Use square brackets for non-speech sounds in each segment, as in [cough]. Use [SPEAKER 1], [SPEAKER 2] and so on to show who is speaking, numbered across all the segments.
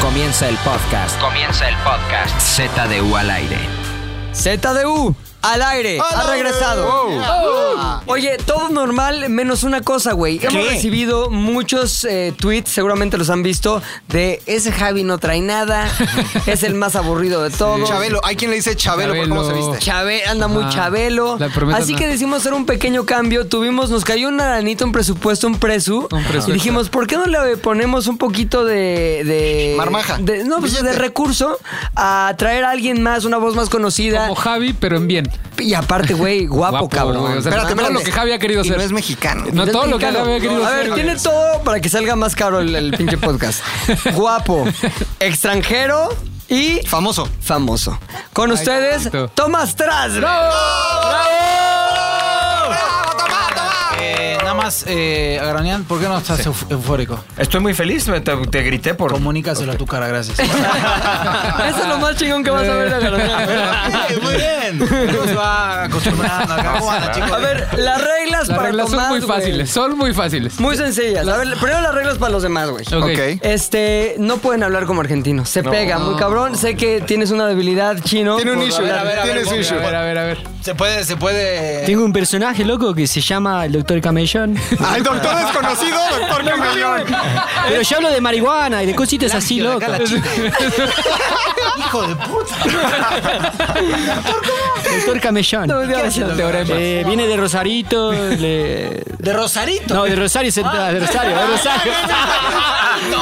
[SPEAKER 1] Comienza el podcast. Comienza el podcast. ZDU al aire.
[SPEAKER 2] ZDU al aire. Ha regresado. Oye, todo normal menos una cosa, güey. Hemos recibido muchos eh, tweets, seguramente los han visto, de ese Javi no trae nada, es el más aburrido de todos.
[SPEAKER 3] Chabelo, hay quien le dice Chabelo, por cómo se
[SPEAKER 4] Chabelo.
[SPEAKER 3] viste.
[SPEAKER 2] Chabe- anda muy
[SPEAKER 4] Ah,
[SPEAKER 2] chabelo.
[SPEAKER 4] la promesa
[SPEAKER 2] Así
[SPEAKER 4] no.
[SPEAKER 2] que decidimos hacer un pequeño cambio. Tuvimos, nos cayó una lanita, un presupuesto, un presu.
[SPEAKER 4] Un presu
[SPEAKER 2] y dijimos, ¿por qué no le ponemos un poquito de. de
[SPEAKER 3] Marmaja.
[SPEAKER 2] de- no, pues de
[SPEAKER 3] Billete.
[SPEAKER 2] recurso a traer a alguien más, una voz más conocida.
[SPEAKER 4] Como Javi, pero en bien.
[SPEAKER 2] Y aparte,
[SPEAKER 4] [laughs]
[SPEAKER 2] güey, guapo, cabrón.
[SPEAKER 4] güey. O sea,
[SPEAKER 3] Espérate,
[SPEAKER 4] mira lo
[SPEAKER 3] espérate.
[SPEAKER 4] que Javi ha querido
[SPEAKER 3] Y
[SPEAKER 4] hacer.
[SPEAKER 3] no es mexicano.
[SPEAKER 4] No, todo lo que
[SPEAKER 2] Mexicano.
[SPEAKER 4] Javi ha querido
[SPEAKER 2] A
[SPEAKER 4] hacer.
[SPEAKER 2] ver,
[SPEAKER 4] güey.
[SPEAKER 2] tiene todo para que salga más caro el, el pinche
[SPEAKER 4] [laughs]
[SPEAKER 2] podcast. Guapo, extranjero y
[SPEAKER 3] Famoso.
[SPEAKER 2] famoso. Con ustedes,
[SPEAKER 4] bonito.
[SPEAKER 2] Tomás Tras.
[SPEAKER 5] Eh, nada más, eh, Agranian, ¿por qué no estás euf- eufórico?
[SPEAKER 6] Estoy muy feliz, me- te, te grité por...
[SPEAKER 5] Comunícaselo a tu cara,
[SPEAKER 2] [laughs]
[SPEAKER 5] gracias.
[SPEAKER 2] Eso es lo más chingón que vas a ver de
[SPEAKER 4] [laughs]
[SPEAKER 2] la verdad.
[SPEAKER 5] Muy bien. Nos va acostumbrando acá. ¿Cómo andan, chicos?
[SPEAKER 2] A ver, las reglas
[SPEAKER 4] Las
[SPEAKER 2] para
[SPEAKER 4] reglas
[SPEAKER 2] Tomás,
[SPEAKER 4] son muy
[SPEAKER 2] güey.
[SPEAKER 4] fáciles. Son muy fáciles.
[SPEAKER 2] Muy sencillas. A ver, primero las reglas para los demás, güey.
[SPEAKER 4] Ok.
[SPEAKER 3] Ok.
[SPEAKER 2] Este, no pueden hablar como argentinos. Se pega, muy cabrón. Sé que tienes una debilidad chino.
[SPEAKER 3] Tiene un
[SPEAKER 2] por
[SPEAKER 3] issue.
[SPEAKER 2] hablar-
[SPEAKER 5] a ver, a ver,
[SPEAKER 3] Tiene su
[SPEAKER 5] voy,
[SPEAKER 4] A
[SPEAKER 3] issue.
[SPEAKER 4] ver, a ver, a ver.
[SPEAKER 5] Se puede, se puede.
[SPEAKER 7] Tengo un personaje loco que se llama el Doctor Camellón.
[SPEAKER 3] Al doctor desconocido, doctor Camaleón.
[SPEAKER 7] Pero yo hablo de marihuana y de cositas así
[SPEAKER 5] Tío, de acá
[SPEAKER 7] locas.
[SPEAKER 5] la chica. Hijo de puta.
[SPEAKER 7] Doctor Camellón.
[SPEAKER 2] No, no, no, no.
[SPEAKER 7] Eh, viene de Rosarito. le-
[SPEAKER 5] De Rosarito.
[SPEAKER 7] No, de Rosario Central. De Rosario, de Rosario.
[SPEAKER 3] De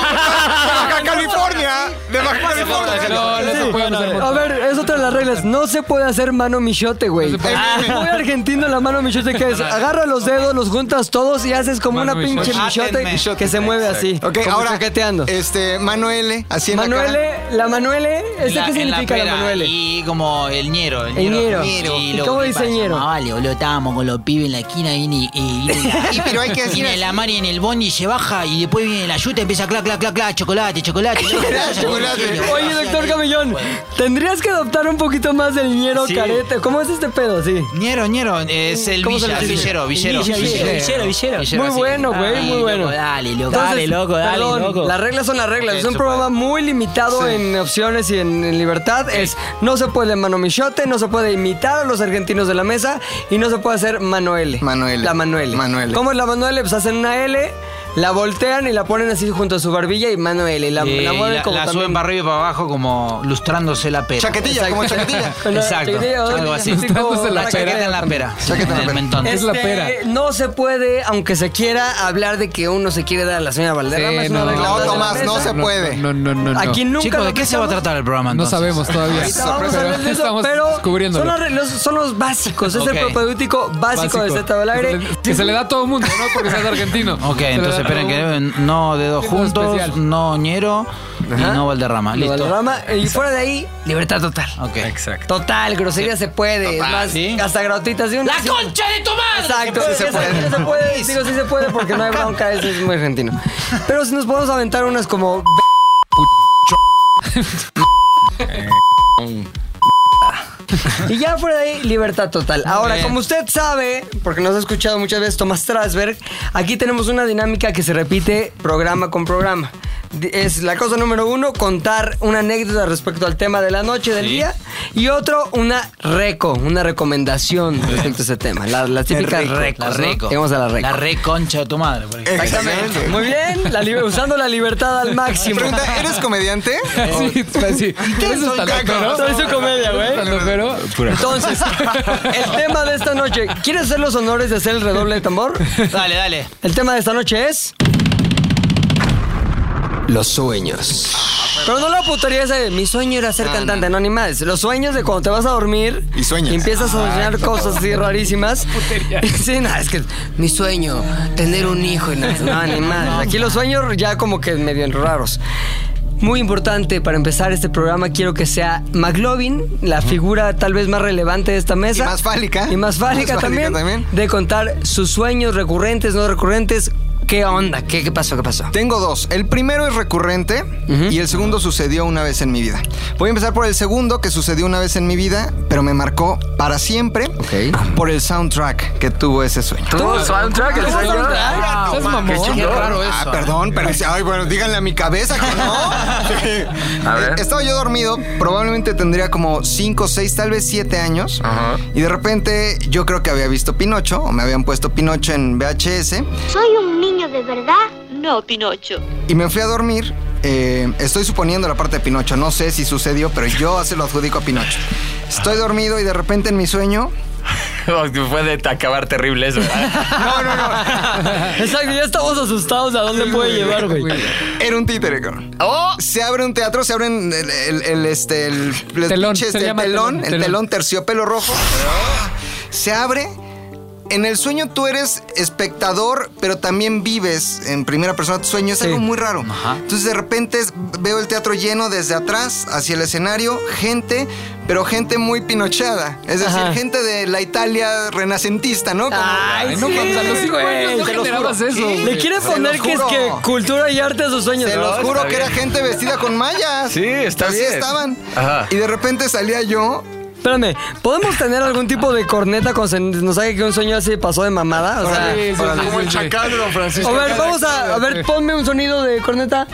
[SPEAKER 3] Baja California. De Baja California.
[SPEAKER 4] No, no se puede pasar
[SPEAKER 2] A
[SPEAKER 4] por-
[SPEAKER 2] ver, es otra de las reglas. No se puede hacer mano michote, güey.
[SPEAKER 4] No se puede.
[SPEAKER 2] Es muy argentino la mano michote que es. Agarra los dedos, los juntas todos y haces como
[SPEAKER 4] Mano
[SPEAKER 2] una pinche
[SPEAKER 5] michote.
[SPEAKER 2] michote que se mueve así.
[SPEAKER 3] Ok,
[SPEAKER 2] como
[SPEAKER 3] ahora.
[SPEAKER 2] Chaqueteando.
[SPEAKER 3] Este, Manuel, así en la cara.
[SPEAKER 2] Manuele, la Manuele, ¿esta qué significa la, Manuele?
[SPEAKER 5] Y como el ñero. El
[SPEAKER 2] El
[SPEAKER 5] ñero.
[SPEAKER 2] ñero. ¿Y
[SPEAKER 5] luego
[SPEAKER 2] cómo
[SPEAKER 5] mi
[SPEAKER 2] dice
[SPEAKER 5] papá
[SPEAKER 2] ñero?
[SPEAKER 5] llamaba, Vale, boludo, estábamos con los pibes en la esquina y, ni-
[SPEAKER 2] [laughs]
[SPEAKER 5] y- y-
[SPEAKER 3] Y, pero hay que
[SPEAKER 5] y
[SPEAKER 3] decir
[SPEAKER 5] viene la Mari en el bondi se baja y después viene la yuta y empieza a clac, clac, clac, clac,
[SPEAKER 2] [laughs]
[SPEAKER 5] chocolate, chocolate. chocolate,
[SPEAKER 3] chocolate.
[SPEAKER 2] Oye, doctor Camellón, tendrías que adoptar un poquito más del ñero
[SPEAKER 5] Sí.
[SPEAKER 2] carete. ¿Cómo es este pedo? Sí.
[SPEAKER 5] Ñero, ñero, eh, es el
[SPEAKER 2] ¿Cómo se
[SPEAKER 5] villa,
[SPEAKER 2] le dice?
[SPEAKER 5] villero, villero.
[SPEAKER 7] Villero, villero, villero, villero.
[SPEAKER 2] Muy
[SPEAKER 5] así.
[SPEAKER 2] bueno, güey,
[SPEAKER 5] Ay,
[SPEAKER 2] muy bueno.
[SPEAKER 5] Loco, dale, loco.
[SPEAKER 2] Entonces,
[SPEAKER 7] Dale, loco, dale, loco.
[SPEAKER 2] Las reglas son las reglas. es un
[SPEAKER 5] Eso,
[SPEAKER 2] programa muy limitado en opciones y en, en libertad. Es no se puede mano michote, no se puede imitar a los argentinos de la mesa y no se puede hacer Manuele.
[SPEAKER 3] Manuele.
[SPEAKER 2] La Manuele.
[SPEAKER 3] Manuele.
[SPEAKER 2] ¿Cómo es la Manuele? Pues hacen una L, la voltean y la ponen así junto a su barbilla y Manuele. La,
[SPEAKER 5] Eh,
[SPEAKER 2] la mueven
[SPEAKER 5] la-
[SPEAKER 2] como
[SPEAKER 5] la
[SPEAKER 2] también.
[SPEAKER 5] suben para arriba y para abajo como lustrándose la pera.
[SPEAKER 3] Chaquetilla, como chaquetilla.
[SPEAKER 2] Con la
[SPEAKER 5] Exacto,
[SPEAKER 2] chiquitilla,
[SPEAKER 5] algo
[SPEAKER 2] ¿no?
[SPEAKER 5] así.
[SPEAKER 2] Sí, como
[SPEAKER 4] Dándose la
[SPEAKER 2] para que
[SPEAKER 5] Chaqueta
[SPEAKER 2] quede
[SPEAKER 5] en la
[SPEAKER 2] también.
[SPEAKER 5] pera.
[SPEAKER 3] Chaqueta en la
[SPEAKER 5] el
[SPEAKER 3] pera.
[SPEAKER 5] mentón.
[SPEAKER 4] Es la
[SPEAKER 2] Este,
[SPEAKER 4] pera.
[SPEAKER 2] No se puede, aunque se quiera, hablar de que uno se quiere dar a la señora Valderrama.
[SPEAKER 4] Sí,
[SPEAKER 2] es una
[SPEAKER 4] Eh, no,
[SPEAKER 2] regla
[SPEAKER 3] no,
[SPEAKER 2] más de la
[SPEAKER 3] Tomás,
[SPEAKER 2] mesa.
[SPEAKER 3] no se puede.
[SPEAKER 4] No, no, no, no.
[SPEAKER 2] Aquí nunca
[SPEAKER 5] Chicos,
[SPEAKER 2] lo
[SPEAKER 5] ¿de qué se va a
[SPEAKER 2] aplicamos.
[SPEAKER 5] tratar el programa
[SPEAKER 4] No
[SPEAKER 5] entonces?
[SPEAKER 4] sabemos todavía.
[SPEAKER 2] Ahorita vamos a hablar de eso,
[SPEAKER 4] [laughs] estamos
[SPEAKER 2] pero
[SPEAKER 4] descubriéndolo.
[SPEAKER 2] Son, las re- los, son los básicos. Es
[SPEAKER 5] Ok.
[SPEAKER 2] el propedéutico básico, de Z del
[SPEAKER 4] Que
[SPEAKER 2] aire.
[SPEAKER 4] se le- Que se le da a todo el mundo, ¿no? Porque
[SPEAKER 2] [laughs]
[SPEAKER 4] seas argentino.
[SPEAKER 5] Ok,
[SPEAKER 4] Se le
[SPEAKER 5] entonces
[SPEAKER 4] da a todo
[SPEAKER 5] esperen
[SPEAKER 4] mundo.
[SPEAKER 5] que no dedos
[SPEAKER 4] Tiempo
[SPEAKER 5] juntos,
[SPEAKER 4] especial.
[SPEAKER 5] no ñero y no
[SPEAKER 2] Lo
[SPEAKER 5] Valderrama. Listo.
[SPEAKER 2] Valderrama, Y fuera de ahí, libertad total.
[SPEAKER 5] Ok. Exacto.
[SPEAKER 2] Total, grosería se puede. es más,
[SPEAKER 5] ¿sí?
[SPEAKER 2] hasta gratuitas de un. ¡La concha de tu madre! Exacto, sí se puede. se puede. Digo, sí se puede porque no hay bronca, eso es muy argentino. Pero si nos podemos aventar unas como. Y ya fuera de ahí, libertad total. Ahora, como usted sabe, porque nos ha escuchado muchas veces Tomás Strasberg, aquí tenemos una dinámica que se repite programa con programa. D- Es la cosa número uno, contar una anécdota respecto al tema de la noche, del día. Y otro, una reco, una recomendación respecto a ese tema. La- las típicas
[SPEAKER 5] La
[SPEAKER 2] recos, ¿no?
[SPEAKER 5] reco.
[SPEAKER 2] Llegamos a la reco.
[SPEAKER 5] La reconcha de tu madre. por
[SPEAKER 2] Eh,
[SPEAKER 5] ejemplo.
[SPEAKER 3] Exactamente.
[SPEAKER 2] Muy bien, la libe- usando la libertad al máximo.
[SPEAKER 3] Pregunta, ¿eres comediante?
[SPEAKER 4] [laughs] Sí, pues, sí. Eso es
[SPEAKER 3] soy
[SPEAKER 4] tan
[SPEAKER 3] caco?
[SPEAKER 4] ojero.
[SPEAKER 2] Soy su comedia, güey.
[SPEAKER 4] Tan ojero.
[SPEAKER 2] Entonces, el tema de esta noche, ¿quieres hacer los honores de hacer el redoble de tambor?
[SPEAKER 5] Dale, dale.
[SPEAKER 2] El tema de esta noche es.
[SPEAKER 1] Los sueños.
[SPEAKER 2] Pero no la putería esa de mi sueño era ser cantante, no, ni más. Los sueños de cuando te vas a dormir
[SPEAKER 3] Y sueñas.
[SPEAKER 2] empiezas a soñar cosas así [laughs] rarísimas. Sí, nada, es que mi sueño, tener un hijo y nada, no, ni más. Aquí los sueños ya como que medio raros. Muy importante para empezar este programa, quiero que sea McLovin, la figura tal vez más relevante de esta mesa.
[SPEAKER 3] Y más fálica.
[SPEAKER 2] Y más fálica,
[SPEAKER 3] Más fálica
[SPEAKER 2] también,
[SPEAKER 3] también.
[SPEAKER 2] De contar sus sueños recurrentes, no recurrentes. ¿Qué onda? ¿Qué, qué pasó? ¿Qué pasó?
[SPEAKER 7] Tengo dos. El primero es recurrente y el segundo sucedió una vez en mi vida. Voy a empezar por el segundo que sucedió una vez en mi vida, pero me marcó para siempre
[SPEAKER 2] Ok.
[SPEAKER 7] por el soundtrack que tuvo ese sueño.
[SPEAKER 1] ¿Tuvo soundtrack el señor?
[SPEAKER 4] Ah, ¿Estás mamón?
[SPEAKER 1] [laughs]
[SPEAKER 4] Qué raro eso.
[SPEAKER 7] Ah, perdón, pero dice, ay, bueno, díganle a mi cabeza que no.
[SPEAKER 1] A ver.
[SPEAKER 7] Estaba yo dormido, probablemente tendría como 5, 6, tal vez 7 años.
[SPEAKER 1] Ajá.
[SPEAKER 7] Y de repente yo creo que había visto Pinocho, o me habían puesto Pinocho en VHS.
[SPEAKER 8] ¿Soy un niño de verdad? No, Pinocho.
[SPEAKER 7] Y me fui a dormir. eh, estoy suponiendo la parte de Pinocho. No sé si sucedió, pero yo se lo adjudico a Pinocho. Estoy dormido y de repente en mi sueño.
[SPEAKER 1] Oh, Fue de acabar terrible eso. ¿verdad?
[SPEAKER 7] No, no, no.
[SPEAKER 9] Exacto, ya estamos asustados a dónde puede llevar, güey.
[SPEAKER 7] Era un títere, cabrón. Se abre un teatro, se abre el, el- el- este, el, el
[SPEAKER 4] Telón,
[SPEAKER 7] pinche,
[SPEAKER 4] se
[SPEAKER 7] este,
[SPEAKER 4] llama
[SPEAKER 7] telón,
[SPEAKER 4] telón,
[SPEAKER 7] el
[SPEAKER 4] telón.
[SPEAKER 7] telón terciopelo rojo. Se abre. En el sueño tú eres espectador, pero también vives en primera persona tu sueño. Es algo muy raro. Entonces de repente es- veo el teatro lleno desde atrás hacia el escenario, gente, pero gente muy pinochada. Es decir, gente de la Italia renacentista, ¿no? Como-
[SPEAKER 4] Ay, no, cuando a los cinco años no
[SPEAKER 9] te lo
[SPEAKER 4] generabas eso.
[SPEAKER 7] ¿Qué?
[SPEAKER 4] güey.
[SPEAKER 9] Le quiere
[SPEAKER 7] Se los
[SPEAKER 9] poner que es
[SPEAKER 7] juro.
[SPEAKER 9] que cultura y arte a sus sueños.
[SPEAKER 7] Te
[SPEAKER 9] ¿no?
[SPEAKER 7] los juro
[SPEAKER 1] está
[SPEAKER 7] que era
[SPEAKER 1] bien.
[SPEAKER 7] gente vestida con mallas.
[SPEAKER 1] Sí, está
[SPEAKER 7] Así
[SPEAKER 1] bien.
[SPEAKER 7] estaban.
[SPEAKER 1] Ajá.
[SPEAKER 7] Y de repente salía yo.
[SPEAKER 2] Espérame, ¿podemos tener algún tipo de corneta cuando se nos haga que un sueño así pasó de mamada? O sea,
[SPEAKER 4] Sí, sí, sí, sí, sí.
[SPEAKER 1] de don Francisco.
[SPEAKER 2] a ver, vamos a. A ver, ponme un sonido de corneta.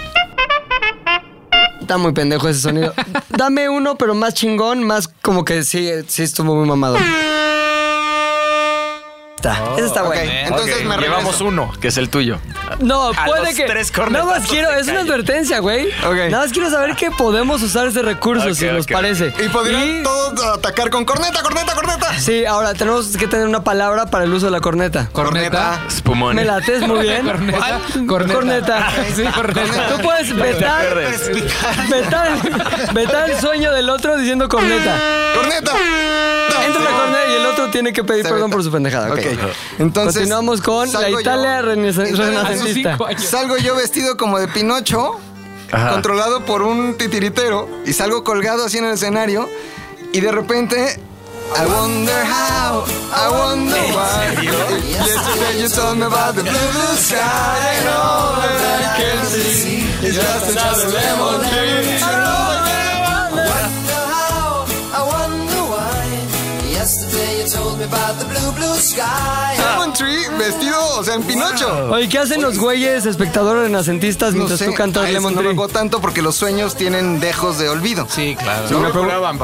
[SPEAKER 2] Está muy pendejo
[SPEAKER 1] [laughs]
[SPEAKER 2] ese sonido. Dame uno, pero más chingón, más como que sí, sí estuvo muy mamado. Está. Ese está
[SPEAKER 7] Ok,
[SPEAKER 2] bueno.
[SPEAKER 7] entonces me regreso.
[SPEAKER 1] Llevamos uno, que es el tuyo.
[SPEAKER 2] No,
[SPEAKER 1] Oh, A
[SPEAKER 2] puede
[SPEAKER 1] los
[SPEAKER 2] que.
[SPEAKER 1] tres cornetazos
[SPEAKER 2] nada más quiero,
[SPEAKER 1] te
[SPEAKER 2] es una
[SPEAKER 1] calles.
[SPEAKER 2] advertencia, güey.
[SPEAKER 7] Ok.
[SPEAKER 2] Nada más quiero saber que podemos usar ese recurso,
[SPEAKER 1] Ok,
[SPEAKER 2] si nos
[SPEAKER 1] ok.
[SPEAKER 2] parece.
[SPEAKER 7] Y podrían
[SPEAKER 2] Y-
[SPEAKER 7] todos atacar con corneta, corneta, corneta.
[SPEAKER 2] Sí, ahora tenemos que tener una palabra para el uso de la corneta.
[SPEAKER 4] Corneta.
[SPEAKER 1] Espumón.
[SPEAKER 2] Me lates muy bien.
[SPEAKER 4] Corneta.
[SPEAKER 2] Corneta.
[SPEAKER 4] Sí, corneta.
[SPEAKER 2] Tú puedes vetar, vetar, vetar el sueño del otro diciendo corneta.
[SPEAKER 7] Corneta.
[SPEAKER 2] Entra la corneta y el otro tiene que pedir
[SPEAKER 7] Se
[SPEAKER 2] perdón
[SPEAKER 7] veta.
[SPEAKER 2] por su pendejada. ok.
[SPEAKER 7] Ok. Entonces.
[SPEAKER 2] Continuamos con la
[SPEAKER 7] salgo yo-
[SPEAKER 2] Italia renesa-
[SPEAKER 7] Entonces,
[SPEAKER 4] A los
[SPEAKER 2] renacentista.
[SPEAKER 4] cinco años.
[SPEAKER 7] Salgo yo vestido como de Pinocho,
[SPEAKER 1] Ajá.
[SPEAKER 7] controlado por un titiritero, y salgo colgado así en el escenario, y de repente. I wonder how, I wonder why. Yesterday you told me about the blue sky and all that I can see is just a shadow of lemon tree. I
[SPEAKER 2] Ah.
[SPEAKER 7] wonder how, I wonder why. Yesterday you told me about the blue, blue sky. Lemon tree vestido, o sea, en Pinocho.
[SPEAKER 2] Oye, ¿qué hacen los güeyes espectadores renacentistas
[SPEAKER 7] No
[SPEAKER 2] mientras
[SPEAKER 7] sé,
[SPEAKER 2] tú cantas
[SPEAKER 7] a ese
[SPEAKER 2] Lemon
[SPEAKER 7] no
[SPEAKER 2] Tree?
[SPEAKER 7] lo hago tanto porque los sueños tienen dejos de olvido.
[SPEAKER 9] Sí, claro.
[SPEAKER 7] No me preocupaban,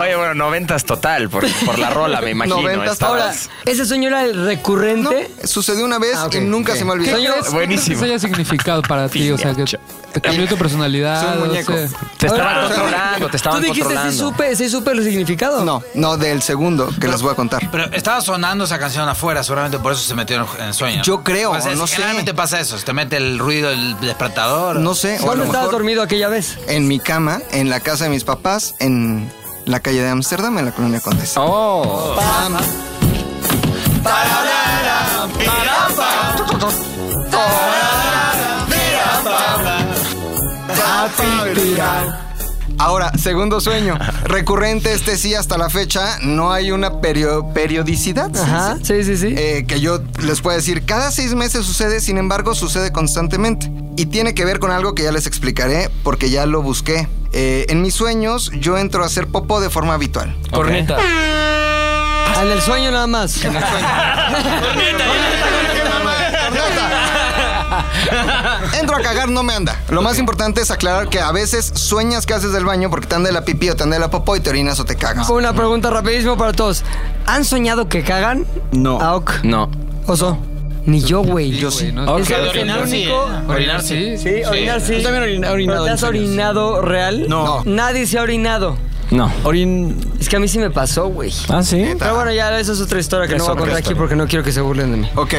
[SPEAKER 1] Oye, bueno, noventas total, por, por la rola, me imagino.
[SPEAKER 7] Noventas,
[SPEAKER 2] Ahora,
[SPEAKER 1] estabas-
[SPEAKER 2] ¿ese sueño era el
[SPEAKER 7] No,
[SPEAKER 2] recurrente?
[SPEAKER 7] sucedió una vez
[SPEAKER 2] Ah, ok,
[SPEAKER 7] y nunca
[SPEAKER 2] ok.
[SPEAKER 7] se me olvidó.
[SPEAKER 2] Sueño-
[SPEAKER 4] crees?
[SPEAKER 1] Buenísimo.
[SPEAKER 4] ¿Qué haya significado para ti? O sea, que te cambió tu personalidad.
[SPEAKER 7] Soy un
[SPEAKER 4] no
[SPEAKER 7] muñeco.
[SPEAKER 4] sé.
[SPEAKER 1] Te estaban
[SPEAKER 2] Ahora-
[SPEAKER 1] controlando, te
[SPEAKER 2] Tú
[SPEAKER 1] estaban
[SPEAKER 2] dijiste sí
[SPEAKER 1] controlando.
[SPEAKER 2] supe, sí supe el significado.
[SPEAKER 7] No, no del segundo que les voy a contar.
[SPEAKER 5] Pero estaba sonando esa canción afuera, seguramente por eso se metió en el sueño.
[SPEAKER 7] Yo creo,
[SPEAKER 5] O sea,
[SPEAKER 7] no sé.
[SPEAKER 5] generalmente pasa eso, se te mete el ruido del despertador.
[SPEAKER 7] No sé, o a
[SPEAKER 2] ¿Dónde
[SPEAKER 7] lo
[SPEAKER 2] estabas
[SPEAKER 7] mejor
[SPEAKER 2] dormido aquella vez?
[SPEAKER 7] en mi cama, en la casa de mis papás, en la calle de Ámsterdam, en la colonia Condesa.
[SPEAKER 4] Oh.
[SPEAKER 7] Pam. Ahora, segundo sueño. Recurrente este sí hasta la fecha. No hay una perio- periodicidad. sí,
[SPEAKER 2] Ajá,
[SPEAKER 7] sí.
[SPEAKER 2] sí, sí, sí.
[SPEAKER 7] Eh, que yo les puedo decir, cada seis meses sucede, sin embargo, sucede constantemente. Y tiene que ver con algo que ya les explicaré porque ya lo busqué. Eh, en mis sueños yo entro a hacer popó de forma habitual.
[SPEAKER 9] Corneta.
[SPEAKER 2] Al del Ah, sueño nada más.
[SPEAKER 7] Entro a cagar, no me anda. Lo más importante es aclarar que a veces sueñas que haces del baño porque te anda la pipí o te anda la popó y te orinas o te cagas.
[SPEAKER 2] Una pregunta rapidísimo para todos. ¿Han soñado que cagan?
[SPEAKER 7] No.
[SPEAKER 2] Aok.
[SPEAKER 1] No.
[SPEAKER 2] Oso. Ni yo, güey.
[SPEAKER 7] Yo sí.
[SPEAKER 4] no.
[SPEAKER 2] ¿Es el
[SPEAKER 9] orinar sí,
[SPEAKER 2] único?
[SPEAKER 4] Orinar sí.
[SPEAKER 2] Sí, orinar sí.
[SPEAKER 9] Yo también orina- he
[SPEAKER 2] ¿Pero
[SPEAKER 9] orinado
[SPEAKER 2] ¿Te
[SPEAKER 9] en
[SPEAKER 2] has
[SPEAKER 9] sueños.
[SPEAKER 2] orinado real?
[SPEAKER 7] No.
[SPEAKER 2] Nadie se ha orinado.
[SPEAKER 1] No.
[SPEAKER 9] Orin.
[SPEAKER 2] Es que a mí sí me pasó, güey.
[SPEAKER 9] Ah, sí.
[SPEAKER 2] Pero bueno, ya esa es otra historia que no
[SPEAKER 1] Es
[SPEAKER 2] voy a
[SPEAKER 1] otra
[SPEAKER 2] contar aquí
[SPEAKER 1] historia.
[SPEAKER 2] porque no quiero que se burlen de mí.
[SPEAKER 7] Ok,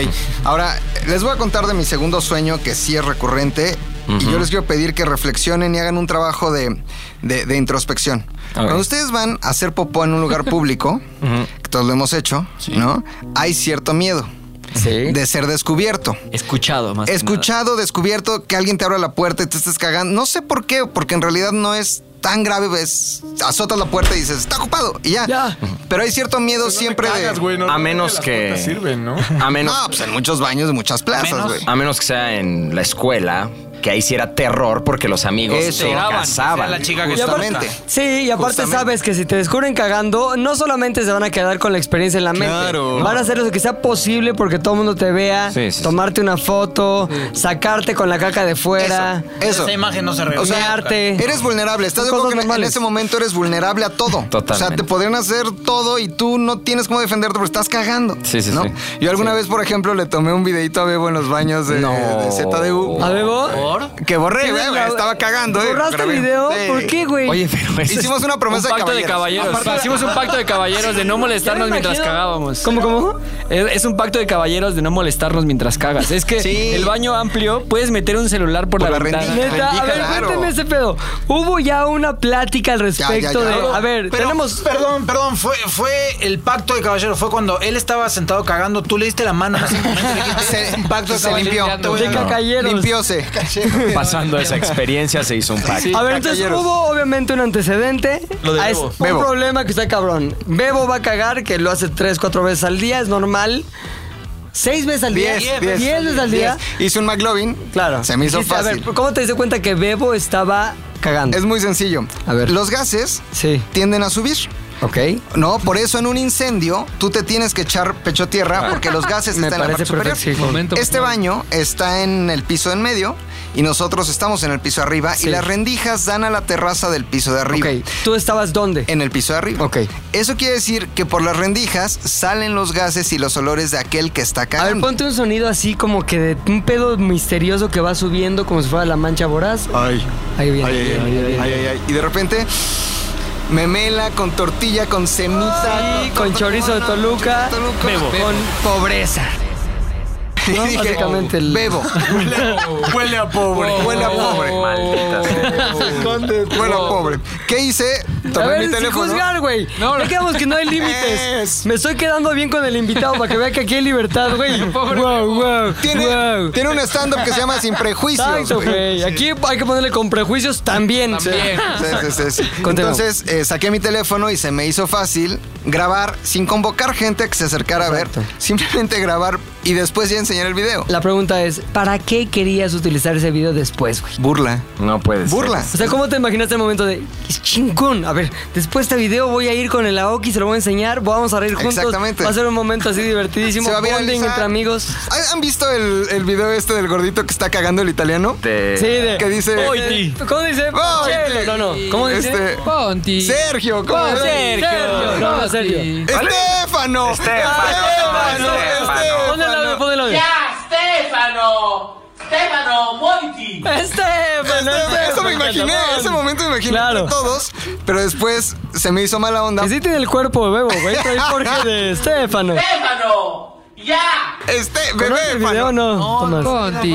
[SPEAKER 7] ahora les voy a contar de mi segundo sueño que sí es recurrente y yo les quiero pedir que reflexionen y hagan un trabajo de, de- de introspección. Cuando ustedes van a hacer popó en un lugar público, que todos lo hemos hecho, ¿no? Hay cierto miedo
[SPEAKER 2] Sí.
[SPEAKER 7] de ser descubierto.
[SPEAKER 9] Escuchado, más. que
[SPEAKER 7] Escuchado, descubierto, que alguien te abra la puerta y te estés cagando. No sé por qué, porque en realidad no es tan grave, ves, azotas la puerta y dices, está ocupado, y ya.
[SPEAKER 2] Ya.
[SPEAKER 7] Pero hay cierto miedo siempre de...
[SPEAKER 1] a menos que.
[SPEAKER 10] sirven, ¿no?
[SPEAKER 1] A menos,
[SPEAKER 7] No, pues en muchos baños, muchas plazas,
[SPEAKER 5] Menos-
[SPEAKER 7] güey.
[SPEAKER 1] a menos que sea en la escuela, que ahí sí era terror porque los amigos
[SPEAKER 7] Eso.
[SPEAKER 1] se
[SPEAKER 5] Pegaban,
[SPEAKER 1] casaban.
[SPEAKER 5] o sea, la chica que
[SPEAKER 2] Y aparte-
[SPEAKER 7] Justamente.
[SPEAKER 2] Sí, y aparte
[SPEAKER 7] Justamente.
[SPEAKER 2] sabes que si te descubren cagando, no solamente se van a quedar con la experiencia en la mente,
[SPEAKER 7] Claro.
[SPEAKER 2] van a hacer lo que sea posible porque todo el mundo te vea,
[SPEAKER 1] Sí, sí, sí.
[SPEAKER 2] tomarte una foto, sacarte con la caca de fuera,
[SPEAKER 7] Eso.
[SPEAKER 5] Esa imagen no se reveló.
[SPEAKER 7] O sea,
[SPEAKER 2] mearte.
[SPEAKER 7] Eres vulnerable, estás de
[SPEAKER 2] Son
[SPEAKER 7] acuerdo
[SPEAKER 2] cosas
[SPEAKER 7] que en- en
[SPEAKER 2] normales.
[SPEAKER 7] ese momento eres vulnerable a todo. O sea,
[SPEAKER 1] Totalmente.
[SPEAKER 7] te podrían hacer todo y tú no tienes cómo defenderte porque estás cagando.
[SPEAKER 1] Sí, sí,
[SPEAKER 7] ¿no?
[SPEAKER 1] sí.
[SPEAKER 7] Yo alguna vez, por ejemplo, le tomé un videito a Bebo en los baños de,
[SPEAKER 1] No.
[SPEAKER 7] de ZDU.
[SPEAKER 2] ¿A Bebo?
[SPEAKER 7] Que borré, güey, estaba cagando. eh,
[SPEAKER 2] ¿Borraste el
[SPEAKER 7] grabé.
[SPEAKER 2] video?
[SPEAKER 7] Sí.
[SPEAKER 2] ¿Por qué, güey?
[SPEAKER 1] Oye, pero eso
[SPEAKER 7] Hicimos una
[SPEAKER 9] Un
[SPEAKER 7] promesa
[SPEAKER 9] pacto de
[SPEAKER 7] de
[SPEAKER 9] caballeros.
[SPEAKER 7] caballeros. Aparte-
[SPEAKER 9] Hicimos un pacto de caballeros de no molestarnos
[SPEAKER 2] Ya me
[SPEAKER 9] mientras
[SPEAKER 2] imagino.
[SPEAKER 9] cagábamos.
[SPEAKER 2] ¿Cómo, cómo?
[SPEAKER 9] Es, es un pacto de caballeros de no molestarnos mientras cagas. Es que
[SPEAKER 7] Sí.
[SPEAKER 9] el baño amplio puedes meter un celular por,
[SPEAKER 7] Por
[SPEAKER 9] la,
[SPEAKER 7] la
[SPEAKER 9] ventana.
[SPEAKER 7] rendija.
[SPEAKER 2] Neta, a
[SPEAKER 7] Bendiga,
[SPEAKER 2] ver,
[SPEAKER 7] claro.
[SPEAKER 2] cuénteme ese pedo. Hubo ya una plática al respecto
[SPEAKER 7] ya.
[SPEAKER 2] de. A ver,
[SPEAKER 5] Pero,
[SPEAKER 2] tenemos.
[SPEAKER 5] Perdón, perdón, fue, fue el pacto de caballero. Fue cuando él estaba sentado cagando, tú le diste la mano. básicamente,
[SPEAKER 7] [laughs]
[SPEAKER 5] le dijiste, "Es un pacto de
[SPEAKER 7] Se
[SPEAKER 5] caballeros,
[SPEAKER 7] limpió.
[SPEAKER 5] te voy a
[SPEAKER 2] De
[SPEAKER 5] dar".
[SPEAKER 2] cacayeros.
[SPEAKER 7] Limpióse.
[SPEAKER 1] pasando esa experiencia se hizo un pacto.
[SPEAKER 2] A ver, entonces
[SPEAKER 7] Cacayeros.
[SPEAKER 2] hubo obviamente un antecedente. Ah, es un
[SPEAKER 7] Bebo.
[SPEAKER 2] problema que está cabrón. Bebo va a cagar, que lo hace tres, cuatro veces al día, es normal. ¿Seis veces al día?
[SPEAKER 7] [laughs] Diez, diez,
[SPEAKER 2] ¿Diez veces al día?
[SPEAKER 7] Diez. Hice un McLovin.
[SPEAKER 2] Claro.
[SPEAKER 7] Se me hizo
[SPEAKER 2] Dijiste,
[SPEAKER 7] fácil.
[SPEAKER 2] A ver, ¿cómo te diste cuenta que Bebo estaba cagando?
[SPEAKER 7] Es muy sencillo.
[SPEAKER 2] A ver.
[SPEAKER 7] Los gases
[SPEAKER 2] Sí.
[SPEAKER 7] tienden a subir.
[SPEAKER 2] Ok.
[SPEAKER 7] No, por eso en un incendio tú te tienes que echar pecho a tierra porque los gases
[SPEAKER 2] Ah, [laughs] Me
[SPEAKER 7] están en la
[SPEAKER 2] parece
[SPEAKER 7] parte superior.
[SPEAKER 2] perfecto. Sí, claro.
[SPEAKER 4] Momento.
[SPEAKER 7] Este baño está en el piso en medio y nosotros estamos en el piso arriba
[SPEAKER 2] Sí.
[SPEAKER 7] y las rendijas dan a la terraza del piso de arriba.
[SPEAKER 2] Ok. ¿Tú estabas dónde?
[SPEAKER 7] En el piso de arriba.
[SPEAKER 2] Ok.
[SPEAKER 7] Eso quiere decir que por las rendijas salen los gases y los olores de aquel que está
[SPEAKER 2] A ver,
[SPEAKER 7] cagando.
[SPEAKER 2] ponte un sonido así como que de un pedo misterioso que va subiendo como si fuera la mancha voraz.
[SPEAKER 10] Ay.
[SPEAKER 2] Ahí viene.
[SPEAKER 10] Ay, ay,
[SPEAKER 2] ahí viene, ahí
[SPEAKER 10] ay,
[SPEAKER 2] viene.
[SPEAKER 10] ay, ay, ay.
[SPEAKER 7] Y de repente, memela con tortilla, con semita.
[SPEAKER 2] Sí, con chorizo de Toluca,
[SPEAKER 7] Bebo.
[SPEAKER 2] con pobreza.
[SPEAKER 7] [laughs] Y
[SPEAKER 2] No,
[SPEAKER 7] dije,
[SPEAKER 2] básicamente el- [laughs]
[SPEAKER 7] bebo.
[SPEAKER 10] Huele a pobre.
[SPEAKER 7] [laughs] Huele a pobre.
[SPEAKER 1] Maldita sea.
[SPEAKER 7] Huele a pobre. ¿Qué hice?
[SPEAKER 2] a
[SPEAKER 7] Tomé
[SPEAKER 2] ver,
[SPEAKER 7] mi
[SPEAKER 2] sin
[SPEAKER 7] teléfono.
[SPEAKER 2] juzgar, güey. No, ya quedamos que no hay límites.
[SPEAKER 7] Es.
[SPEAKER 2] Me estoy quedando bien con el invitado para que vea que aquí hay libertad,
[SPEAKER 7] [laughs]
[SPEAKER 2] güey. wow, wow,
[SPEAKER 7] Tiene,
[SPEAKER 2] wow.
[SPEAKER 7] tiene un stand-up que se llama Sin Prejuicios.
[SPEAKER 2] Exacto,
[SPEAKER 7] güey.
[SPEAKER 2] güey. Aquí hay que ponerle con prejuicios también.
[SPEAKER 7] Sí, sí, sí,
[SPEAKER 2] [laughs]
[SPEAKER 7] sí.
[SPEAKER 2] Continúa.
[SPEAKER 7] Entonces eh, saqué mi teléfono y se me hizo fácil grabar sin convocar gente que se acercara a ver.
[SPEAKER 2] Exacto.
[SPEAKER 7] Simplemente grabar y después ya enseñar el video.
[SPEAKER 2] La pregunta es, ¿para qué querías utilizar ese video después, güey?
[SPEAKER 7] Burla.
[SPEAKER 1] No puedes.
[SPEAKER 7] Burla.
[SPEAKER 2] O sea, ¿cómo te imaginaste el momento de "Es chingón? A ver, después de este video voy a ir con el Aoki, se lo voy a enseñar, vamos a reír juntos.
[SPEAKER 7] Exactamente.
[SPEAKER 2] Va a ser un momento así divertidísimo,
[SPEAKER 7] [laughs] Se va a
[SPEAKER 2] bonding
[SPEAKER 7] viralizar.
[SPEAKER 2] entre amigos.
[SPEAKER 7] ¿Han- ¿Han visto el, el video este del gordito que está cagando el italiano?
[SPEAKER 1] Este,
[SPEAKER 2] Sí, de,
[SPEAKER 7] Que Eh, dice-
[SPEAKER 2] Oiti. ¿Cómo dice?
[SPEAKER 7] Oiti.
[SPEAKER 2] Chelo, No, no. ¿Cómo dice?
[SPEAKER 7] Este,
[SPEAKER 4] Ponti.
[SPEAKER 7] Sergio, ¿cómo
[SPEAKER 4] Ponti.
[SPEAKER 7] ves?
[SPEAKER 2] Sergio. No, no, Sergio.
[SPEAKER 7] Estefano. Estefano. Estefano.
[SPEAKER 2] Pon el audio, pon el audio. Estefano, Estefano.
[SPEAKER 7] Eso me imaginé,
[SPEAKER 2] cabrón.
[SPEAKER 7] ese momento me imaginé
[SPEAKER 2] Claro.
[SPEAKER 7] todos, pero después se me hizo mala onda.
[SPEAKER 2] Que sí tiene el cuerpo, bebo, güey. Trae Jorge
[SPEAKER 7] [laughs]
[SPEAKER 2] de Estefano.
[SPEAKER 7] Este,
[SPEAKER 2] ¿Conoces
[SPEAKER 7] bebé,
[SPEAKER 2] el video o
[SPEAKER 7] Fano.
[SPEAKER 2] no, Tomás?
[SPEAKER 4] Ponti.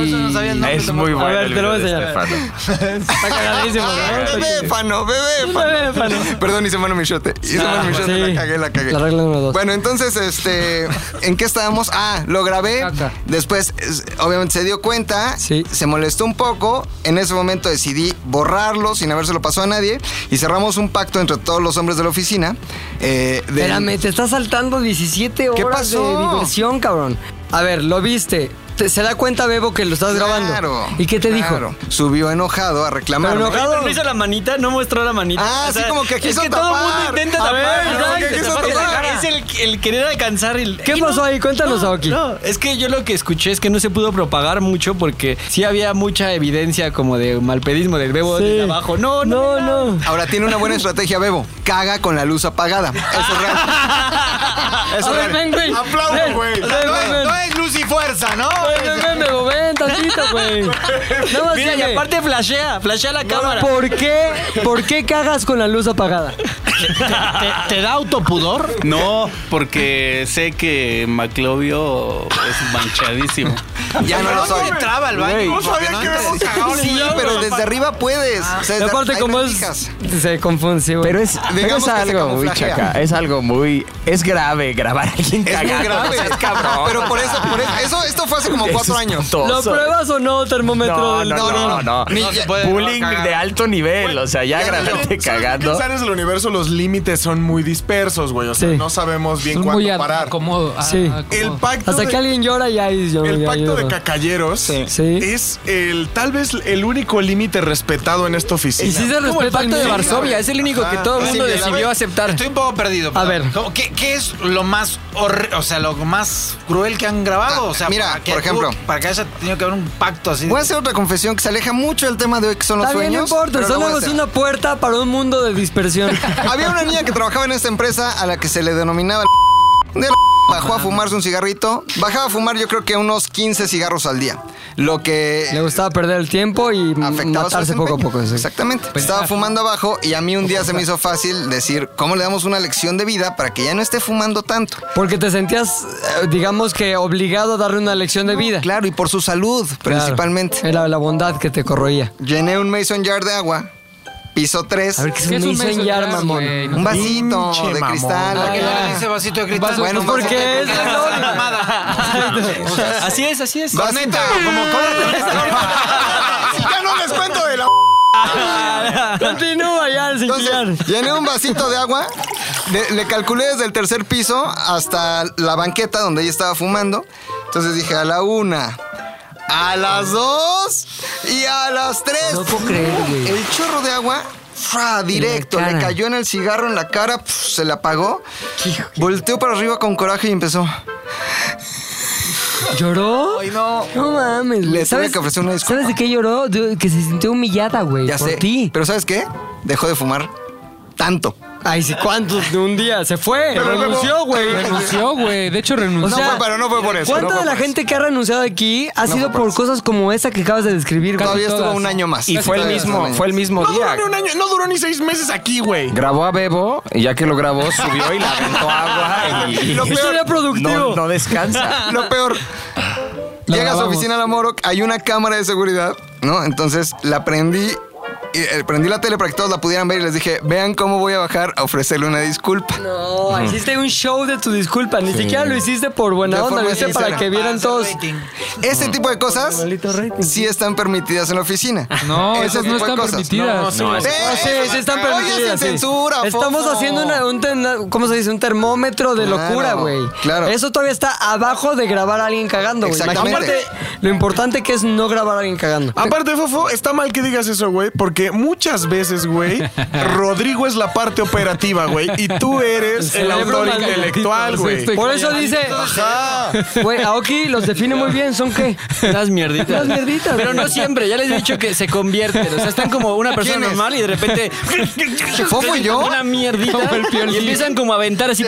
[SPEAKER 1] Es muy bueno.
[SPEAKER 2] ver,
[SPEAKER 1] el
[SPEAKER 2] te lo voy a
[SPEAKER 1] video de
[SPEAKER 2] enseñar.
[SPEAKER 1] Estefano.
[SPEAKER 2] [laughs]
[SPEAKER 7] Pues,
[SPEAKER 2] Está cagadísimo, ¿no?
[SPEAKER 7] Ah, Bebé, Fano, bebé, Fano.
[SPEAKER 2] Bebé, Fano.
[SPEAKER 7] [laughs] Perdón, hice mano michote. Hice
[SPEAKER 2] Ah,
[SPEAKER 7] mano michote,
[SPEAKER 2] sí.
[SPEAKER 7] la cagué, la cagué.
[SPEAKER 2] La regla número dos.
[SPEAKER 7] Bueno, entonces, este, ¿en qué estábamos? Ah, lo grabé.
[SPEAKER 4] Caca.
[SPEAKER 7] Después, es- obviamente, se dio cuenta.
[SPEAKER 2] Sí.
[SPEAKER 7] Se molestó un poco. En ese momento decidí borrarlo sin habérselo pasado a nadie. Y cerramos un pacto entre todos los hombres de la oficina. eh, de-
[SPEAKER 2] Espérame, te está saltando 17
[SPEAKER 7] ¿Qué
[SPEAKER 2] horas
[SPEAKER 7] pasó?
[SPEAKER 2] de diversión, cabrón. A ver, lo viste. Te- se da cuenta, Bebo, que lo estás grabando.
[SPEAKER 7] Claro,
[SPEAKER 2] ¿Y qué te
[SPEAKER 7] claro.
[SPEAKER 2] dijo?
[SPEAKER 7] Subió enojado a reclamar.
[SPEAKER 2] Pero enojado.
[SPEAKER 9] Pero no hizo la manita, no mostró la manita.
[SPEAKER 7] Ah, sí, como que
[SPEAKER 9] Es
[SPEAKER 7] quiso
[SPEAKER 9] que todo el
[SPEAKER 7] tapar.
[SPEAKER 9] mundo intenta
[SPEAKER 7] A ver,
[SPEAKER 9] tapar.
[SPEAKER 7] como que
[SPEAKER 9] exacto,
[SPEAKER 7] quiso
[SPEAKER 9] tapar.
[SPEAKER 7] tapar.
[SPEAKER 9] Es el, el querer alcanzar el.
[SPEAKER 2] ¿Qué
[SPEAKER 9] Y
[SPEAKER 2] pasó ahí? Cuéntanos,
[SPEAKER 9] no,
[SPEAKER 2] Aoki.
[SPEAKER 9] No, es que yo lo que escuché es que no se pudo propagar mucho porque sí había mucha evidencia como de malpedismo del bebo
[SPEAKER 2] Sí.
[SPEAKER 9] desde abajo. No, no,
[SPEAKER 2] No,
[SPEAKER 9] mira.
[SPEAKER 2] no.
[SPEAKER 7] Ahora tiene una buena estrategia, Bebo. Caga con la luz apagada. Eso es
[SPEAKER 2] [laughs]
[SPEAKER 9] Ah,
[SPEAKER 7] real. Eso
[SPEAKER 2] A
[SPEAKER 7] es
[SPEAKER 2] ver,
[SPEAKER 7] real.
[SPEAKER 2] ven, güey.
[SPEAKER 10] Aplaudo,
[SPEAKER 2] Ven,
[SPEAKER 10] güey.
[SPEAKER 2] ven,
[SPEAKER 5] No
[SPEAKER 2] ven,
[SPEAKER 5] es-
[SPEAKER 2] ven.
[SPEAKER 5] no es luz y fuerza, ¿no?
[SPEAKER 2] Ven, ven, ven, Bebo, ven tantito, güey. Nada más
[SPEAKER 9] Mira, y
[SPEAKER 2] sigue.
[SPEAKER 9] aparte flashea, flashea la cámara.
[SPEAKER 2] ¿Por qué, ¿Por qué cagas con la luz apagada?
[SPEAKER 11] ¿Te, da autopudor?
[SPEAKER 12] No, porque sé que Maclovio es manchadísimo.
[SPEAKER 7] Ya no lo soy.
[SPEAKER 5] entraba al baño.
[SPEAKER 7] No
[SPEAKER 5] porque
[SPEAKER 7] sabía
[SPEAKER 5] no
[SPEAKER 7] que
[SPEAKER 5] entra-
[SPEAKER 7] habíamos cagado en el Ah.
[SPEAKER 5] Sí,
[SPEAKER 7] baño, pero
[SPEAKER 5] güey.
[SPEAKER 7] desde arriba puedes. O sea,
[SPEAKER 2] Y aparte,
[SPEAKER 7] hay
[SPEAKER 2] como
[SPEAKER 7] rendijas.
[SPEAKER 2] es. Se confunde, sí, güey.
[SPEAKER 13] Pero es, pero
[SPEAKER 7] Digamos
[SPEAKER 13] es
[SPEAKER 7] que se
[SPEAKER 13] algo muy
[SPEAKER 7] camuflajea.
[SPEAKER 13] chaca, es algo muy... Es grave grabar a alguien
[SPEAKER 7] Es muy
[SPEAKER 13] cagando.
[SPEAKER 7] grave.
[SPEAKER 13] o sea, es cabrón.
[SPEAKER 7] Pero por eso, por eso, eso- esto fue hace como
[SPEAKER 13] Eso
[SPEAKER 7] cuatro
[SPEAKER 13] es
[SPEAKER 7] años.
[SPEAKER 13] espantoso.
[SPEAKER 2] ¿Lo pruebas o no, termómetro
[SPEAKER 13] No,
[SPEAKER 2] del
[SPEAKER 13] no, no, no.
[SPEAKER 2] Ni-
[SPEAKER 13] No se puede Bullying
[SPEAKER 2] grabar cagando.
[SPEAKER 13] de alto nivel, o sea, ya
[SPEAKER 10] También,
[SPEAKER 13] grabarte
[SPEAKER 10] ¿sabes qué
[SPEAKER 13] cagando.
[SPEAKER 10] pasa? en el universo los límites son muy dispersos, güey. O sea,
[SPEAKER 13] Sí.
[SPEAKER 10] no sabemos bien
[SPEAKER 13] Son
[SPEAKER 10] cuándo
[SPEAKER 13] muy a-
[SPEAKER 10] parar.
[SPEAKER 13] acomodo, a- Sí. acomodo.
[SPEAKER 10] El pacto
[SPEAKER 2] Hasta
[SPEAKER 10] de-
[SPEAKER 2] que alguien llora y ahí llora.
[SPEAKER 10] el
[SPEAKER 2] ya
[SPEAKER 10] pacto de
[SPEAKER 2] llora.
[SPEAKER 10] cacalleros es el tal vez el único límite respetado en esta oficina.
[SPEAKER 2] Y sí se
[SPEAKER 5] Como el
[SPEAKER 2] respeta
[SPEAKER 5] pacto
[SPEAKER 2] el
[SPEAKER 5] de
[SPEAKER 2] mío.
[SPEAKER 5] Varsovia, es el único que todo el
[SPEAKER 10] Ajá.
[SPEAKER 5] mundo
[SPEAKER 10] Sí,
[SPEAKER 5] decidió
[SPEAKER 10] a ver,
[SPEAKER 5] aceptar. Estoy un poco perdido. A ver. ¿Qué, qué es lo más horri- o sea, lo más cruel que han grabado? O sea,
[SPEAKER 7] Mira,
[SPEAKER 5] para que
[SPEAKER 7] por ejemplo.
[SPEAKER 5] tú- para que haya tenido que haber un pacto así.
[SPEAKER 7] Voy a hacer otra confesión que se aleja mucho del tema de hoy, que son los
[SPEAKER 2] Está bien, no
[SPEAKER 7] sueños.
[SPEAKER 2] importa.
[SPEAKER 7] pero lo voy a
[SPEAKER 2] Solo es
[SPEAKER 7] hacer.
[SPEAKER 2] una puerta para un mundo de dispersión.
[SPEAKER 7] Había una niña que trabajaba en esta empresa a la que se le denominaba la de la bajó a fumarse un cigarrito. Bajaba a fumar yo creo que unos 15 cigarros al día. Lo que...
[SPEAKER 2] Le gustaba perder el tiempo y
[SPEAKER 7] afectaba su
[SPEAKER 2] Mm, matarse poco a
[SPEAKER 7] desempeño.
[SPEAKER 2] poco. sí. Pues
[SPEAKER 7] Exactamente. Estaba fumando abajo y a mí un día
[SPEAKER 2] [laughs]
[SPEAKER 7] se me hizo fácil decir, ¿cómo le damos una lección de vida para que ya no esté
[SPEAKER 2] [laughs]
[SPEAKER 7] fumando tanto?
[SPEAKER 2] Porque te sentías, eh, digamos que, obligado a darle una lección de vida.
[SPEAKER 7] Claro, y por su salud, principalmente.
[SPEAKER 2] Era la bondad que te corroía.
[SPEAKER 7] Llené un mason jar de agua, piso 3.
[SPEAKER 2] A ver, ¿qué es ¿Qué un es un mason mason jar, jar, mamón? güey? No
[SPEAKER 7] Un
[SPEAKER 2] sé.
[SPEAKER 7] vasito
[SPEAKER 2] Pinche
[SPEAKER 7] de
[SPEAKER 2] mamón.
[SPEAKER 7] cristal.
[SPEAKER 2] Ah,
[SPEAKER 7] Porque
[SPEAKER 2] ya.
[SPEAKER 7] no le
[SPEAKER 5] Ese
[SPEAKER 7] dice-
[SPEAKER 5] vasito de cristal.
[SPEAKER 2] Vaso-
[SPEAKER 5] Bueno,
[SPEAKER 2] pues
[SPEAKER 5] vasito
[SPEAKER 2] porque
[SPEAKER 5] de
[SPEAKER 2] es la
[SPEAKER 5] cristal.
[SPEAKER 2] gloria.
[SPEAKER 5] Una mamada.
[SPEAKER 2] [laughs]
[SPEAKER 5] O sea, así es, así es.
[SPEAKER 7] Vasito.
[SPEAKER 5] Neta, como
[SPEAKER 7] [laughs]
[SPEAKER 10] Si ya no les cuento de la
[SPEAKER 2] Continúa ya, sin chillar.
[SPEAKER 7] Llené un vasito de agua, le, le calculé desde el tercer piso hasta la banqueta donde ella estaba fumando. Entonces dije, a la una, a las dos y a las tres.
[SPEAKER 2] No puedo creer, güey.
[SPEAKER 7] El chorro de agua, fra, directo,
[SPEAKER 2] En la
[SPEAKER 7] le
[SPEAKER 2] cara.
[SPEAKER 7] cayó en el cigarro, en la cara, pf, se la apagó. Volteó para arriba con coraje y empezó.
[SPEAKER 2] ¿Lloró?
[SPEAKER 7] Ay, no.
[SPEAKER 2] No mames, güey.
[SPEAKER 7] Le tuve
[SPEAKER 2] ¿Sabes-
[SPEAKER 7] que ofrecer una disculpa.
[SPEAKER 2] ¿Sabes de qué lloró? De- que se sintió humillada, güey.
[SPEAKER 7] Ya
[SPEAKER 2] por
[SPEAKER 7] sé.
[SPEAKER 2] ti.
[SPEAKER 7] Pero ¿sabes qué? Dejó de fumar tanto.
[SPEAKER 2] Ay, sí, ¿cuántos de un día? Se fue.
[SPEAKER 7] Pero luego-
[SPEAKER 2] renunció, güey.
[SPEAKER 4] Renunció, güey. De hecho, renunció.
[SPEAKER 7] No fue- pero no fue por eso,
[SPEAKER 2] ¿Cuánta
[SPEAKER 7] no fue
[SPEAKER 2] de la
[SPEAKER 7] por eso.
[SPEAKER 2] gente que ha renunciado aquí ha
[SPEAKER 7] No
[SPEAKER 2] sido
[SPEAKER 7] fue por
[SPEAKER 2] por
[SPEAKER 7] eso.
[SPEAKER 2] cosas como esa que acabas de describir? güey?
[SPEAKER 7] Todavía estuvo un año más.
[SPEAKER 1] Y fue el
[SPEAKER 7] Todavía estuvo
[SPEAKER 1] mismo,
[SPEAKER 7] un año.
[SPEAKER 1] fue el mismo
[SPEAKER 10] No
[SPEAKER 1] día.
[SPEAKER 10] duró ni un año, no duró ni seis meses aquí, güey.
[SPEAKER 1] Grabó a Bebo y ya que lo grabó, subió y la aventó agua. [laughs] Y...
[SPEAKER 7] Lo
[SPEAKER 2] Eso
[SPEAKER 7] peor-
[SPEAKER 2] era productivo.
[SPEAKER 1] No, no descansa.
[SPEAKER 7] [laughs] Lo peor.
[SPEAKER 2] La
[SPEAKER 7] Llega a su
[SPEAKER 2] grabamos.
[SPEAKER 7] oficina la Moro, hay una cámara de seguridad, ¿no? Entonces la prendí, y, eh, prendí la tele para que todos la pudieran ver y les dije, vean cómo voy a bajar a ofrecerle una disculpa.
[SPEAKER 2] No, hiciste un show de tu disculpa. Ni siquiera lo hiciste por
[SPEAKER 7] De
[SPEAKER 2] buena onda.
[SPEAKER 7] forma
[SPEAKER 2] Lo hiciste
[SPEAKER 7] sincera. Ah,
[SPEAKER 2] para que
[SPEAKER 5] ah,
[SPEAKER 2] vieran todos.
[SPEAKER 7] Este tipo de cosas
[SPEAKER 2] Igualito rating.
[SPEAKER 7] sí están permitidas en la oficina.
[SPEAKER 4] No,
[SPEAKER 7] Ese
[SPEAKER 4] esas no
[SPEAKER 7] tipo de
[SPEAKER 4] están
[SPEAKER 7] cosas.
[SPEAKER 4] permitidas.
[SPEAKER 1] No,
[SPEAKER 7] Ve,
[SPEAKER 2] Ah, sí, sí están
[SPEAKER 7] oye,
[SPEAKER 2] permitidas.
[SPEAKER 7] sin
[SPEAKER 2] sí.
[SPEAKER 7] censura,
[SPEAKER 2] Estamos
[SPEAKER 7] Fofo.
[SPEAKER 2] haciendo una- un, ten- ¿cómo se dice? un termómetro de
[SPEAKER 7] Claro,
[SPEAKER 2] locura, güey.
[SPEAKER 7] claro.
[SPEAKER 2] Eso todavía está abajo de grabar a alguien cagando, güey.
[SPEAKER 7] Exactamente.
[SPEAKER 2] Imagínate lo importante que es no grabar a alguien cagando.
[SPEAKER 10] Aparte, Fofo, está mal que digas eso, güey, porque muchas veces, güey, Rodrigo es la parte operativa, güey, y tú eres el,
[SPEAKER 2] cerebro
[SPEAKER 10] autor
[SPEAKER 2] maldito,
[SPEAKER 10] intelectual,
[SPEAKER 4] sí,
[SPEAKER 10] güey.
[SPEAKER 4] estoy-
[SPEAKER 2] Por eso dice,
[SPEAKER 10] Ajá.
[SPEAKER 2] güey, Aoki los define muy bien, ¿son qué?
[SPEAKER 9] Unas mierditas.
[SPEAKER 2] Unas mierditas,
[SPEAKER 9] Pero no
[SPEAKER 2] güey.
[SPEAKER 9] siempre, ya les he dicho que se convierten. O sea, están como una persona
[SPEAKER 7] ¿Quién es?
[SPEAKER 9] normal y de repente.
[SPEAKER 7] ¿Fofo y yo?
[SPEAKER 9] Una mierdita.
[SPEAKER 4] Como el Piolín.
[SPEAKER 9] Y empiezan como a aventar así.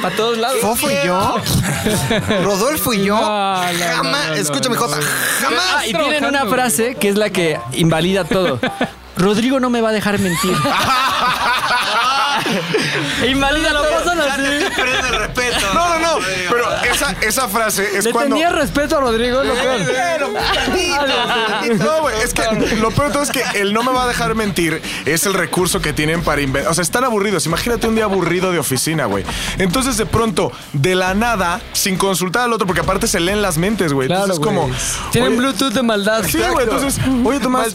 [SPEAKER 9] Para todos lados.
[SPEAKER 7] ¿Fofo y yo? ¿Rodolfo y yo?
[SPEAKER 4] No, no, no,
[SPEAKER 7] jamás,
[SPEAKER 4] no,
[SPEAKER 7] escúchame,
[SPEAKER 4] no,
[SPEAKER 7] Jota, jamás.
[SPEAKER 9] Ah, y tienen una frase que es la que invalida todo. Rodrigo no me va a dejar
[SPEAKER 10] [laughs]
[SPEAKER 9] mentir. [laughs]
[SPEAKER 2] Invalida, lo pasan así.
[SPEAKER 5] Pierde el respeto.
[SPEAKER 10] No, no, no, pero esa, esa frase es
[SPEAKER 2] Le
[SPEAKER 10] cuando...
[SPEAKER 2] tenía respeto a Rodrigo, es lo peor.
[SPEAKER 10] No, güey,
[SPEAKER 9] [laughs]
[SPEAKER 10] es que lo peor de todo es que el no me va a dejar mentir es el recurso que tienen para inventar. O sea, están aburridos. Imagínate un día aburrido de oficina, güey. Entonces, de pronto, de la nada, sin consultar al otro, porque aparte se leen las mentes, güey.
[SPEAKER 2] Claro,
[SPEAKER 10] Entonces, es como.
[SPEAKER 2] güey. Tienen
[SPEAKER 10] oye,
[SPEAKER 2] Bluetooth de maldad.
[SPEAKER 10] Sí, güey, entonces, oye Tomás,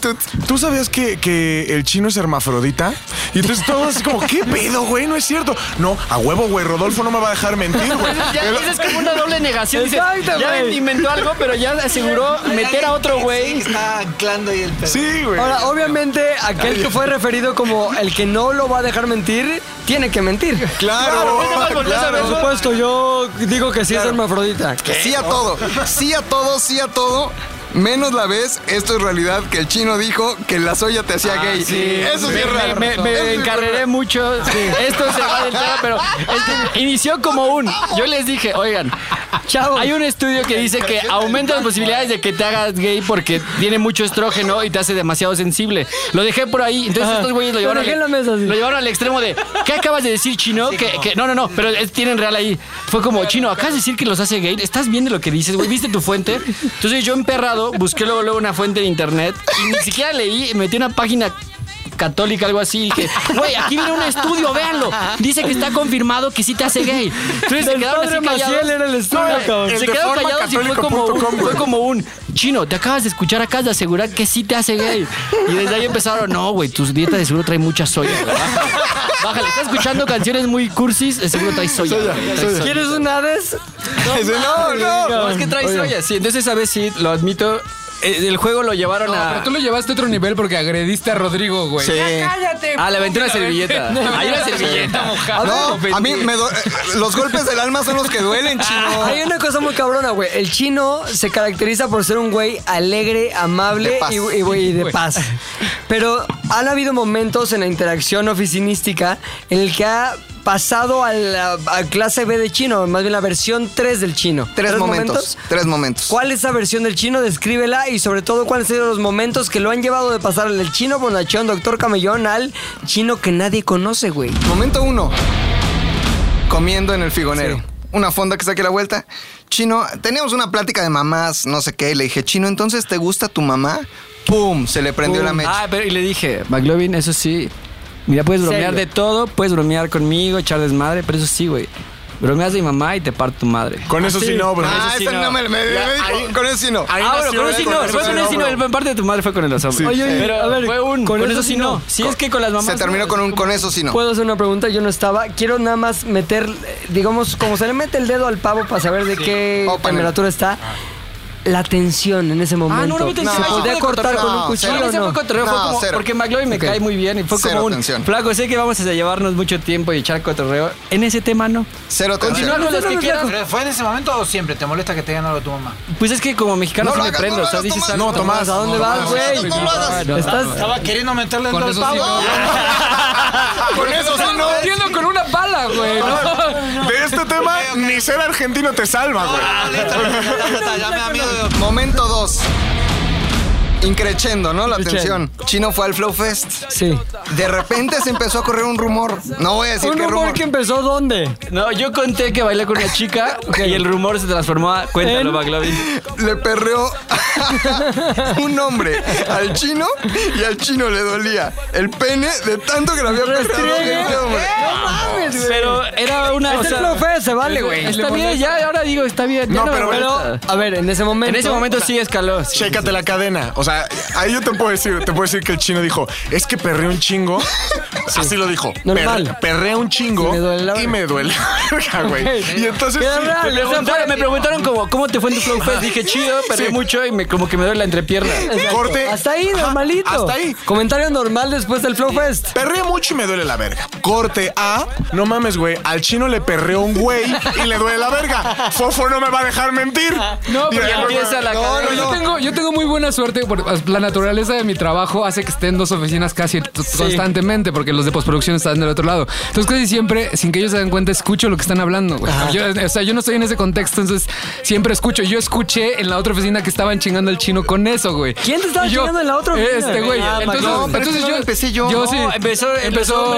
[SPEAKER 10] ¿tú sabías que, que el chino es hermafrodita? Y entonces todos así como, ¿qué pedo, güey? No es cierto. No, a huevo, güey, Rodolfo no me va a dejar mentir, güey.
[SPEAKER 9] Ya
[SPEAKER 10] El-
[SPEAKER 9] dices como una doble negación. dices,
[SPEAKER 2] Exacto,
[SPEAKER 9] ya
[SPEAKER 2] güey.
[SPEAKER 9] inventó algo, pero ya aseguró
[SPEAKER 4] Este
[SPEAKER 9] meter a otro güey.
[SPEAKER 5] Está anclando ahí el pedo.
[SPEAKER 10] Sí, güey.
[SPEAKER 2] Ahora, obviamente, aquel que fue referido como el que no lo va a dejar mentir, tiene que mentir.
[SPEAKER 10] Claro,
[SPEAKER 2] Por supuesto, yo digo que sí es hermafrodita.
[SPEAKER 7] Sí a todo, sí a todo, sí a todo. Menos la vez, esto es realidad, que el chino dijo que la soya te hacía gay. Eh, Eso sí
[SPEAKER 9] Me-
[SPEAKER 7] es real.
[SPEAKER 9] Me, me
[SPEAKER 7] Eso sí es
[SPEAKER 9] encarreré mucho. sí. Esto se va del tema, pero es que inició como un. Yo les dije, oigan, Hay un estudio que dice que aumenta las posibilidades de que te hagas gay porque tiene mucho estrógeno y te hace demasiado sensible. Lo dejé por ahí. Entonces
[SPEAKER 2] Ajá.
[SPEAKER 9] estos güeyes lo
[SPEAKER 2] Lo
[SPEAKER 9] llevaron,
[SPEAKER 2] dejé
[SPEAKER 9] al,
[SPEAKER 2] en la mesa, sí.
[SPEAKER 9] lo llevaron al extremo de ¿qué acabas de decir, chino? que, que- no, no, no, pero es- tienen real ahí. Fue como, chino, acabas de decir que los hace gay. ¿Estás viendo lo que dices, güey? ¿Viste tu fuente? Entonces yo emperrado busqué luego, luego una fuente de internet y ni siquiera leí. Metí una página católica, algo así, y dije, güey, aquí viene un estudio, véanlo. Dice que está confirmado que sí te hace gay. Entonces se
[SPEAKER 2] Del
[SPEAKER 9] quedaron así
[SPEAKER 2] padre Maciel
[SPEAKER 9] callados.
[SPEAKER 2] era el estudio,
[SPEAKER 9] No,
[SPEAKER 2] cabrón.
[SPEAKER 9] Se
[SPEAKER 2] El de
[SPEAKER 9] quedaron
[SPEAKER 2] forma
[SPEAKER 9] callados y fue como, un-
[SPEAKER 2] católico.com,
[SPEAKER 9] fue como un chino, te acabas de escuchar, acabas de asegurar que sí te hace gay. Y desde ahí empezaron, no, güey, tus dietas de seguro trae mucha soya, güey, bájale. Bájale, estás escuchando canciones muy cursis, de seguro trae soya. güey, trae soya".
[SPEAKER 2] ¿Quieres un Hades?
[SPEAKER 9] No, no,
[SPEAKER 4] no.
[SPEAKER 9] es que trae
[SPEAKER 4] Oye.
[SPEAKER 9] soya, sí. Entonces, ¿sabes? Sí, lo admito. eh, El juego lo llevaron a.
[SPEAKER 4] Pero tú lo llevaste a otro nivel porque agrediste a Rodrigo, güey.
[SPEAKER 9] Sí. Ya
[SPEAKER 2] cállate,
[SPEAKER 9] Ah, le aventé una
[SPEAKER 2] [laughs]
[SPEAKER 9] servilleta. [laughs] Hay una servilleta mojada.
[SPEAKER 7] No, a mí me do- eh, los golpes del alma son los que duelen, chino.
[SPEAKER 2] Hay una cosa muy cabrona, güey. El chino se caracteriza por ser un güey alegre, amable
[SPEAKER 7] De paz.
[SPEAKER 2] y, y, güey, y de paz. Pero han habido momentos en la interacción oficinística en el que ha pasado a la a clase B de chino, más bien la versión 3 del chino.
[SPEAKER 7] Tres momentos, tres momentos.
[SPEAKER 2] ¿Cuál es esa versión del chino? Descríbela y sobre todo cuáles han sido los momentos que lo han llevado de pasar del chino bonachón, doctor camellón, al chino que nadie conoce, güey.
[SPEAKER 7] Momento uno. Comiendo en el figonero. Una fonda que saque la vuelta. Chino, teníamos una plática de mamás, no sé qué. y Le dije, Chino, entonces te gusta tu mamá. ¡Pum! Se le prendió la mecha.
[SPEAKER 9] Ah, pero y le dije, McLovin, eso sí. Mira, puedes bromear
[SPEAKER 2] Serio.
[SPEAKER 9] de todo, puedes bromear conmigo, echar desmadre, pero eso sí, güey. Bromeas de mi mamá y te parto tu madre.
[SPEAKER 10] Con eso sí no, bro.
[SPEAKER 7] Ah, esa no me, me- me dijo, con eso sí no.
[SPEAKER 9] Ah, bueno, con eso sí no, fue con eso sí no, el parte de tu madre fue con el oso.
[SPEAKER 7] Sí.
[SPEAKER 9] Oye, oye,
[SPEAKER 7] Sí.
[SPEAKER 9] pero
[SPEAKER 2] A ver,
[SPEAKER 9] fue un, con, eso sí no. Si es que con las mamás.
[SPEAKER 7] Se terminó
[SPEAKER 9] no.
[SPEAKER 7] con un con eso sí no.
[SPEAKER 2] Puedo hacer una pregunta, yo no estaba. Quiero nada más meter, eh, digamos, como se le mete el dedo al pavo para saber de qué
[SPEAKER 7] Open
[SPEAKER 2] temperatura está. La tensión en ese momento.
[SPEAKER 9] Ah, no, no hubo tensión.
[SPEAKER 2] ¿Se
[SPEAKER 9] Ahí
[SPEAKER 2] podía
[SPEAKER 9] fue
[SPEAKER 2] cortar
[SPEAKER 9] cotorreo.
[SPEAKER 2] con un
[SPEAKER 9] No,
[SPEAKER 2] cuchillo
[SPEAKER 9] cero.
[SPEAKER 2] o
[SPEAKER 9] Ese
[SPEAKER 2] no?
[SPEAKER 9] fue cotorreo, fue
[SPEAKER 7] No,
[SPEAKER 9] como-
[SPEAKER 7] cero.
[SPEAKER 9] porque McLovin me
[SPEAKER 7] Ok.
[SPEAKER 9] cae muy bien y fue
[SPEAKER 7] Cero
[SPEAKER 9] como un
[SPEAKER 7] tensión.
[SPEAKER 9] flaco, sé que vamos a llevarnos mucho tiempo y echar cotorreo. En ese tema no.
[SPEAKER 7] Cero
[SPEAKER 9] Continúa
[SPEAKER 7] tensión.
[SPEAKER 9] con las que quieras.
[SPEAKER 5] ¿Pero ¿Fue en ese momento o siempre? ¿Te molesta que te digan algo de tu mamá?
[SPEAKER 9] Pues es que como mexicano
[SPEAKER 7] No
[SPEAKER 9] se
[SPEAKER 7] lo
[SPEAKER 9] me
[SPEAKER 7] hagas,
[SPEAKER 9] prendo,
[SPEAKER 7] no lo
[SPEAKER 9] o sea,
[SPEAKER 7] hagas,
[SPEAKER 9] dices
[SPEAKER 7] Tomás.
[SPEAKER 9] algo-
[SPEAKER 10] No, Tomás.
[SPEAKER 2] ¿A dónde
[SPEAKER 10] no,
[SPEAKER 2] vas,
[SPEAKER 10] Tomás.
[SPEAKER 4] Ah,
[SPEAKER 2] güey?
[SPEAKER 7] No lo hagas.
[SPEAKER 9] No,
[SPEAKER 2] Estás-
[SPEAKER 9] no, no.
[SPEAKER 5] Estaba queriendo meterle el
[SPEAKER 4] Con
[SPEAKER 5] dedo al
[SPEAKER 4] eso sí
[SPEAKER 5] pavo.
[SPEAKER 10] Con eso sí no.
[SPEAKER 4] Entiendo con una pala, güey. ¿no?
[SPEAKER 10] De este tema, ni ser argentino te salva, güey.
[SPEAKER 5] Ya me da miedo.
[SPEAKER 7] Momento dos. Increchendo, ¿no? La tensión. Chino fue al Flow Fest.
[SPEAKER 2] Sí.
[SPEAKER 7] De repente se empezó a correr un rumor. No voy a decir
[SPEAKER 2] Un
[SPEAKER 7] qué rumor.
[SPEAKER 2] rumor que empezó ¿dónde?
[SPEAKER 9] No, yo conté que bailé con una chica
[SPEAKER 2] [laughs]
[SPEAKER 9] y el rumor se transformó a cuéntalo,
[SPEAKER 2] En-
[SPEAKER 9] McLovin.
[SPEAKER 7] le perreó [laughs] un hombre al chino y al chino le dolía el pene de tanto que le había perreado
[SPEAKER 2] Restriegue.
[SPEAKER 7] este hombre.
[SPEAKER 9] Pero era una.
[SPEAKER 2] Es el Flow Fest, se vale, güey.
[SPEAKER 9] Está bien, ya, ahora digo, está bien. ya
[SPEAKER 10] No, pero-
[SPEAKER 9] molesta.
[SPEAKER 2] A ver, en ese momento.
[SPEAKER 9] en ese momento sí escaló. sí.
[SPEAKER 10] Chécate la cadena. O sea, ahí yo te puedo decir, te puedo decir que el chino dijo, es que perré un chingo. Así lo dijo.
[SPEAKER 2] Normal.
[SPEAKER 10] "Per- perré un chingo
[SPEAKER 2] Y me duele la verga.
[SPEAKER 10] y me duele la verga, güey. [laughs] Y entonces pues,
[SPEAKER 2] Qué raro.
[SPEAKER 9] Me preguntaron, me preguntaron como, ¿cómo te fue en tu Flow Fest? Dije, chido, perdí mucho y me, como que me duele la entrepierna.
[SPEAKER 10] sí, corte.
[SPEAKER 2] Hasta ahí,
[SPEAKER 10] Ajá,
[SPEAKER 2] normalito.
[SPEAKER 10] Hasta ahí.
[SPEAKER 2] Comentario normal después del Flow Fest.
[SPEAKER 10] Perré mucho y me duele la verga. Corte A. No mames, güey. Al chino le perreó un güey y le duele la verga. Fofo no me va a dejar mentir.
[SPEAKER 4] No, pero
[SPEAKER 10] Y
[SPEAKER 9] ya
[SPEAKER 10] luego-
[SPEAKER 9] empieza la cadena.
[SPEAKER 4] Pero yo, tengo, yo tengo muy buena suerte. por- la naturaleza de mi trabajo hace que esté en dos oficinas casi t- constantemente, porque los de postproducción están del otro lado. Entonces, casi siempre, sin que ellos se den cuenta, escucho lo que están hablando. güey. Yo, o sea, yo no estoy en ese contexto, entonces siempre escucho. Yo escuché en la otra oficina que estaban chingando al chino con eso, güey.
[SPEAKER 2] ¿Quién te estaba
[SPEAKER 4] Y yo,
[SPEAKER 2] chingando en la otra oficina?
[SPEAKER 4] Este, güey.
[SPEAKER 2] Ah,
[SPEAKER 4] entonces,
[SPEAKER 2] Maclón,
[SPEAKER 7] pero
[SPEAKER 4] entonces
[SPEAKER 7] es que no
[SPEAKER 4] yo.
[SPEAKER 7] empecé yo.
[SPEAKER 4] Yo
[SPEAKER 7] No,
[SPEAKER 4] sí.
[SPEAKER 9] empezó,
[SPEAKER 4] Empezó,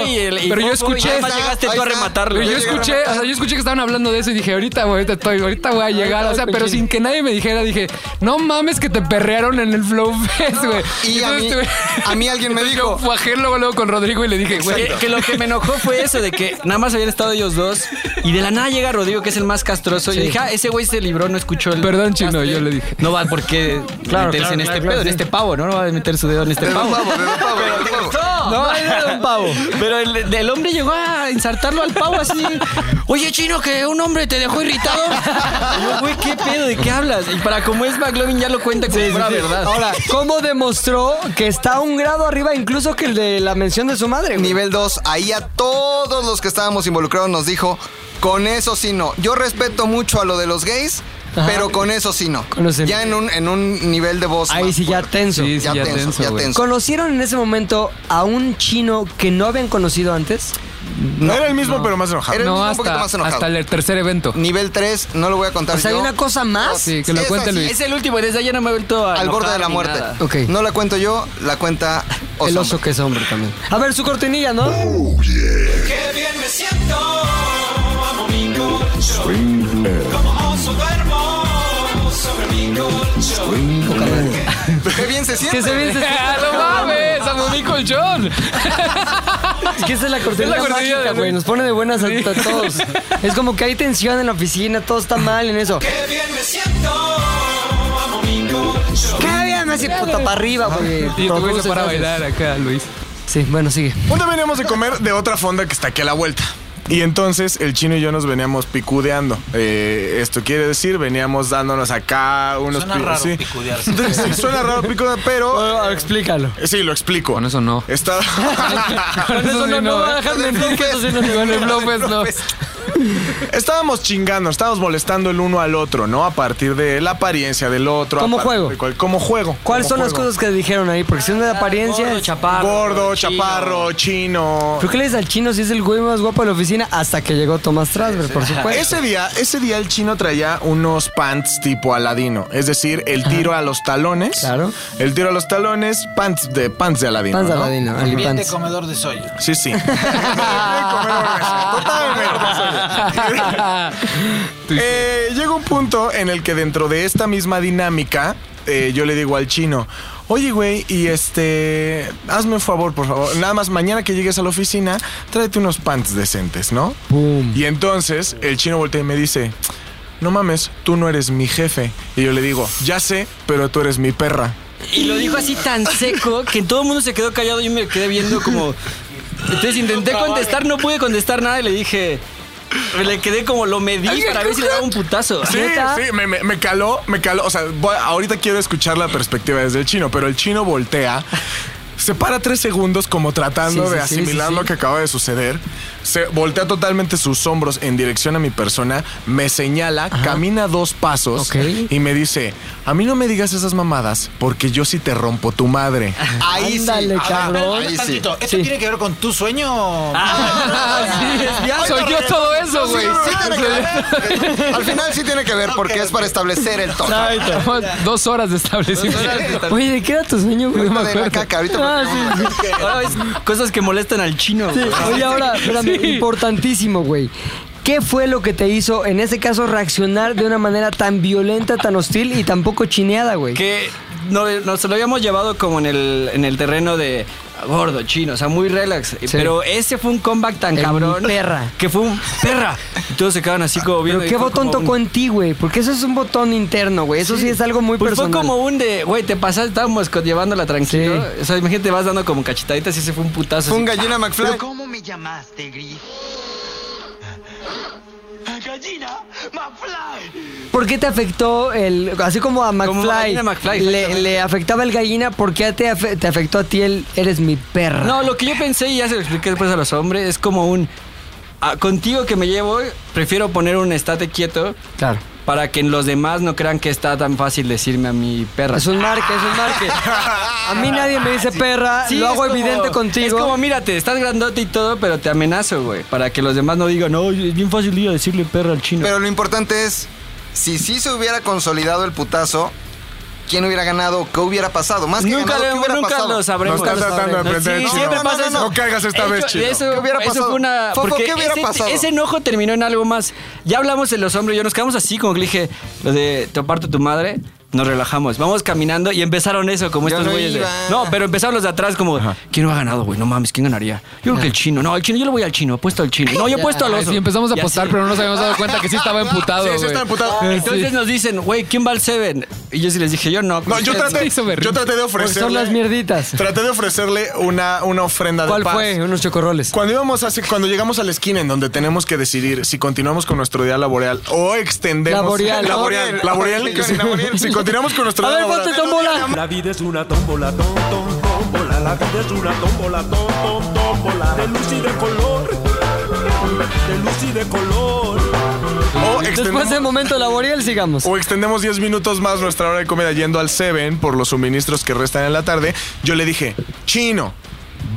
[SPEAKER 9] empezó y el, y
[SPEAKER 4] pero yo
[SPEAKER 9] Fofo, y
[SPEAKER 4] escuché-
[SPEAKER 9] además llegaste
[SPEAKER 7] Ahí
[SPEAKER 9] tú a
[SPEAKER 7] está.
[SPEAKER 9] rematarlo.
[SPEAKER 4] Pero yo escuché, o sea, yo escuché que estaban hablando de eso y dije, ahorita, güey, ahorita estoy, ahorita voy a llegar. O sea, pero sin que nadie me dijera, dije, no mames que te perrearon en el Flow Fest, güey.
[SPEAKER 7] Y a mí, [laughs]
[SPEAKER 4] Entonces,
[SPEAKER 7] a mí alguien me dijo,
[SPEAKER 4] Fue ajeno luego, luego con Rodrigo y le dije, güey.
[SPEAKER 9] Que, que lo que me enojó fue eso de que nada más habían estado ellos dos y de la nada llega Rodrigo que es el más castroso y dije, ah, ese güey se libró, no escuchó el
[SPEAKER 4] Perdón, chino,
[SPEAKER 9] castre.
[SPEAKER 4] yo le dije.
[SPEAKER 9] No va porque meterse en este pedo, en este pavo, ¿no? No va a meter su dedo en este
[SPEAKER 7] "De
[SPEAKER 9] pavo.
[SPEAKER 7] un pavo, de un pavo, de un pavo".
[SPEAKER 9] [laughs] No, era de un pavo. Pero el, el hombre llegó a insertarlo al pavo así. Oye, chino, que un hombre te dejó irritado. Y yo, güey, ¿qué pedo? ¿De qué hablas? Y para como es McLovin ya lo cuenta como fuera verdad.
[SPEAKER 2] Ahora, ¿cómo demostró que está un grado arriba incluso que el de la mención de su madre? güey?
[SPEAKER 7] Nivel 2, ahí a todos los que estábamos involucrados nos dijo, con eso sí no. Yo respeto mucho a lo de los gays, pero con eso sí no.
[SPEAKER 2] Con los-
[SPEAKER 7] Ya en un, en un nivel de voz.
[SPEAKER 2] Ahí
[SPEAKER 7] más
[SPEAKER 2] sí ya
[SPEAKER 7] fuerte.
[SPEAKER 2] tenso.
[SPEAKER 4] Sí, sí,
[SPEAKER 7] Ya tenso, ya
[SPEAKER 4] güey.
[SPEAKER 7] tenso.
[SPEAKER 2] ¿Conocieron en ese momento a un chino que no habían conocido antes?
[SPEAKER 7] No era el mismo, pero más enojado. Era el
[SPEAKER 4] no,
[SPEAKER 7] mismo, un
[SPEAKER 4] hasta,
[SPEAKER 7] poquito más enojado.
[SPEAKER 4] hasta el tercer evento.
[SPEAKER 7] Nivel 3, no lo voy a contar
[SPEAKER 2] O sea,
[SPEAKER 7] Pues yo.
[SPEAKER 2] ¿hay una cosa más?
[SPEAKER 4] Sí, que lo cuente
[SPEAKER 7] esa sí,
[SPEAKER 4] Luis.
[SPEAKER 14] Es el último, desde ayer no me he vuelto a
[SPEAKER 7] Al
[SPEAKER 14] enojar
[SPEAKER 7] borde de la
[SPEAKER 14] ni
[SPEAKER 7] muerte.
[SPEAKER 14] nada.
[SPEAKER 2] Ok.
[SPEAKER 7] No la cuento yo, la cuenta Oso.
[SPEAKER 2] El oso que es hombre también. A ver, su cortinilla, ¿no?
[SPEAKER 4] Uh.
[SPEAKER 15] Qué bien me siento, amo mi colchón. Como oso duermo sobre mi colchón.
[SPEAKER 7] Qué bien se siente.
[SPEAKER 15] Que se
[SPEAKER 4] [laughs]
[SPEAKER 15] bien se siente.
[SPEAKER 4] ¡Ah, ¡No mames! ¡Amo mi colchón!
[SPEAKER 2] Es que esa es la cortina
[SPEAKER 4] Es la cortina
[SPEAKER 2] mágica,
[SPEAKER 4] de-
[SPEAKER 2] güey. Nos pone de buenas a, a todos. Es como que hay tensión en la oficina, todo está mal en eso.
[SPEAKER 15] Qué bien me siento, amo mi colchón.
[SPEAKER 2] Qué bien, así puta para arriba, güey.
[SPEAKER 4] Y tú
[SPEAKER 2] Produces,
[SPEAKER 4] fuiste para
[SPEAKER 2] haces.
[SPEAKER 4] bailar acá, Luis.
[SPEAKER 2] Sí, bueno, sigue.
[SPEAKER 10] Un día veníamos de comer de otra fonda que está aquí a la vuelta. Y entonces el chino y yo nos veníamos picudeando. Eh, esto quiere decir, veníamos dándonos acá unos
[SPEAKER 5] Suena
[SPEAKER 10] pi-
[SPEAKER 5] raro
[SPEAKER 10] sí. [laughs]
[SPEAKER 5] picudearse.
[SPEAKER 10] Sí, suena raro picudear, pero. eh,
[SPEAKER 2] explícalo.
[SPEAKER 10] Sí, lo explico. Con
[SPEAKER 4] eso no.
[SPEAKER 10] Está. [laughs]
[SPEAKER 2] [laughs]
[SPEAKER 4] Con Ah, eso no, no va a dejarme en bloques, eso sí no te- con el bloques, no.
[SPEAKER 10] Estábamos chingando, estábamos molestando el uno al otro, ¿no? A partir de la apariencia del otro. a
[SPEAKER 2] ¿Cómo
[SPEAKER 10] partir
[SPEAKER 2] juego?
[SPEAKER 10] de cual- como juego.
[SPEAKER 2] ¿Cuáles son
[SPEAKER 10] como
[SPEAKER 2] las
[SPEAKER 10] juego.
[SPEAKER 2] cosas que dijeron ahí? Porque si uno de apariencia. Gordo, chaparro.
[SPEAKER 10] Gordo, chaparro, chino.
[SPEAKER 2] ¿Por qué le dices al chino si es el güey más guapo de la oficina? Hasta que llegó Tomás Trasberg, por supuesto.
[SPEAKER 10] Ese día, ese día el chino traía unos pants tipo Aladino, es decir, el tiro a los talones. Claro. El tiro a los talones, pants de pants de Aladino.
[SPEAKER 2] Pants de
[SPEAKER 10] ¿no?
[SPEAKER 2] Aladino,
[SPEAKER 5] Bien de comedor de soya.
[SPEAKER 10] Sí, sí. Eh, llega un punto en el que dentro de esta misma dinámica, eh, yo le digo al chino, oye, güey, y este, hazme un favor, por favor. Nada más mañana que llegues a la oficina, tráete unos pants decentes, ¿no? Y entonces el chino voltea y me dice, no mames, tú no eres mi jefe. Y yo le digo, ya sé, pero tú eres mi perra.
[SPEAKER 14] Y lo dijo así tan seco que todo el mundo se quedó callado y yo me quedé viendo como... Entonces intenté contestar, no pude contestar nada y le dije... Le quedé como lo medí para ver si le daba un putazo.
[SPEAKER 10] Sí, sí, me, me- me caló, me caló. O sea, voy- ahorita quiero escuchar la perspectiva desde el chino, pero el chino voltea, se para tres segundos como tratando
[SPEAKER 2] Sí, sí,
[SPEAKER 10] de
[SPEAKER 2] sí,
[SPEAKER 10] asimilar
[SPEAKER 2] sí, sí.
[SPEAKER 10] lo que acaba de suceder. Se voltea totalmente sus hombros en dirección a mi persona, me señala, camina dos pasos y me dice: A mí no me digas esas mamadas porque yo sí te rompo
[SPEAKER 2] [laughs]
[SPEAKER 10] tu madre.
[SPEAKER 7] Ahí
[SPEAKER 2] Ándale,
[SPEAKER 7] sí.
[SPEAKER 2] cabrón.
[SPEAKER 7] Ahí sí.
[SPEAKER 5] Tantito, ¿Esto tiene que ver con tu sueño?
[SPEAKER 14] Ah,
[SPEAKER 4] Ah,
[SPEAKER 7] sí, es ya. Soy yo todo eso, güey. Sí tiene que ver. Al final sí tiene que ver porque es para establecer el tono.
[SPEAKER 4] Dos horas de establecimiento.
[SPEAKER 2] Oye, ¿de qué era tu sueño, güey?
[SPEAKER 7] Ahorita de la caca, ahorita me
[SPEAKER 2] Ah,
[SPEAKER 7] acuerdo.
[SPEAKER 2] sí, sí.
[SPEAKER 14] Ahora es cosas que molestan al chino.
[SPEAKER 2] Sí,
[SPEAKER 14] güey.
[SPEAKER 2] Oye, ahora, espérame,
[SPEAKER 14] Sí.
[SPEAKER 2] importantísimo, güey. ¿Qué fue lo que te hizo, en este caso, reaccionar de una manera tan violenta, tan hostil y tan poco chineada, güey?
[SPEAKER 14] que no, nos lo habíamos llevado como en el, en el terreno de gordo, chino, o sea, muy relax. Pero ese fue un comeback tan
[SPEAKER 2] El
[SPEAKER 14] cabrón.
[SPEAKER 2] perra.
[SPEAKER 14] Que fue un perra. Y todos se quedaban así como viendo.
[SPEAKER 2] ¿Pero qué
[SPEAKER 14] y fue
[SPEAKER 2] botón
[SPEAKER 14] como un-
[SPEAKER 2] tocó en ti, güey? Porque eso es un botón interno, güey. Eso sí, es algo muy
[SPEAKER 14] Pues
[SPEAKER 2] personal.
[SPEAKER 14] Fue como un de, güey, te pasaste, estábamos co- llevándola tranquilo. O sea, imagínate, vas dando como cachetaditas y ese fue un putazo.
[SPEAKER 7] Fue un
[SPEAKER 14] así.
[SPEAKER 7] gallina McFly.
[SPEAKER 14] Pero ¿cómo?
[SPEAKER 15] ¿Cómo me llamaste, Griff? Gallina McFly.
[SPEAKER 2] ¿Por qué te afectó el. Así como a
[SPEAKER 14] Como
[SPEAKER 2] McFly.
[SPEAKER 14] gallina McFly,
[SPEAKER 2] le,
[SPEAKER 14] exactamente.
[SPEAKER 2] le afectaba el gallina, ¿por qué te, afe- te afectó a ti el. Eres mi perra?
[SPEAKER 14] No, lo que yo pensé y ya se lo expliqué después a los hombres es como un. ah, contigo que me llevo, prefiero poner un estate quieto.
[SPEAKER 2] Claro.
[SPEAKER 14] Para que los demás no crean que está tan fácil decirme a mi perra. Ah,
[SPEAKER 2] Es un marque, es un
[SPEAKER 14] [laughs]
[SPEAKER 2] marque. A mí nadie me dice perra,
[SPEAKER 14] Sí,
[SPEAKER 2] lo
[SPEAKER 14] es
[SPEAKER 2] hago
[SPEAKER 14] como-
[SPEAKER 2] evidente contigo.
[SPEAKER 14] Es como, mírate, estás grandote y todo, pero te amenazo, güey. Para que los demás no digan, no, es bien fácil ir a decirle perra al chino.
[SPEAKER 7] Pero lo importante es, si sí se hubiera consolidado el putazo, ¿quién hubiera ganado? ¿Qué hubiera pasado? Más que
[SPEAKER 14] Nunca,
[SPEAKER 7] ganado,
[SPEAKER 14] lo,
[SPEAKER 7] ¿qué hubiera
[SPEAKER 14] nunca
[SPEAKER 7] pasado?
[SPEAKER 14] lo sabremos.
[SPEAKER 10] No estás tratando de aprender,
[SPEAKER 14] Sí,
[SPEAKER 10] chino.
[SPEAKER 14] siempre
[SPEAKER 10] No,
[SPEAKER 14] pasa
[SPEAKER 10] no,
[SPEAKER 14] eso.
[SPEAKER 10] no, no caigas esta
[SPEAKER 14] Eso-
[SPEAKER 10] vez, chino.
[SPEAKER 14] Eso,
[SPEAKER 10] ¿Qué hubiera
[SPEAKER 14] eso
[SPEAKER 10] pasado?
[SPEAKER 14] fue una...
[SPEAKER 10] Fofo,
[SPEAKER 14] porque
[SPEAKER 10] ¿qué hubiera
[SPEAKER 14] ese,
[SPEAKER 10] pasado?
[SPEAKER 14] ese enojo terminó en algo más. Ya hablamos de los hombres, yo nos quedamos así, como que le dije, lo de te parto tu madre... Nos relajamos, vamos caminando y empezaron eso, como
[SPEAKER 7] Yo
[SPEAKER 14] estos
[SPEAKER 7] no
[SPEAKER 14] güeyes. de-
[SPEAKER 7] iba.
[SPEAKER 14] no, pero empezaron los de atrás, como, ¿quién no ha ganado, güey? No mames, ¿quién ganaría? Yo creo que el chino. No, el chino, yo le voy al chino, apuesto al chino. No, yo apuesto al
[SPEAKER 4] Ay,
[SPEAKER 14] oso.
[SPEAKER 4] sí, empezamos a
[SPEAKER 14] Y
[SPEAKER 4] apostar,
[SPEAKER 14] así.
[SPEAKER 4] pero no nos habíamos dado cuenta que sí estaba emputado.
[SPEAKER 10] Sí, sí
[SPEAKER 4] güey.
[SPEAKER 10] estaba emputado.
[SPEAKER 4] Ah,
[SPEAKER 14] Entonces
[SPEAKER 4] sí.
[SPEAKER 14] nos dicen, güey, ¿quién va al Seven? Y yo sí les dije, yo no.
[SPEAKER 10] No, yo traté, yo traté de
[SPEAKER 2] Porque
[SPEAKER 10] ofrecerle.
[SPEAKER 2] son las mierditas.
[SPEAKER 10] Traté de ofrecerle una, una ofrenda
[SPEAKER 2] ¿Cuál
[SPEAKER 10] de paz.
[SPEAKER 2] fue? Unos chocorroles.
[SPEAKER 10] Cuando íbamos hace, cuando llegamos a la esquina en donde tenemos que decidir si continuamos con nuestro día laboral o extendemos
[SPEAKER 2] Laboreal.
[SPEAKER 10] laboreal,
[SPEAKER 2] Laboreal.
[SPEAKER 10] laboreal, sí. si continuamos con nuestro
[SPEAKER 2] A
[SPEAKER 10] día
[SPEAKER 2] ver,
[SPEAKER 10] laboral.
[SPEAKER 2] ponte tómbola.
[SPEAKER 16] La vida es una tómbola, tom, tom, tómbola. La vida es una tómbola, tom, tom, tómbola. De luz y de color. De luz y de color.
[SPEAKER 10] O
[SPEAKER 2] Después
[SPEAKER 10] extendemos,
[SPEAKER 2] del momento laboral, sigamos.
[SPEAKER 10] o extendemos 10 minutos más nuestra hora de comida yendo al Seven por los suministros que restan en la tarde. Yo le dije, chino,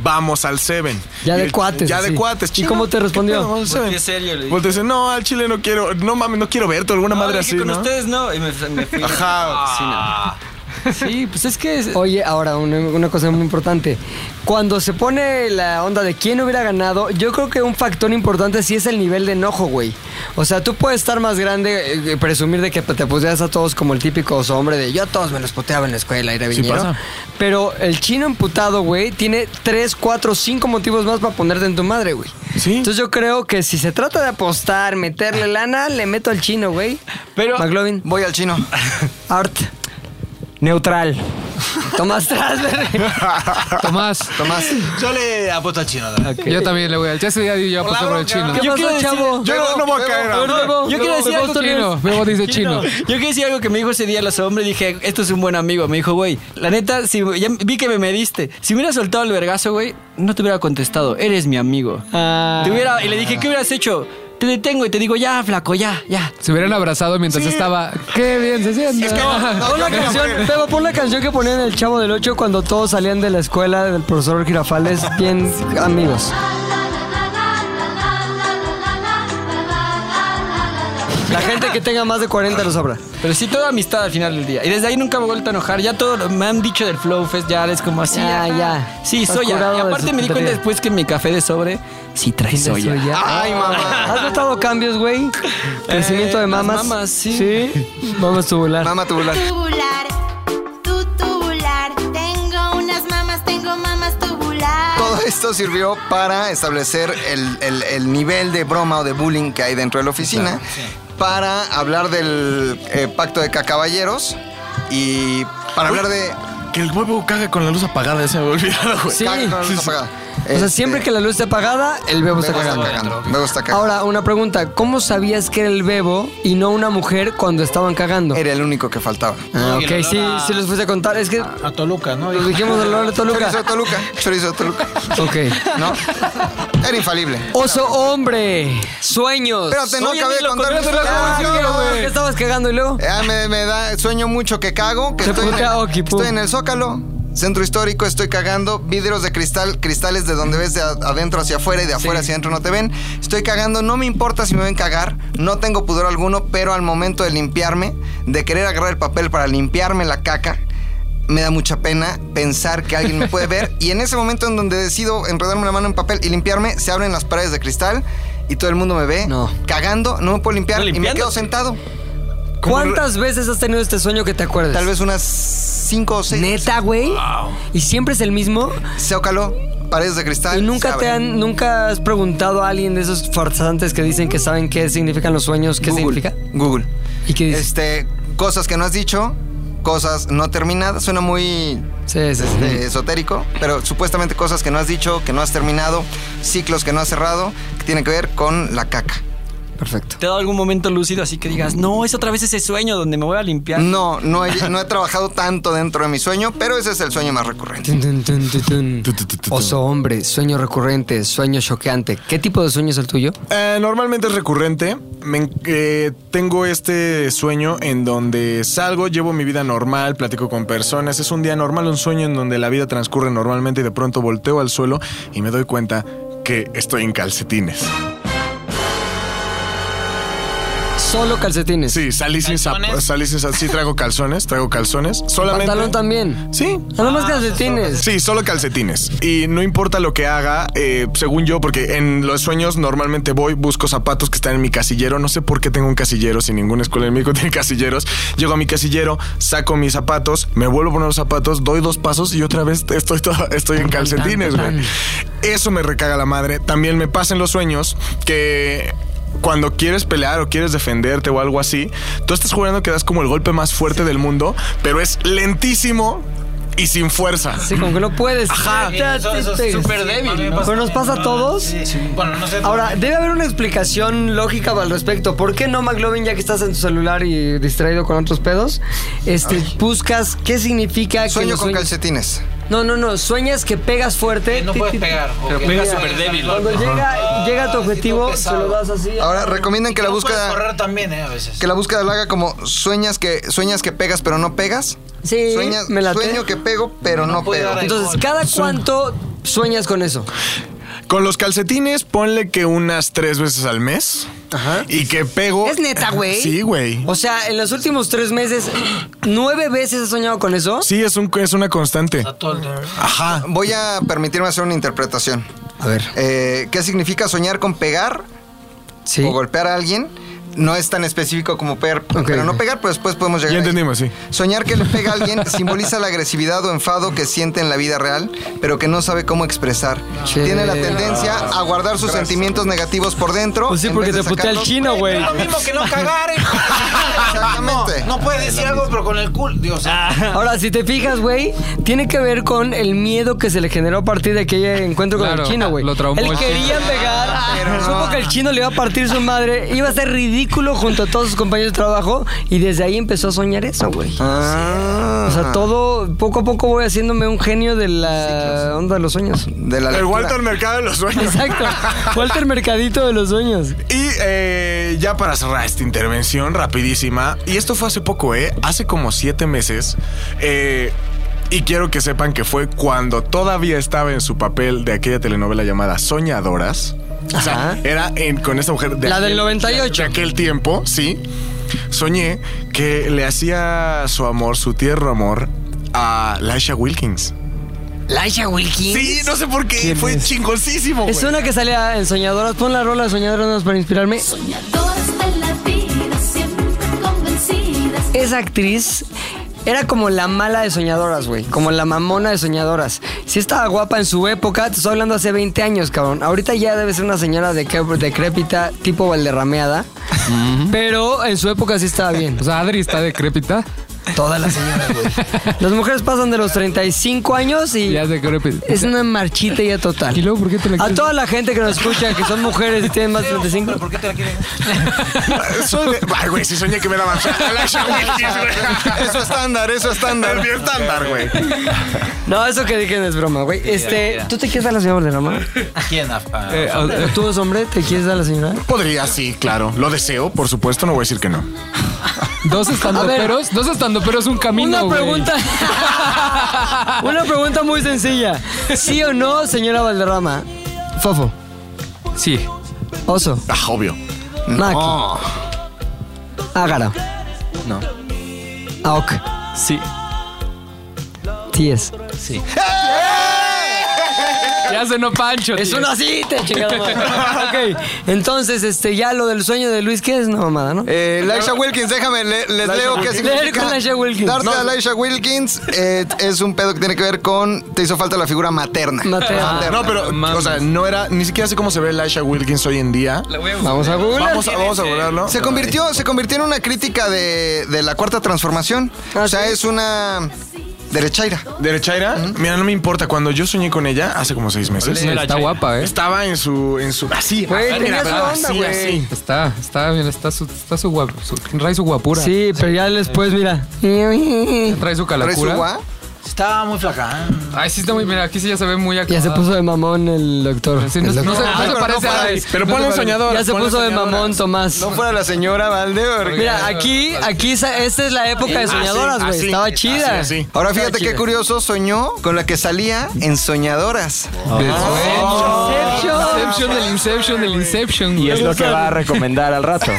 [SPEAKER 10] vamos al Seven.
[SPEAKER 2] Ya
[SPEAKER 10] Y
[SPEAKER 2] de
[SPEAKER 10] el-
[SPEAKER 2] cuates,
[SPEAKER 10] Ya
[SPEAKER 2] así.
[SPEAKER 10] de cuates,
[SPEAKER 2] ¿Y
[SPEAKER 10] chino,
[SPEAKER 2] cómo te
[SPEAKER 10] ¿qué
[SPEAKER 2] respondió?
[SPEAKER 10] pedo, vamos al Seven?
[SPEAKER 14] Volteé serio, le dije.
[SPEAKER 10] Volteé serio, no, al chile no quiero, no mames, no quiero verte, alguna madre
[SPEAKER 14] le
[SPEAKER 10] así,
[SPEAKER 14] dije, con
[SPEAKER 10] ¿no?
[SPEAKER 14] ustedes no. Y me, me fui. Ah.
[SPEAKER 10] Ajá.
[SPEAKER 2] Sí, pues es que... Oye, ahora una, una cosa muy importante. Cuando se pone la onda de quién hubiera ganado, yo creo que un factor importante sí es el nivel de enojo, güey. O sea, tú puedes estar más grande, eh, presumir de que te puteas a todos como el típico hombre de yo a todos me los puteaba en la escuela, era
[SPEAKER 11] Sí
[SPEAKER 2] viñero.
[SPEAKER 11] pasa.
[SPEAKER 2] Pero el chino emputado, güey, tiene tres, cuatro, cinco motivos más para ponerte en tu madre, güey. Sí. Entonces yo creo que si se trata de apostar, meterle lana, le meto al chino, güey. Pero... McLovin.
[SPEAKER 7] Voy al chino.
[SPEAKER 2] Art.
[SPEAKER 17] Neutral.
[SPEAKER 2] Tomás [laughs] Trasberg.
[SPEAKER 4] Tomás.
[SPEAKER 7] Tomás.
[SPEAKER 5] Yo le apuesto al chino. ¿no?
[SPEAKER 4] Yo también le voy al Chase ya yo aposté por el chino.
[SPEAKER 9] Yo quiero decir-
[SPEAKER 10] Yo no- no voy a caer,
[SPEAKER 9] No,
[SPEAKER 10] a ver.
[SPEAKER 9] yo quiero decir algo que-
[SPEAKER 4] chino. Bebo dice chino.
[SPEAKER 9] Yo quiero decir algo que me dijo ese día la sombra y dije, esto es un buen amigo. Me dijo, güey, la neta, si, ya vi que me mediste. Si me hubieras soltado el vergazo, güey, no te hubiera contestado. Eres mi amigo.
[SPEAKER 2] Ah.
[SPEAKER 9] Te hubiera- y le dije, ¿qué hubieras hecho? Te detengo y te digo, ya, flaco, ya, ya.
[SPEAKER 4] Se hubieran abrazado mientras estaba. Qué bien se siente.
[SPEAKER 2] Pon la canción, Bebo, pon la canción que ponían en el Chavo del 8 cuando todos salían de la escuela del profesor [laughs] Girafales, bien amigos. La gente que tenga más de 40 lo sabrá.
[SPEAKER 9] Pero sí, toda amistad al final del día. Y desde ahí nunca me he vuelto a enojar. Ya todo lo- me han dicho del Flow Fest, ya es como así.
[SPEAKER 2] Ya,
[SPEAKER 9] ajá.
[SPEAKER 2] ya.
[SPEAKER 9] Sí,
[SPEAKER 2] Estás
[SPEAKER 9] soy ya.
[SPEAKER 2] curado
[SPEAKER 9] Y
[SPEAKER 2] de
[SPEAKER 9] aparte me di cuenta
[SPEAKER 2] soltería.
[SPEAKER 9] después que en mi café de sobre sí trae soya.
[SPEAKER 2] Ay, mamá. ¿Has notado cambios, güey? Crecimiento de
[SPEAKER 9] las
[SPEAKER 2] mamas.
[SPEAKER 9] mamas, sí.
[SPEAKER 2] Sí. Mamas tubular.
[SPEAKER 7] Mama tubular.
[SPEAKER 18] Tubular, tu tubular. Tengo unas mamas, tengo mamas tubular.
[SPEAKER 7] Todo esto sirvió para establecer el, el- el nivel de broma o de bullying que hay dentro de la oficina, para hablar del eh, pacto de cacaballeros y para hablar de...
[SPEAKER 10] Que el huevo caga con la luz apagada, ya se me olvidado, güey.
[SPEAKER 7] Sí. Caga con la luz apagada.
[SPEAKER 2] O sea, siempre que la luz esté apagada, el este. bebo está
[SPEAKER 7] Bebo está
[SPEAKER 2] cagando.
[SPEAKER 7] cagando, Bebo está cagando.
[SPEAKER 2] Ahora, una pregunta. ¿Cómo sabías que era el bebo y no una mujer cuando estaban cagando?
[SPEAKER 7] Era el único que faltaba.
[SPEAKER 2] Ah,
[SPEAKER 7] Y
[SPEAKER 2] ok,
[SPEAKER 7] el olor
[SPEAKER 2] sí,
[SPEAKER 7] a-
[SPEAKER 2] sí los fuiste a contar. Es que
[SPEAKER 5] A Toluca, ¿no?
[SPEAKER 2] los dijimos del olor de Toluca.
[SPEAKER 7] Chorizo de Toluca.
[SPEAKER 2] [laughs]
[SPEAKER 7] Chorizo de Toluca.
[SPEAKER 2] Ok.
[SPEAKER 7] ¿No? Era infalible.
[SPEAKER 2] [laughs] Oso hombre, sueños.
[SPEAKER 7] Espérate, no
[SPEAKER 2] Oye,
[SPEAKER 7] acabé
[SPEAKER 2] ni
[SPEAKER 7] de
[SPEAKER 2] lo
[SPEAKER 7] contar.
[SPEAKER 2] contaste,
[SPEAKER 7] Ah,
[SPEAKER 2] güey.
[SPEAKER 7] no, güey.
[SPEAKER 2] ¿Qué estabas cagando y luego?
[SPEAKER 7] Ah, me, me da sueño mucho que cago. Que
[SPEAKER 2] Te
[SPEAKER 7] estoy, en
[SPEAKER 2] putea
[SPEAKER 7] el,
[SPEAKER 2] Okipu.
[SPEAKER 7] estoy en el Zócalo, centro histórico, estoy cagando. Vidrios de cristal, cristales de donde ves de a- adentro hacia afuera y de afuera hacia adentro no te ven. Estoy cagando, no me importa si me ven cagar, no tengo pudor alguno, pero al momento de limpiarme, de querer agarrar el papel para limpiarme la caca. Me da mucha pena pensar que alguien me puede [laughs] ver. Y en ese momento en donde decido enredarme la mano en papel y limpiarme, se abren las paredes de cristal y todo el mundo me ve cagando. No me puedo limpiar y me
[SPEAKER 2] limpiándote.
[SPEAKER 7] quedo sentado.
[SPEAKER 2] ¿Cuántas veces has tenido este sueño que te acuerdes?
[SPEAKER 7] Tal vez unas cinco o seis.
[SPEAKER 2] Neta, güey. ¿Y siempre es el mismo?
[SPEAKER 7] Zócalo, paredes de cristal.
[SPEAKER 2] ¿Y nunca
[SPEAKER 7] se
[SPEAKER 2] te
[SPEAKER 7] abren.
[SPEAKER 2] han, nunca has preguntado a alguien de esos farsantes que dicen que saben qué significan los sueños? ¿Qué significa?
[SPEAKER 7] Google.
[SPEAKER 2] ¿Y qué dices?
[SPEAKER 7] Este, cosas que no has dicho, cosas no terminadas. Suena muy este, esotérico, pero supuestamente cosas que no has dicho, que no has terminado, ciclos que no has cerrado, que tienen que ver con la caca.
[SPEAKER 2] Perfecto.
[SPEAKER 9] ¿Te ha dado algún momento lúcido así que digas, no, es otra vez ese sueño donde me voy a limpiar?
[SPEAKER 7] No, no he, no he trabajado tanto dentro de mi sueño, pero ese es el sueño más recurrente.
[SPEAKER 2] Tun, tun, tun, tun, tun. Oso hombre, sueño recurrente, sueño choqueante. ¿Qué tipo de sueño es el tuyo?
[SPEAKER 10] Eh, normalmente es recurrente. Me en- eh, tengo este sueño en donde salgo, llevo mi vida normal, platico con personas. Es un día normal, un sueño en donde la vida transcurre normalmente y de pronto volteo al suelo y me doy cuenta que estoy en calcetines.
[SPEAKER 2] Solo calcetines.
[SPEAKER 10] Sí, salí sin zapatos. Salí sin zapatos. Sí, traigo calzones, traigo calzones. Solamente.
[SPEAKER 2] ¿Pantalón también?
[SPEAKER 10] Sí.
[SPEAKER 2] Nada más calcetines.
[SPEAKER 10] Sí, solo calcetines. Y no importa lo que haga, eh, según yo, porque en los sueños normalmente voy, busco zapatos que están en mi casillero. No sé por qué tengo un casillero, si ninguna escuela en México [laughs] tiene casilleros. Llego a mi casillero, saco mis zapatos, me vuelvo a poner los zapatos, doy dos pasos y otra vez estoy, todo- estoy en calcetines, güey. Eso me recaga la madre. También me pasa en los sueños que cuando quieres pelear o quieres defenderte o algo así, tú estás jugando que das como el golpe más fuerte del mundo, pero es lentísimo y sin fuerza.
[SPEAKER 2] Sí, como que no puedes.
[SPEAKER 10] Ajá.
[SPEAKER 2] Ya
[SPEAKER 5] Eso-
[SPEAKER 2] te-
[SPEAKER 5] eso es
[SPEAKER 2] te-
[SPEAKER 5] súper débil,
[SPEAKER 2] Pero
[SPEAKER 5] ¿no?
[SPEAKER 2] nos pasa a todos.
[SPEAKER 5] Bueno, no sé.
[SPEAKER 2] Ahora, debe haber una explicación lógica al respecto. ¿Por qué no, McLovin, ya que estás en tu celular y distraído con otros pedos, este, buscas qué significa que
[SPEAKER 7] Sueño
[SPEAKER 2] los
[SPEAKER 7] con
[SPEAKER 2] sueños-
[SPEAKER 7] calcetines.
[SPEAKER 2] No, no, no. Sueñas que pegas fuerte.
[SPEAKER 5] no
[SPEAKER 2] ti,
[SPEAKER 5] puedes
[SPEAKER 2] ti, ti.
[SPEAKER 5] pegar, o Pero que- pegas súper débil.
[SPEAKER 2] Cuando
[SPEAKER 5] Ajá.
[SPEAKER 2] llega, llega a tu objetivo, se lo das así.
[SPEAKER 7] Ahora, recomiendan que la
[SPEAKER 5] Puedes
[SPEAKER 7] búsqueda,
[SPEAKER 5] correr también, ¿eh? A veces.
[SPEAKER 7] que la búsqueda la haga como sueñas que, sueñas que pegas pero no pegas.
[SPEAKER 2] Sí,
[SPEAKER 7] Sueñas-
[SPEAKER 2] me late.
[SPEAKER 7] sueño que pego pero no, pego.
[SPEAKER 2] Entonces, ¿cada cuánto sueñas con eso?
[SPEAKER 10] Con los calcetines, ponle que unas tres veces al mes. Ajá. Y que pego.
[SPEAKER 2] ¿Es neta, güey?
[SPEAKER 10] Sí, güey.
[SPEAKER 2] O sea, en los últimos tres meses, ¿nueve veces has soñado con eso?
[SPEAKER 10] Sí, es, un, es una constante.
[SPEAKER 7] Ajá. Voy a permitirme hacer una interpretación. Eh,
[SPEAKER 2] A ver.
[SPEAKER 7] ¿Qué significa soñar con pegar o golpear a alguien? No es tan específico como pegar, pero no pegar, pero después podemos llegar.
[SPEAKER 10] Ya
[SPEAKER 7] ahí.
[SPEAKER 10] entendimos, sí.
[SPEAKER 7] Soñar que le pega a alguien simboliza la agresividad o enfado que siente en la vida real, pero que no sabe cómo expresar. Tiene la tendencia a guardar sus sentimientos negativos por dentro.
[SPEAKER 17] Pues sí,
[SPEAKER 7] en
[SPEAKER 17] porque
[SPEAKER 7] vez de
[SPEAKER 17] te putea el
[SPEAKER 7] sacarlos-
[SPEAKER 17] chino, güey.
[SPEAKER 5] Lo mismo que no cagar, eh. [laughs] No, no puedes decir algo, pero con el culo. Dios.
[SPEAKER 2] Ahora, si te fijas, güey, tiene que ver con el miedo que se le generó a partir de aquel encuentro con
[SPEAKER 4] Claro,
[SPEAKER 2] el chino, güey.
[SPEAKER 4] lo traumó
[SPEAKER 2] Él
[SPEAKER 4] el
[SPEAKER 2] quería
[SPEAKER 4] chino.
[SPEAKER 2] pegar, ah,
[SPEAKER 4] Pero
[SPEAKER 2] supo que el chino le iba a partir su madre, iba a ser ridículo junto a todos sus compañeros de trabajo y desde ahí empezó a soñar eso, güey. O
[SPEAKER 7] Ah,
[SPEAKER 2] sea, todo, poco a poco voy haciéndome un genio de la onda de los sueños.
[SPEAKER 7] De la
[SPEAKER 10] El Walter Mercado de los sueños.
[SPEAKER 2] [laughs] Exacto. Walter Mercadito de los sueños.
[SPEAKER 10] Y eh, ya para cerrar esta intervención rapidísima, y esto fue hace poco, ¿eh? Hace como siete meses. eh, y quiero que sepan que fue cuando todavía estaba en su papel de aquella telenovela llamada Soñadoras. O sea, era en- con esta mujer de
[SPEAKER 2] La del
[SPEAKER 10] 98. De aquel tiempo, sí. Soñé que le hacía su amor, su tierno amor, a Laisha Wilkins.
[SPEAKER 2] Laisha Wilkins.
[SPEAKER 10] Sí, no sé por qué. Fue chingoncísimo.
[SPEAKER 2] Es
[SPEAKER 10] güey.
[SPEAKER 2] una que salía en Soñadoras. Pon la rola de Soñadoras nada más para inspirarme. Esa actriz era como la mala de Soñadoras, güey. Como la mamona de Soñadoras. Sí estaba guapa en su época. Te estoy hablando hace 20 años, cabrón. Ahorita ya debe ser una señora de decrépita, tipo valderrameada. Pero en su época sí estaba bien.
[SPEAKER 4] [laughs] O sea, Adri está decrépita.
[SPEAKER 2] Todas las señoras, güey. Las mujeres pasan de los 35 años y...
[SPEAKER 4] Ya decrépita.
[SPEAKER 2] Es una marchita ya total. ¿Y luego por qué te A toda la gente que nos escucha, que son mujeres y tienen más de 35. ¿Por qué te la quieren?
[SPEAKER 10] Soñé- Ay, güey, sí soñé que me daban a Laisha Wilkins, güey.
[SPEAKER 7] Eso estándar, eso estándar.
[SPEAKER 10] Es bien estándar, güey.
[SPEAKER 2] No, eso que dije no es broma, güey. Este,
[SPEAKER 5] mira.
[SPEAKER 2] ¿tú te quieres dar la señora Valderrama?
[SPEAKER 5] ¿Quién? Ah,
[SPEAKER 10] Eh,
[SPEAKER 5] ah,
[SPEAKER 10] eh,
[SPEAKER 2] ¿Tú eres hombre? ¿Te quieres dar la señora?
[SPEAKER 10] Podría, sí, claro. Lo deseo, por supuesto, no voy a decir que no.
[SPEAKER 4] Dos estandoperos, dos estandoperos, un camino.
[SPEAKER 2] Una
[SPEAKER 4] güey.
[SPEAKER 2] pregunta. [laughs] Una pregunta muy sencilla. ¿Sí o no, señora Valderrama? Fofo.
[SPEAKER 4] Sí.
[SPEAKER 2] Oso.
[SPEAKER 10] Ah, obvio.
[SPEAKER 2] Maki. Ágara.
[SPEAKER 1] No.
[SPEAKER 2] Aok.
[SPEAKER 9] Sí.
[SPEAKER 2] Tíes.
[SPEAKER 9] Sí.
[SPEAKER 4] Ya se no pancho.
[SPEAKER 2] Es
[SPEAKER 4] tío.
[SPEAKER 2] una cita, chingada madre. [laughs] Ok, entonces, este, ya lo del sueño de Luis, ¿qué es? No, mamada, ¿no?
[SPEAKER 7] Eh, Laisha Wilkins, déjame, le- les
[SPEAKER 2] Laisha
[SPEAKER 7] leo qué
[SPEAKER 2] Wilkins.
[SPEAKER 7] significa.
[SPEAKER 2] Leer con Laisha Wilkins.
[SPEAKER 7] Darte
[SPEAKER 2] No.
[SPEAKER 7] a Laisha Wilkins eh, es un pedo que tiene que ver con te hizo falta la figura materna. Ah,
[SPEAKER 2] Materna.
[SPEAKER 10] No, pero, o sea, no era, ni siquiera sé cómo se ve Laisha Wilkins hoy en día.
[SPEAKER 2] Vamos a googlear.
[SPEAKER 10] Vamos a, vamos a googlearlo.
[SPEAKER 7] Se convirtió, se convirtió en una crítica de, de la cuarta transformación.
[SPEAKER 2] Ah,
[SPEAKER 7] o sea, es una derechaira.
[SPEAKER 10] ¿Derechaira? Mira, no me importa. Cuando yo soñé con ella, hace como seis meses.
[SPEAKER 4] Está guapa, ¿eh?
[SPEAKER 10] Estaba en su, en su, así.
[SPEAKER 4] Güey,
[SPEAKER 10] mira,
[SPEAKER 4] tenía su
[SPEAKER 10] ¿verdad?
[SPEAKER 4] onda,
[SPEAKER 10] Así,
[SPEAKER 4] güey.
[SPEAKER 10] así.
[SPEAKER 4] Está, está bien, está su, está su guap, su, trae su guapura.
[SPEAKER 2] Sí, pero ya después, mira.
[SPEAKER 4] Trae su calacura.
[SPEAKER 5] Estaba muy flaca. ¿eh?
[SPEAKER 4] Ay, sí está muy, mira, aquí sí ya se ve muy acá.
[SPEAKER 2] Ya se puso de mamón el doctor.
[SPEAKER 4] no-
[SPEAKER 2] El doctor.
[SPEAKER 4] no se- no se
[SPEAKER 2] Ah,
[SPEAKER 4] parece a-
[SPEAKER 2] parece.
[SPEAKER 4] pero
[SPEAKER 2] No
[SPEAKER 4] ponle
[SPEAKER 2] se
[SPEAKER 4] un
[SPEAKER 2] parece.
[SPEAKER 4] soñador,
[SPEAKER 2] Ya se
[SPEAKER 4] ponle
[SPEAKER 2] puso de
[SPEAKER 4] soñadora.
[SPEAKER 2] mamón, Tomás.
[SPEAKER 7] No fuera la señora Valdeor.
[SPEAKER 2] Mira, aquí, aquí, sa- esta es la época
[SPEAKER 4] Ah,
[SPEAKER 2] de
[SPEAKER 7] Así,
[SPEAKER 2] soñadoras, güey.
[SPEAKER 7] así,
[SPEAKER 2] Estaba
[SPEAKER 7] así,
[SPEAKER 2] chida.
[SPEAKER 7] así. Ahora
[SPEAKER 2] Estaba
[SPEAKER 7] fíjate qué
[SPEAKER 2] chida.
[SPEAKER 7] curioso, soñó con la que salía en Soñadoras.
[SPEAKER 4] Inception. Inception del Inception del Inception.
[SPEAKER 1] Y es lo que va a recomendar al
[SPEAKER 2] [laughs]
[SPEAKER 1] rato.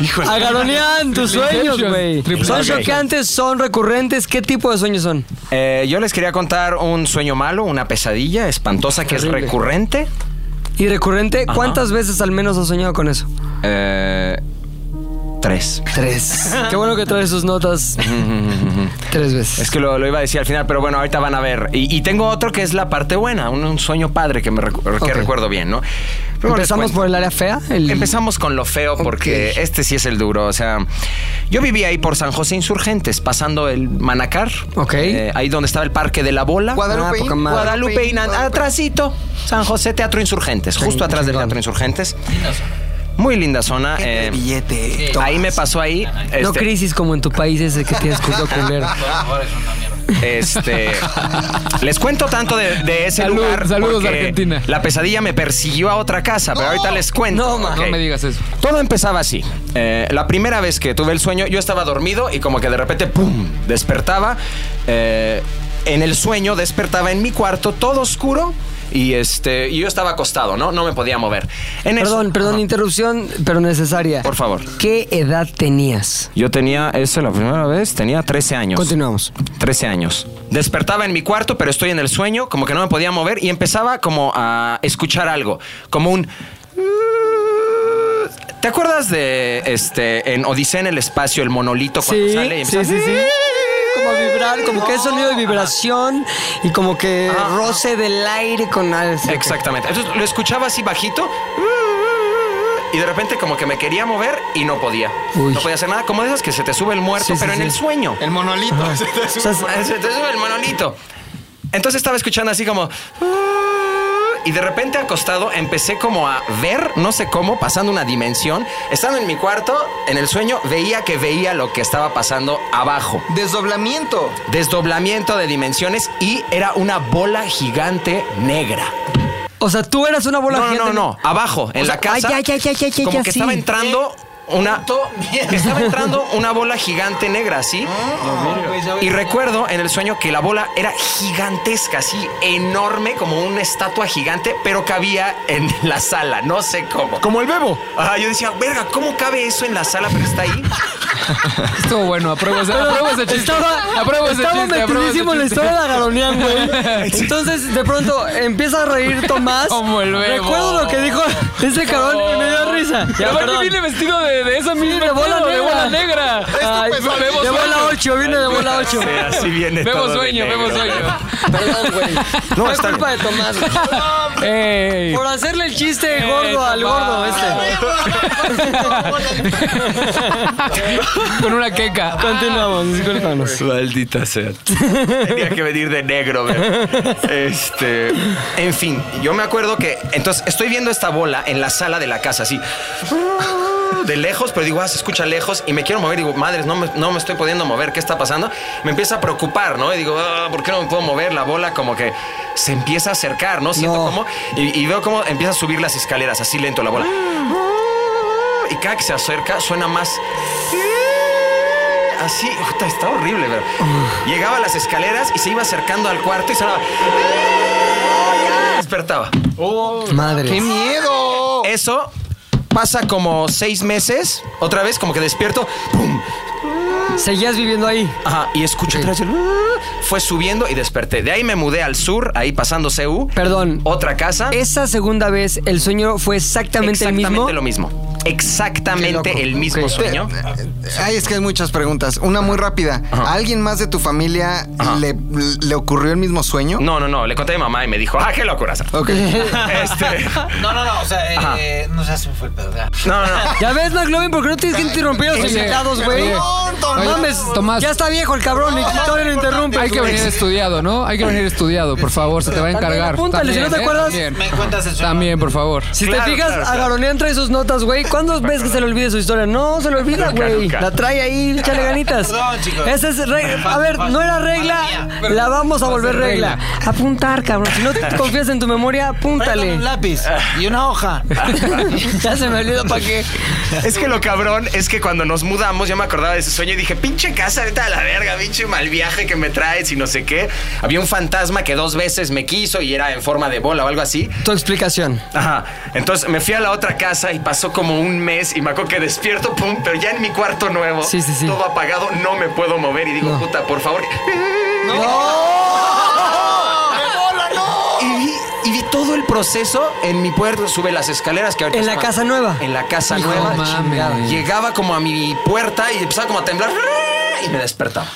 [SPEAKER 10] Híjole.
[SPEAKER 2] Agaronean tus
[SPEAKER 4] Triple
[SPEAKER 2] sueños,
[SPEAKER 4] Inception.
[SPEAKER 2] güey.
[SPEAKER 4] Triple
[SPEAKER 2] Son
[SPEAKER 1] Inception.
[SPEAKER 2] chocantes, son recurrentes. ¿Qué tipo de sueños son?
[SPEAKER 1] Eh, yo les quería contar un sueño malo, una pesadilla espantosa que es
[SPEAKER 2] Terrible.
[SPEAKER 1] recurrente.
[SPEAKER 2] Y recurrente,
[SPEAKER 1] Ajá.
[SPEAKER 2] ¿cuántas veces al menos has soñado con eso?
[SPEAKER 1] Eh, tres.
[SPEAKER 2] Tres. [laughs] Qué bueno que traes
[SPEAKER 1] [laughs]
[SPEAKER 2] sus notas tres veces.
[SPEAKER 1] Es que lo, lo iba a decir al final, pero bueno, ahorita van a ver. Y, y tengo otro que es la parte buena, un, un sueño padre que, me recu- que
[SPEAKER 2] Ok.
[SPEAKER 1] recuerdo bien, ¿no? Pero bueno, les
[SPEAKER 2] Empezamos
[SPEAKER 1] cuento.
[SPEAKER 2] por el área fea. El...
[SPEAKER 1] Empezamos con lo feo porque este sí es el duro. O sea, yo vivía ahí por San José Insurgentes, pasando el Manacar.
[SPEAKER 2] Ok.
[SPEAKER 1] eh, ahí donde estaba el Parque de la Bola.
[SPEAKER 2] Guadalupeín. Ah, poca madre.
[SPEAKER 1] Guadalupeín, an- atrasito. San José Teatro Insurgentes, justo atrás del Teatro Insurgentes. Muy linda zona. eh,
[SPEAKER 7] billete.
[SPEAKER 1] ahí me pasó ahí.
[SPEAKER 2] No
[SPEAKER 1] este,
[SPEAKER 2] crisis como en tu país ese que
[SPEAKER 1] [laughs]
[SPEAKER 2] tienes culo culero. [laughs]
[SPEAKER 1] Este, les cuento tanto de, de ese
[SPEAKER 4] Salud-
[SPEAKER 1] lugar.
[SPEAKER 4] saludos,
[SPEAKER 1] porque
[SPEAKER 4] Argentina.
[SPEAKER 1] La pesadilla me persiguió a otra casa, pero ahorita les cuento.
[SPEAKER 2] No, ma.
[SPEAKER 1] Ok.
[SPEAKER 4] No me digas eso.
[SPEAKER 1] Todo empezaba así. Eh, la primera vez que tuve el sueño, yo estaba dormido y como que de repente, ¡pum!, despertaba. eh, en el sueño despertaba en mi cuarto todo oscuro y este y yo estaba acostado, ¿no? No me podía mover. En eso-
[SPEAKER 2] Perdón, perdón, interrupción, pero necesaria. Por
[SPEAKER 1] favor.
[SPEAKER 2] ¿Qué edad tenías?
[SPEAKER 1] Yo tenía, esa la primera vez, tenía 13 años.
[SPEAKER 2] Continuamos.
[SPEAKER 1] 13 años. Despertaba en mi cuarto, pero estoy en el sueño, como que no me podía mover y empezaba como a escuchar algo, como un... ¿Te acuerdas de este en Odisea en el espacio el monolito cuando sale y empieza
[SPEAKER 2] sí, sí. Como vibrar, como que es sonido de vibración y como que roce del aire con algo.
[SPEAKER 1] Exactamente. Entonces lo escuchaba así bajito y de repente como que me quería mover y no podía.
[SPEAKER 2] Uy.
[SPEAKER 1] No podía hacer nada, como de esas que se te sube el muerto,
[SPEAKER 2] Sí, sí,
[SPEAKER 1] pero en
[SPEAKER 2] sí.
[SPEAKER 1] el sueño. El monolito.
[SPEAKER 2] Ajá.
[SPEAKER 1] Se te sube,
[SPEAKER 2] O sea,
[SPEAKER 1] el monolito. Se te sube el monolito. Entonces estaba escuchando así como... Y de repente acostado empecé como a ver, no sé cómo, pasando una dimensión. Estando en mi cuarto, en el sueño, veía que veía lo que estaba pasando abajo. Desdoblamiento. Desdoblamiento de dimensiones y era una bola gigante negra.
[SPEAKER 2] O sea, tú eras una bola
[SPEAKER 1] No, no,
[SPEAKER 2] gigante.
[SPEAKER 1] no, no, abajo, en
[SPEAKER 2] O sea,
[SPEAKER 1] la casa.
[SPEAKER 2] ay, ay, ay, ay, ay,
[SPEAKER 1] como
[SPEAKER 2] ya,
[SPEAKER 1] que
[SPEAKER 2] sí.
[SPEAKER 1] estaba entrando una estaba entrando una bola gigante negra, ¿sí? y recuerdo en el sueño que la bola era gigantesca, así enorme como una estatua gigante, pero cabía en [laughs] la sala, no sé cómo. Como el bebo. Ah, yo decía, "Verga, ¿cómo cabe eso en la sala pero está ahí?"
[SPEAKER 4] Estuvo bueno, apruebo ese, apruebo ese chiste.
[SPEAKER 2] Estaba,
[SPEAKER 4] apruebo ese
[SPEAKER 2] estaba
[SPEAKER 4] chiste, apruebo ese
[SPEAKER 2] metidísimo en la
[SPEAKER 4] chiste.
[SPEAKER 2] historia de Agaronean, güey.
[SPEAKER 4] [laughs]
[SPEAKER 2] Entonces, de pronto, empieza a reír Tomás.
[SPEAKER 4] Como el bebo.
[SPEAKER 2] Recuerdo lo que dijo ese cabrón y me dio risa.
[SPEAKER 4] Oh. Y aparte viene vestido de, de esa misma
[SPEAKER 2] de bola
[SPEAKER 4] pedo, de
[SPEAKER 2] negra.
[SPEAKER 4] bola negra.
[SPEAKER 2] Ay,
[SPEAKER 4] Bebo
[SPEAKER 2] de
[SPEAKER 4] sueño.
[SPEAKER 2] bola ocho, viene de bola [laughs] ocho.
[SPEAKER 4] Sí, así
[SPEAKER 1] viene
[SPEAKER 4] Vemos
[SPEAKER 1] todo de
[SPEAKER 4] sueño, vemos
[SPEAKER 1] negro.
[SPEAKER 4] sueño.
[SPEAKER 2] Perdón, güey.
[SPEAKER 1] No,
[SPEAKER 2] Fue
[SPEAKER 1] está
[SPEAKER 2] culpa de Tomás. güey.
[SPEAKER 4] Ey.
[SPEAKER 2] Por hacerle el chiste
[SPEAKER 4] Ey,
[SPEAKER 2] gordo al
[SPEAKER 4] Tomás.
[SPEAKER 2] gordo este.
[SPEAKER 4] Con una queca.
[SPEAKER 2] Continuamos, discúlpanos.
[SPEAKER 1] Maldita sea. Tenía que venir de negro, güey. Este. En fin, yo me acuerdo que. Entonces, estoy viendo esta bola en la sala de la casa, así. De lejos, pero digo, ah, se escucha lejos y me quiero mover. Digo, madres, no me, no me estoy pudiendo mover, ¿qué está pasando? Me empieza a preocupar, ¿no? Y digo, ah, ¿por qué no me puedo mover? La bola como que se empieza a acercar, ¿no? Siento como. Y, y veo cómo empieza a subir las escaleras, así lento la bola. Y cada que se acerca, suena más así, puta, está horrible, pero llegaba a las escaleras y se iba acercando al cuarto y sonaba. ¡Oh, Despertaba.
[SPEAKER 2] Madre.
[SPEAKER 1] ¡Qué
[SPEAKER 2] Oh.
[SPEAKER 1] miedo! Eso pasa como seis meses, otra vez como que despierto, ¡pum!
[SPEAKER 2] Seguías viviendo ahí.
[SPEAKER 1] Ajá, y escucho otra vez el... ¡ah! Fue subiendo y desperté. De ahí me mudé al sur, ahí pasando CU.
[SPEAKER 2] Perdón.
[SPEAKER 1] Otra casa.
[SPEAKER 2] Esa segunda vez, el sueño fue exactamente,
[SPEAKER 1] Exactamente
[SPEAKER 2] el
[SPEAKER 1] lo
[SPEAKER 2] mismo.
[SPEAKER 1] mismo. Exactamente
[SPEAKER 2] Qué loco.
[SPEAKER 1] el mismo
[SPEAKER 2] Ok.
[SPEAKER 1] sueño.
[SPEAKER 7] Eh, Ay, es que hay muchas preguntas. Una muy rápida. ¿A alguien más de tu familia le, le ocurrió el mismo sueño?
[SPEAKER 1] No, no, no. Le conté a mi mamá y me dijo, ¡ah, qué
[SPEAKER 2] [laughs]
[SPEAKER 1] locuras!
[SPEAKER 7] Ok.
[SPEAKER 1] Este.
[SPEAKER 5] No, no, no, o sea, eh,
[SPEAKER 1] Ajá.
[SPEAKER 5] eh, no sé, se me fue el pedo. ya.
[SPEAKER 1] No, no, no.
[SPEAKER 2] Ya ves, McLovin, ¿por qué no tienes que interrumpir a los
[SPEAKER 4] Oye,
[SPEAKER 2] invitados, güey?
[SPEAKER 4] oye,
[SPEAKER 2] No
[SPEAKER 4] oye,
[SPEAKER 2] mames,
[SPEAKER 4] Tomás.
[SPEAKER 2] Ya está viejo el cabrón, y todavía lo interrumpe.
[SPEAKER 4] Hay que venir estudiado, ¿no? Hay que venir estudiado, por favor, se te va a encargar.
[SPEAKER 2] Apúntale, si no te
[SPEAKER 4] También, ¿eh?
[SPEAKER 2] acuerdas.
[SPEAKER 4] También.
[SPEAKER 5] Me cuentas el
[SPEAKER 4] También, por favor.
[SPEAKER 2] Si te fijas, Agaronean trae sus notas, güey. ¿Cuándo ves que se le olvide su historia? No, se le olvida,
[SPEAKER 4] Nunca,
[SPEAKER 2] güey.
[SPEAKER 4] nunca.
[SPEAKER 2] La trae ahí, échale ganitas.
[SPEAKER 5] Perdón, chicos.
[SPEAKER 2] Esa es re- A
[SPEAKER 5] Fácil,
[SPEAKER 2] ver,
[SPEAKER 5] fácil.
[SPEAKER 2] no era
[SPEAKER 5] Mala
[SPEAKER 2] regla,
[SPEAKER 5] mía.
[SPEAKER 2] la vamos a
[SPEAKER 5] Va a
[SPEAKER 2] volver
[SPEAKER 5] ser
[SPEAKER 2] regla. Apuntar, cabrón. Si no te confías en tu memoria,
[SPEAKER 5] Tráigame
[SPEAKER 2] apúntale.
[SPEAKER 5] un lápiz y una hoja.
[SPEAKER 2] [laughs] ya se me olvidó para qué.
[SPEAKER 1] Es que lo cabrón es que cuando nos mudamos, yo me acordaba de ese sueño y dije, pinche casa, vete a la verga, pinche mal viaje que me traes y no sé qué. Había un fantasma que dos veces me quiso y era en forma de bola o algo así.
[SPEAKER 2] Tu explicación.
[SPEAKER 1] Ajá. Entonces me fui a la otra casa y pasó como un mes y me acuerdo que despierto, pum, pero ya en mi cuarto nuevo,
[SPEAKER 2] Sí, sí, sí.
[SPEAKER 1] todo apagado, no me puedo mover y digo, puta, por favor. Y vi, y vi todo el proceso en mi puerto. Sube las escaleras que ahorita
[SPEAKER 2] En la
[SPEAKER 1] están-
[SPEAKER 2] casa nueva.
[SPEAKER 1] En la casa
[SPEAKER 2] Hijo,
[SPEAKER 1] nueva.
[SPEAKER 2] mames.
[SPEAKER 1] chingada. Llegaba como a mi puerta y empezaba como a temblar y me despertaba.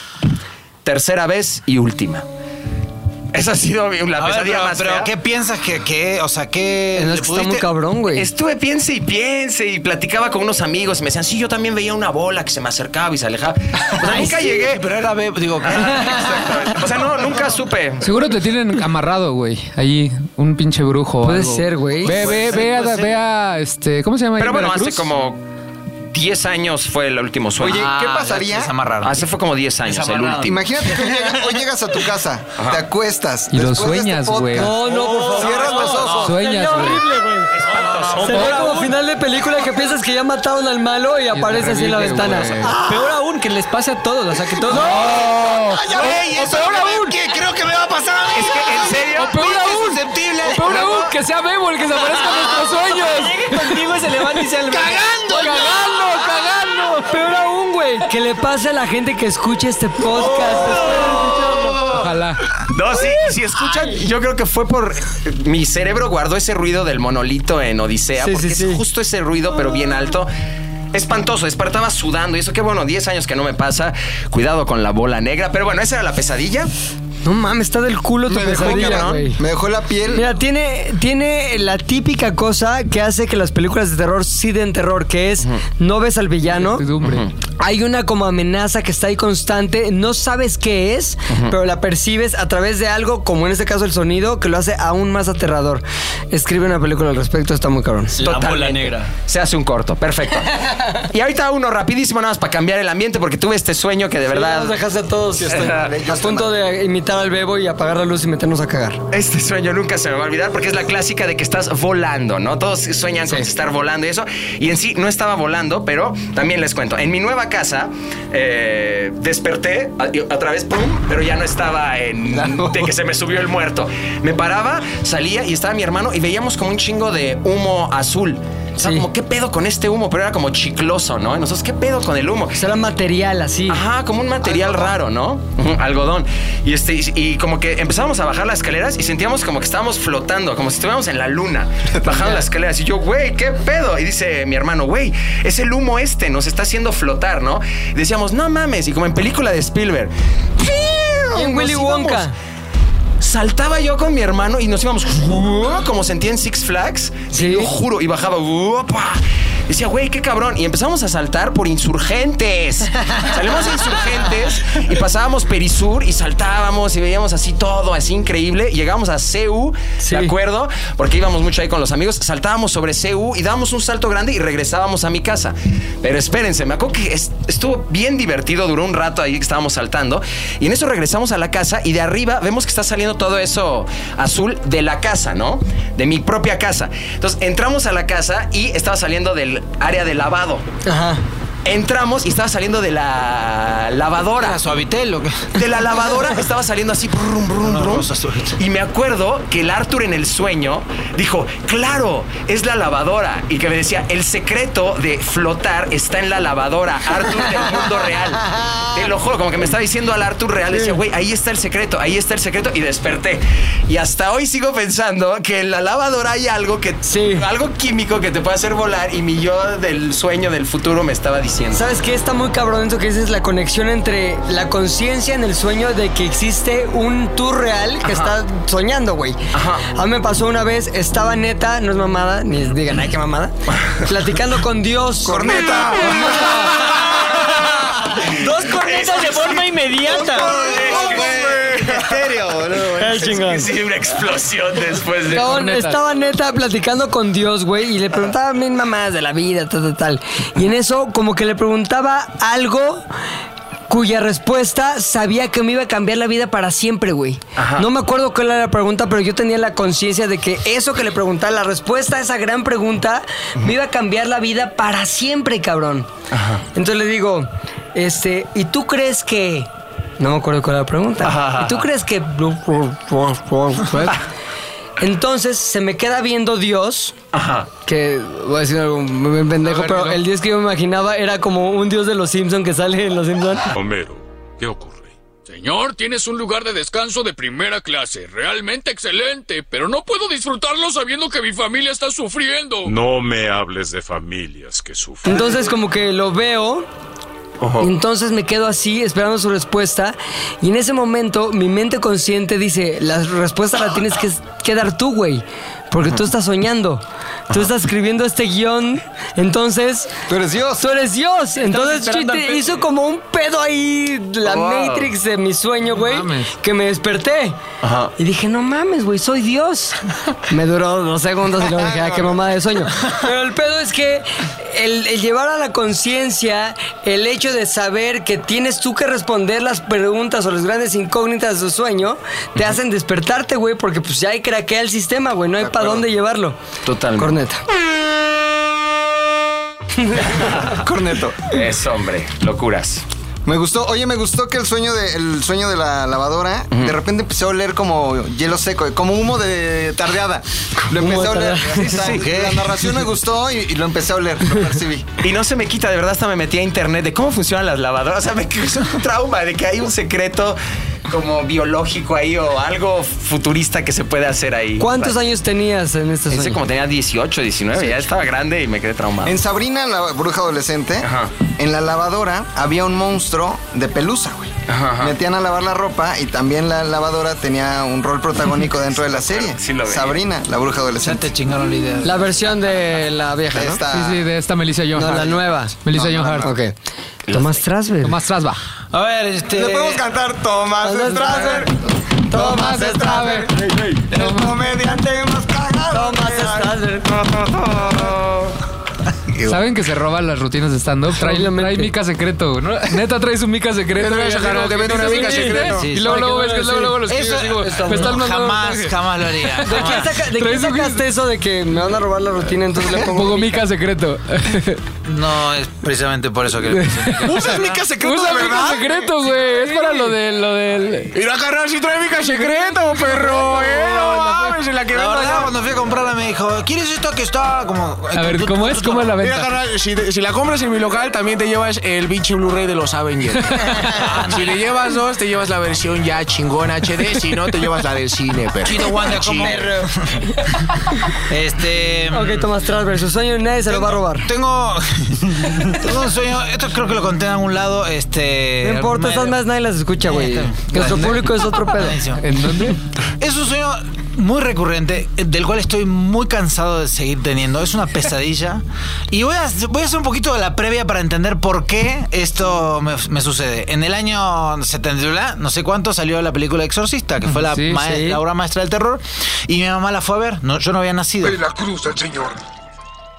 [SPEAKER 1] Tercera vez y última. Esa ha sido mi- la
[SPEAKER 5] A ver,
[SPEAKER 1] pesadilla
[SPEAKER 5] pero,
[SPEAKER 1] más
[SPEAKER 5] pero
[SPEAKER 1] fea.
[SPEAKER 5] ¿qué piensas que, que, o sea, qué
[SPEAKER 2] No,
[SPEAKER 5] le
[SPEAKER 2] es que está muy
[SPEAKER 5] pudiste-
[SPEAKER 2] cabrón, güey.
[SPEAKER 1] Estuve piense y piense y platicaba con unos amigos y me decían, sí, yo también veía una bola que se me acercaba y se alejaba. O sea,
[SPEAKER 5] [laughs] Ay,
[SPEAKER 1] nunca
[SPEAKER 5] sí,
[SPEAKER 1] llegué.
[SPEAKER 5] Pero era bebo, digo,
[SPEAKER 1] Exactamente. O sea, no, nunca supe.
[SPEAKER 4] Seguro te tienen amarrado, güey. Allí, un pinche brujo. o
[SPEAKER 2] Puede
[SPEAKER 4] algo.
[SPEAKER 2] ser, güey.
[SPEAKER 4] Ve, ve,
[SPEAKER 2] Puede
[SPEAKER 4] ve, a, ve a, este, ¿cómo se llama? ahí
[SPEAKER 1] Pero
[SPEAKER 4] en
[SPEAKER 1] bueno, hace
[SPEAKER 4] Veracruz?
[SPEAKER 1] como 10 años fue el último sueño. Ah,
[SPEAKER 7] Oye, ¿qué pasaría?
[SPEAKER 1] Hace fue como 10 años el
[SPEAKER 7] Desamarrado.
[SPEAKER 1] último.
[SPEAKER 7] Imagínate que llega- hoy llegas a tu casa, te acuestas.
[SPEAKER 4] Y lo
[SPEAKER 7] después de este
[SPEAKER 4] sueñas, güey.
[SPEAKER 2] No,
[SPEAKER 7] podcast,
[SPEAKER 2] no, por favor.
[SPEAKER 7] Cierras los ojos.
[SPEAKER 4] Sueñas, güey.
[SPEAKER 2] horrible, güey.
[SPEAKER 1] Espantoso.
[SPEAKER 2] Se ve como final de película que piensas que ya mataron al malo y aparece así en la
[SPEAKER 14] revive,
[SPEAKER 2] ventana. Ah.
[SPEAKER 14] güey.
[SPEAKER 2] Peor aún, que les pase a todos. O sea, que todos.
[SPEAKER 14] ya
[SPEAKER 2] Güey,
[SPEAKER 14] eso creo que, creo que me va a pasar a mí.
[SPEAKER 1] Es que, en serio,
[SPEAKER 14] o peor aún,
[SPEAKER 1] o peor aún,
[SPEAKER 14] que sea Bebo el que se aparezca
[SPEAKER 2] [laughs]
[SPEAKER 14] en nuestros sueños. Llegue contigo y se levante y se al Cagando, cagando, cagando.
[SPEAKER 2] Peor aún, güey, que le pase a la gente que escuche este podcast.
[SPEAKER 4] Ojalá.
[SPEAKER 1] No, sí, si escuchan, yo creo que fue por. Mi cerebro guardó ese ruido del monolito en Odisea,
[SPEAKER 2] Sí,
[SPEAKER 1] porque
[SPEAKER 2] sí,
[SPEAKER 1] es justo ese ruido, pero bien alto. Espantoso, despertaba sudando y eso, qué bueno, 10 años que no me pasa. Cuidado con la bola negra, pero bueno, esa era la pesadilla.
[SPEAKER 2] No mames, está del culo tu
[SPEAKER 1] Me dejó,
[SPEAKER 2] pesadilla,
[SPEAKER 1] cabrón.
[SPEAKER 2] güey.
[SPEAKER 1] Me dejó la piel.
[SPEAKER 7] [laughs]
[SPEAKER 2] Mira, tiene, tiene la típica cosa que hace que las películas de terror sí den terror, que es no ves al villano. Hay una como amenaza que está ahí constante, no sabes qué es, pero la percibes a través de algo, como en este caso el sonido, que lo hace aún más aterrador. Escribe una película al respecto, está muy cabrón.
[SPEAKER 1] Totalmente. Se hace un corto,
[SPEAKER 14] [laughs]
[SPEAKER 1] perfecto. y ahorita uno rapidísimo nada más para cambiar el ambiente porque tuve este sueño que de
[SPEAKER 2] Sí,
[SPEAKER 1] verdad...
[SPEAKER 2] nos dejaste a todos y estoy a punto de imitar al bebo y apagar la luz y meternos a cagar.
[SPEAKER 1] Este sueño nunca se me va a olvidar porque es la clásica de que estás volando, ¿no? Todos sueñan con estar volando y eso. Y en sí no estaba volando, pero también les cuento. En mi nueva casa eh, desperté a, a través, ¡pum! pero ya no estaba en. de que se me subió el muerto. Me paraba, salía y estaba mi hermano y veíamos como un chingo de humo azul. O sea, como, ¿qué pedo con este humo? Pero era como chicloso, ¿no? Y nosotros, ¿qué pedo con el humo?
[SPEAKER 2] Será material así.
[SPEAKER 1] Ajá, como un material raro, ¿no? Ujú, Algodón. Y, este, y- y como que empezábamos a bajar las escaleras y sentíamos como que estábamos flotando, como si estuviéramos en la
[SPEAKER 2] [laughs]
[SPEAKER 1] luna, bajando las escaleras. Y yo, güey, ¿qué pedo? Y dice mi hermano, güey, es el humo este, nos está haciendo flotar, ¿no? Y decíamos, no mames, y como en película de Spielberg.
[SPEAKER 2] Y en
[SPEAKER 1] nos
[SPEAKER 2] Willy
[SPEAKER 1] íbamos.
[SPEAKER 2] Wonka.
[SPEAKER 1] Saltaba yo con mi hermano y nos íbamos uh, como sentía en Six Flags. Sí. Lo juro. Y bajaba. ¡upa! Decía, güey, qué cabrón. Y empezamos a saltar por insurgentes. Salimos a insurgentes y pasábamos Perisur y saltábamos y veíamos así todo, así increíble. Llegábamos a CU, ¿de acuerdo? Porque íbamos mucho ahí con los amigos. Saltábamos sobre CU y dábamos un salto grande y regresábamos a mi casa. Pero espérense, me acuerdo que es- estuvo bien divertido, duró un rato ahí que estábamos saltando. Y en eso regresamos a la casa y de arriba vemos que está saliendo todo eso azul de la casa, ¿no? De mi propia casa. Entonces entramos a la casa y estaba saliendo del área de lavado.
[SPEAKER 2] Ajá.
[SPEAKER 1] Entramos y estaba saliendo de la lavadora.
[SPEAKER 5] suavitel
[SPEAKER 1] De la lavadora estaba saliendo así. brum, brum, brum. Y me acuerdo que el Arthur en el sueño dijo, claro, es la lavadora. Y que me decía, el secreto de flotar está en la lavadora, Arthur del mundo real. Te lo juro, como que me estaba diciendo al Arthur real, decía, güey, ahí está el secreto, ahí está el secreto. Y desperté. Y hasta hoy sigo pensando que en la lavadora hay algo que, algo químico que te puede hacer volar. Y mi yo del sueño del futuro me estaba diciendo.
[SPEAKER 2] ¿Sabes qué? Está muy cabrón eso que dices, la conexión entre la conciencia en el sueño de que existe un tú real que está soñando, güey. A mí me pasó una vez, estaba neta, no es mamada, ni digan, ay, qué mamada, platicando con Dios.
[SPEAKER 1] [laughs]
[SPEAKER 2] [laughs] ¡Corneta! Dos cornetas de forma inmediata.
[SPEAKER 1] Es sí, una explosión después de.
[SPEAKER 2] Cabrón, estaba neta platicando con Dios, güey, y le preguntaba a mis mamás de la vida, tal, tal, tal. Y en eso, como que le preguntaba algo cuya respuesta sabía que me iba a cambiar la vida para siempre, güey. No me acuerdo cuál era la pregunta, pero yo tenía la conciencia de que eso que le preguntaba, la respuesta a esa gran pregunta, me iba a cambiar la vida para siempre, cabrón. Entonces le digo, este, ¿y tú crees que... No me acuerdo cuál era la pregunta. ¿Y tú crees que... Entonces se me queda viendo Dios. Que voy a decir algo muy bien pendejo, pero el Dios que yo me imaginaba era como un Dios de los Simpsons que sale en los Simpsons.
[SPEAKER 19] Homero, ¿qué ocurre? Señor, tienes un lugar de descanso de primera clase, realmente excelente, pero no puedo disfrutarlo sabiendo que mi familia está sufriendo.
[SPEAKER 20] No me hables de familias que sufren.
[SPEAKER 2] Entonces como que lo veo. y entonces me quedo así esperando su respuesta y en ese momento mi mente consciente dice, la respuesta la tienes que, que dar tú, güey, porque tú estás soñando, tú estás escribiendo este guión, entonces... Tú eres Dios. Tú eres Dios. Entonces
[SPEAKER 14] esperando
[SPEAKER 2] chiste,
[SPEAKER 14] al pedo.
[SPEAKER 2] hizo como un pedo ahí, la
[SPEAKER 14] Wow.
[SPEAKER 2] Matrix de mi sueño, güey, que me desperté. Y dije, no mames, güey, soy Dios. Me duró dos segundos y luego dije, ah, qué mamada de sueño. Pero el pedo es que el, el llevar a la conciencia el hecho de saber que tienes tú que responder las preguntas o las grandes incógnitas de tu sueño, te hacen despertarte, güey, porque pues ya hay craquea el sistema, güey, no hay para dónde llevarlo.
[SPEAKER 1] Totalmente.
[SPEAKER 2] Corneta.
[SPEAKER 7] Corneto.
[SPEAKER 1] Es hombre, locuras.
[SPEAKER 7] Me gustó, oye, me gustó que el sueño de, el sueño de la lavadora de repente empezó a oler como hielo seco, como humo de tardeada. Lo
[SPEAKER 1] Humo
[SPEAKER 7] empecé
[SPEAKER 1] de
[SPEAKER 7] a oler.
[SPEAKER 1] tardeada.
[SPEAKER 7] Sí, sí,
[SPEAKER 1] ¿Qué?
[SPEAKER 7] La narración me gustó y, y lo empecé a oler, lo percibí.
[SPEAKER 1] Y no se me quita, de verdad, hasta me metí a internet de cómo funcionan las lavadoras. O sea, me causó un trauma de que hay un secreto como biológico ahí o algo futurista que se puede hacer ahí.
[SPEAKER 2] ¿Cuántos años tenías en este
[SPEAKER 1] Ese
[SPEAKER 2] sueño?
[SPEAKER 1] como tenía 18, 19, ya estaba grande y me quedé traumado.
[SPEAKER 7] En Sabrina, la bruja adolescente, en la lavadora había un monstruo de pelusa, güey. Metían a lavar la ropa y también la lavadora tenía un rol protagónico dentro de la serie. Sabrina, la bruja adolescente.
[SPEAKER 5] te chingaron la idea.
[SPEAKER 2] La versión de la vieja,
[SPEAKER 7] De
[SPEAKER 2] ¿no?
[SPEAKER 7] esta-
[SPEAKER 4] Sí, sí, de esta Melissa John
[SPEAKER 2] No,
[SPEAKER 4] Hart.
[SPEAKER 2] la nueva.
[SPEAKER 4] Melissa
[SPEAKER 2] No,
[SPEAKER 4] John
[SPEAKER 2] no,
[SPEAKER 4] Hart.
[SPEAKER 2] no. Ok. Tomás Strasberg.
[SPEAKER 4] Tomás Strasberg.
[SPEAKER 5] A ver, este.
[SPEAKER 7] Le
[SPEAKER 3] Eh,
[SPEAKER 7] podemos cantar Tomás Strasberg. Tomás Strasberg. El comediante más cagado. Tomás Strasberg.
[SPEAKER 4] ¿Saben que se roban las rutinas de stand-up? Trae, trae mica secreto. ¿no? Neta trae su mica secreto.
[SPEAKER 5] Pero,
[SPEAKER 4] Y
[SPEAKER 5] pero,
[SPEAKER 4] luego-
[SPEAKER 5] te vende una
[SPEAKER 4] Sí,
[SPEAKER 5] mica
[SPEAKER 4] sí,
[SPEAKER 5] secreto.
[SPEAKER 4] sí, Y luego,
[SPEAKER 5] Sí,
[SPEAKER 4] luego
[SPEAKER 5] sí.
[SPEAKER 4] ves que luego, luego lo
[SPEAKER 5] Eso-
[SPEAKER 4] escribes, digo,
[SPEAKER 5] está
[SPEAKER 4] me
[SPEAKER 5] bueno.
[SPEAKER 4] están mandando
[SPEAKER 5] Jamás,
[SPEAKER 4] mensaje.
[SPEAKER 5] jamás lo haría.
[SPEAKER 2] ¿De quién saca- de quién sacaste eso de que me van a robar la rutina, entonces le pongo
[SPEAKER 4] Pongo mica secreto.
[SPEAKER 5] No, es precisamente por eso que le puse.
[SPEAKER 10] ¿Usas mica secreto
[SPEAKER 4] Usa
[SPEAKER 10] de
[SPEAKER 4] mica
[SPEAKER 10] verdad?
[SPEAKER 4] secreto, güey. Es para lo de lo del.
[SPEAKER 10] Ir a agarrar si trae mica secreto, perro, eh. No mames, en la que
[SPEAKER 5] La
[SPEAKER 10] vendo
[SPEAKER 5] verdad,
[SPEAKER 10] allá.
[SPEAKER 5] cuando fui a comprarla me dijo, ¿quieres esto que está como... eh,
[SPEAKER 4] A ver, ¿cómo es? ¿Cómo es la
[SPEAKER 10] Mira,
[SPEAKER 4] venta?
[SPEAKER 10] carnal, si, te- si la compras en mi local, también te llevas el pinche Blu-ray de los Avengers. si le llevas dos, te llevas la versión ya chingona HD. Si no, te llevas la del cine, perro.
[SPEAKER 5] Chido
[SPEAKER 10] [laughs]
[SPEAKER 5] Wanda como perro.
[SPEAKER 2] [laughs]
[SPEAKER 5] Este... mm,
[SPEAKER 2] Ok, Tomás Strasberg, su sueño nadie se lo va a robar.
[SPEAKER 5] Tengo, [laughs] tengo un sueño, esto creo que lo conté en algún lado, este...
[SPEAKER 2] No importa,
[SPEAKER 5] me-
[SPEAKER 2] estas más nadie las escucha, güey.
[SPEAKER 5] está bien.
[SPEAKER 2] Nuestro
[SPEAKER 5] Bueno.
[SPEAKER 2] público es otro pedo.
[SPEAKER 4] ¿En dónde?
[SPEAKER 5] [laughs] Es un sueño muy recurrente, del cual estoy muy cansado de seguir teniendo. Es una
[SPEAKER 4] [laughs]
[SPEAKER 5] pesadilla. Y voy a, voy a hacer un poquito de la previa para entender por qué esto me, me sucede. En el año 70, bla, no sé cuánto, salió la película Exorcista, que fue la,
[SPEAKER 4] Sí,
[SPEAKER 5] ma-
[SPEAKER 4] sí.
[SPEAKER 5] la obra maestra del terror. Y mi mamá la fue a ver. No, yo no había nacido.
[SPEAKER 21] Ve la cruz del Señor.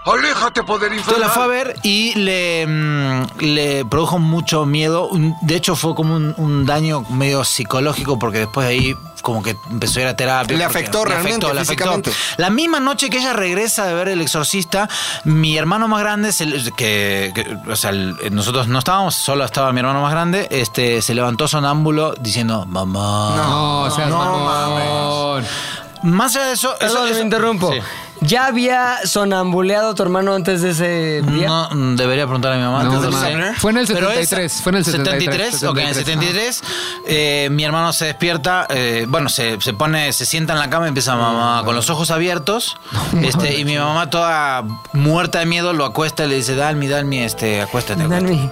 [SPEAKER 21] Aléjate, poder
[SPEAKER 5] Entonces
[SPEAKER 21] infernal.
[SPEAKER 5] la fue a ver y le, mm, le produjo mucho miedo. Un- De hecho, fue como un, un daño medio psicológico porque después de ahí como que empezó a ir a terapia.
[SPEAKER 7] Le
[SPEAKER 5] porque
[SPEAKER 7] afectó realmente, físicamente.
[SPEAKER 5] La misma noche que ella regresa de ver El Exorcista, mi hermano más grande, se le- que, que- o sea, el- nosotros no estábamos, solo estaba mi hermano más grande, este, se levantó sonámbulo diciendo, mamá.
[SPEAKER 4] No, seas mamón.
[SPEAKER 5] Más allá de eso...
[SPEAKER 2] Perdón, me interrumpo. ¿Ya había sonambuleado tu hermano antes de ese día?
[SPEAKER 5] No, mm, debería preguntar a mi mamá.
[SPEAKER 4] No,
[SPEAKER 5] antes del
[SPEAKER 4] mamá.
[SPEAKER 5] examen.
[SPEAKER 4] Fue en el
[SPEAKER 5] Pero
[SPEAKER 4] 73, fue en el 73,
[SPEAKER 5] 73, ok, en el 73. eh, mi hermano se despierta, eh, bueno, se, se pone, se sienta en la cama y empieza mamá con los ojos abiertos. este, y mi mamá toda muerta de miedo lo acuesta y le dice, Dalmi, Dalmi, este, acuéstate.
[SPEAKER 2] Dani.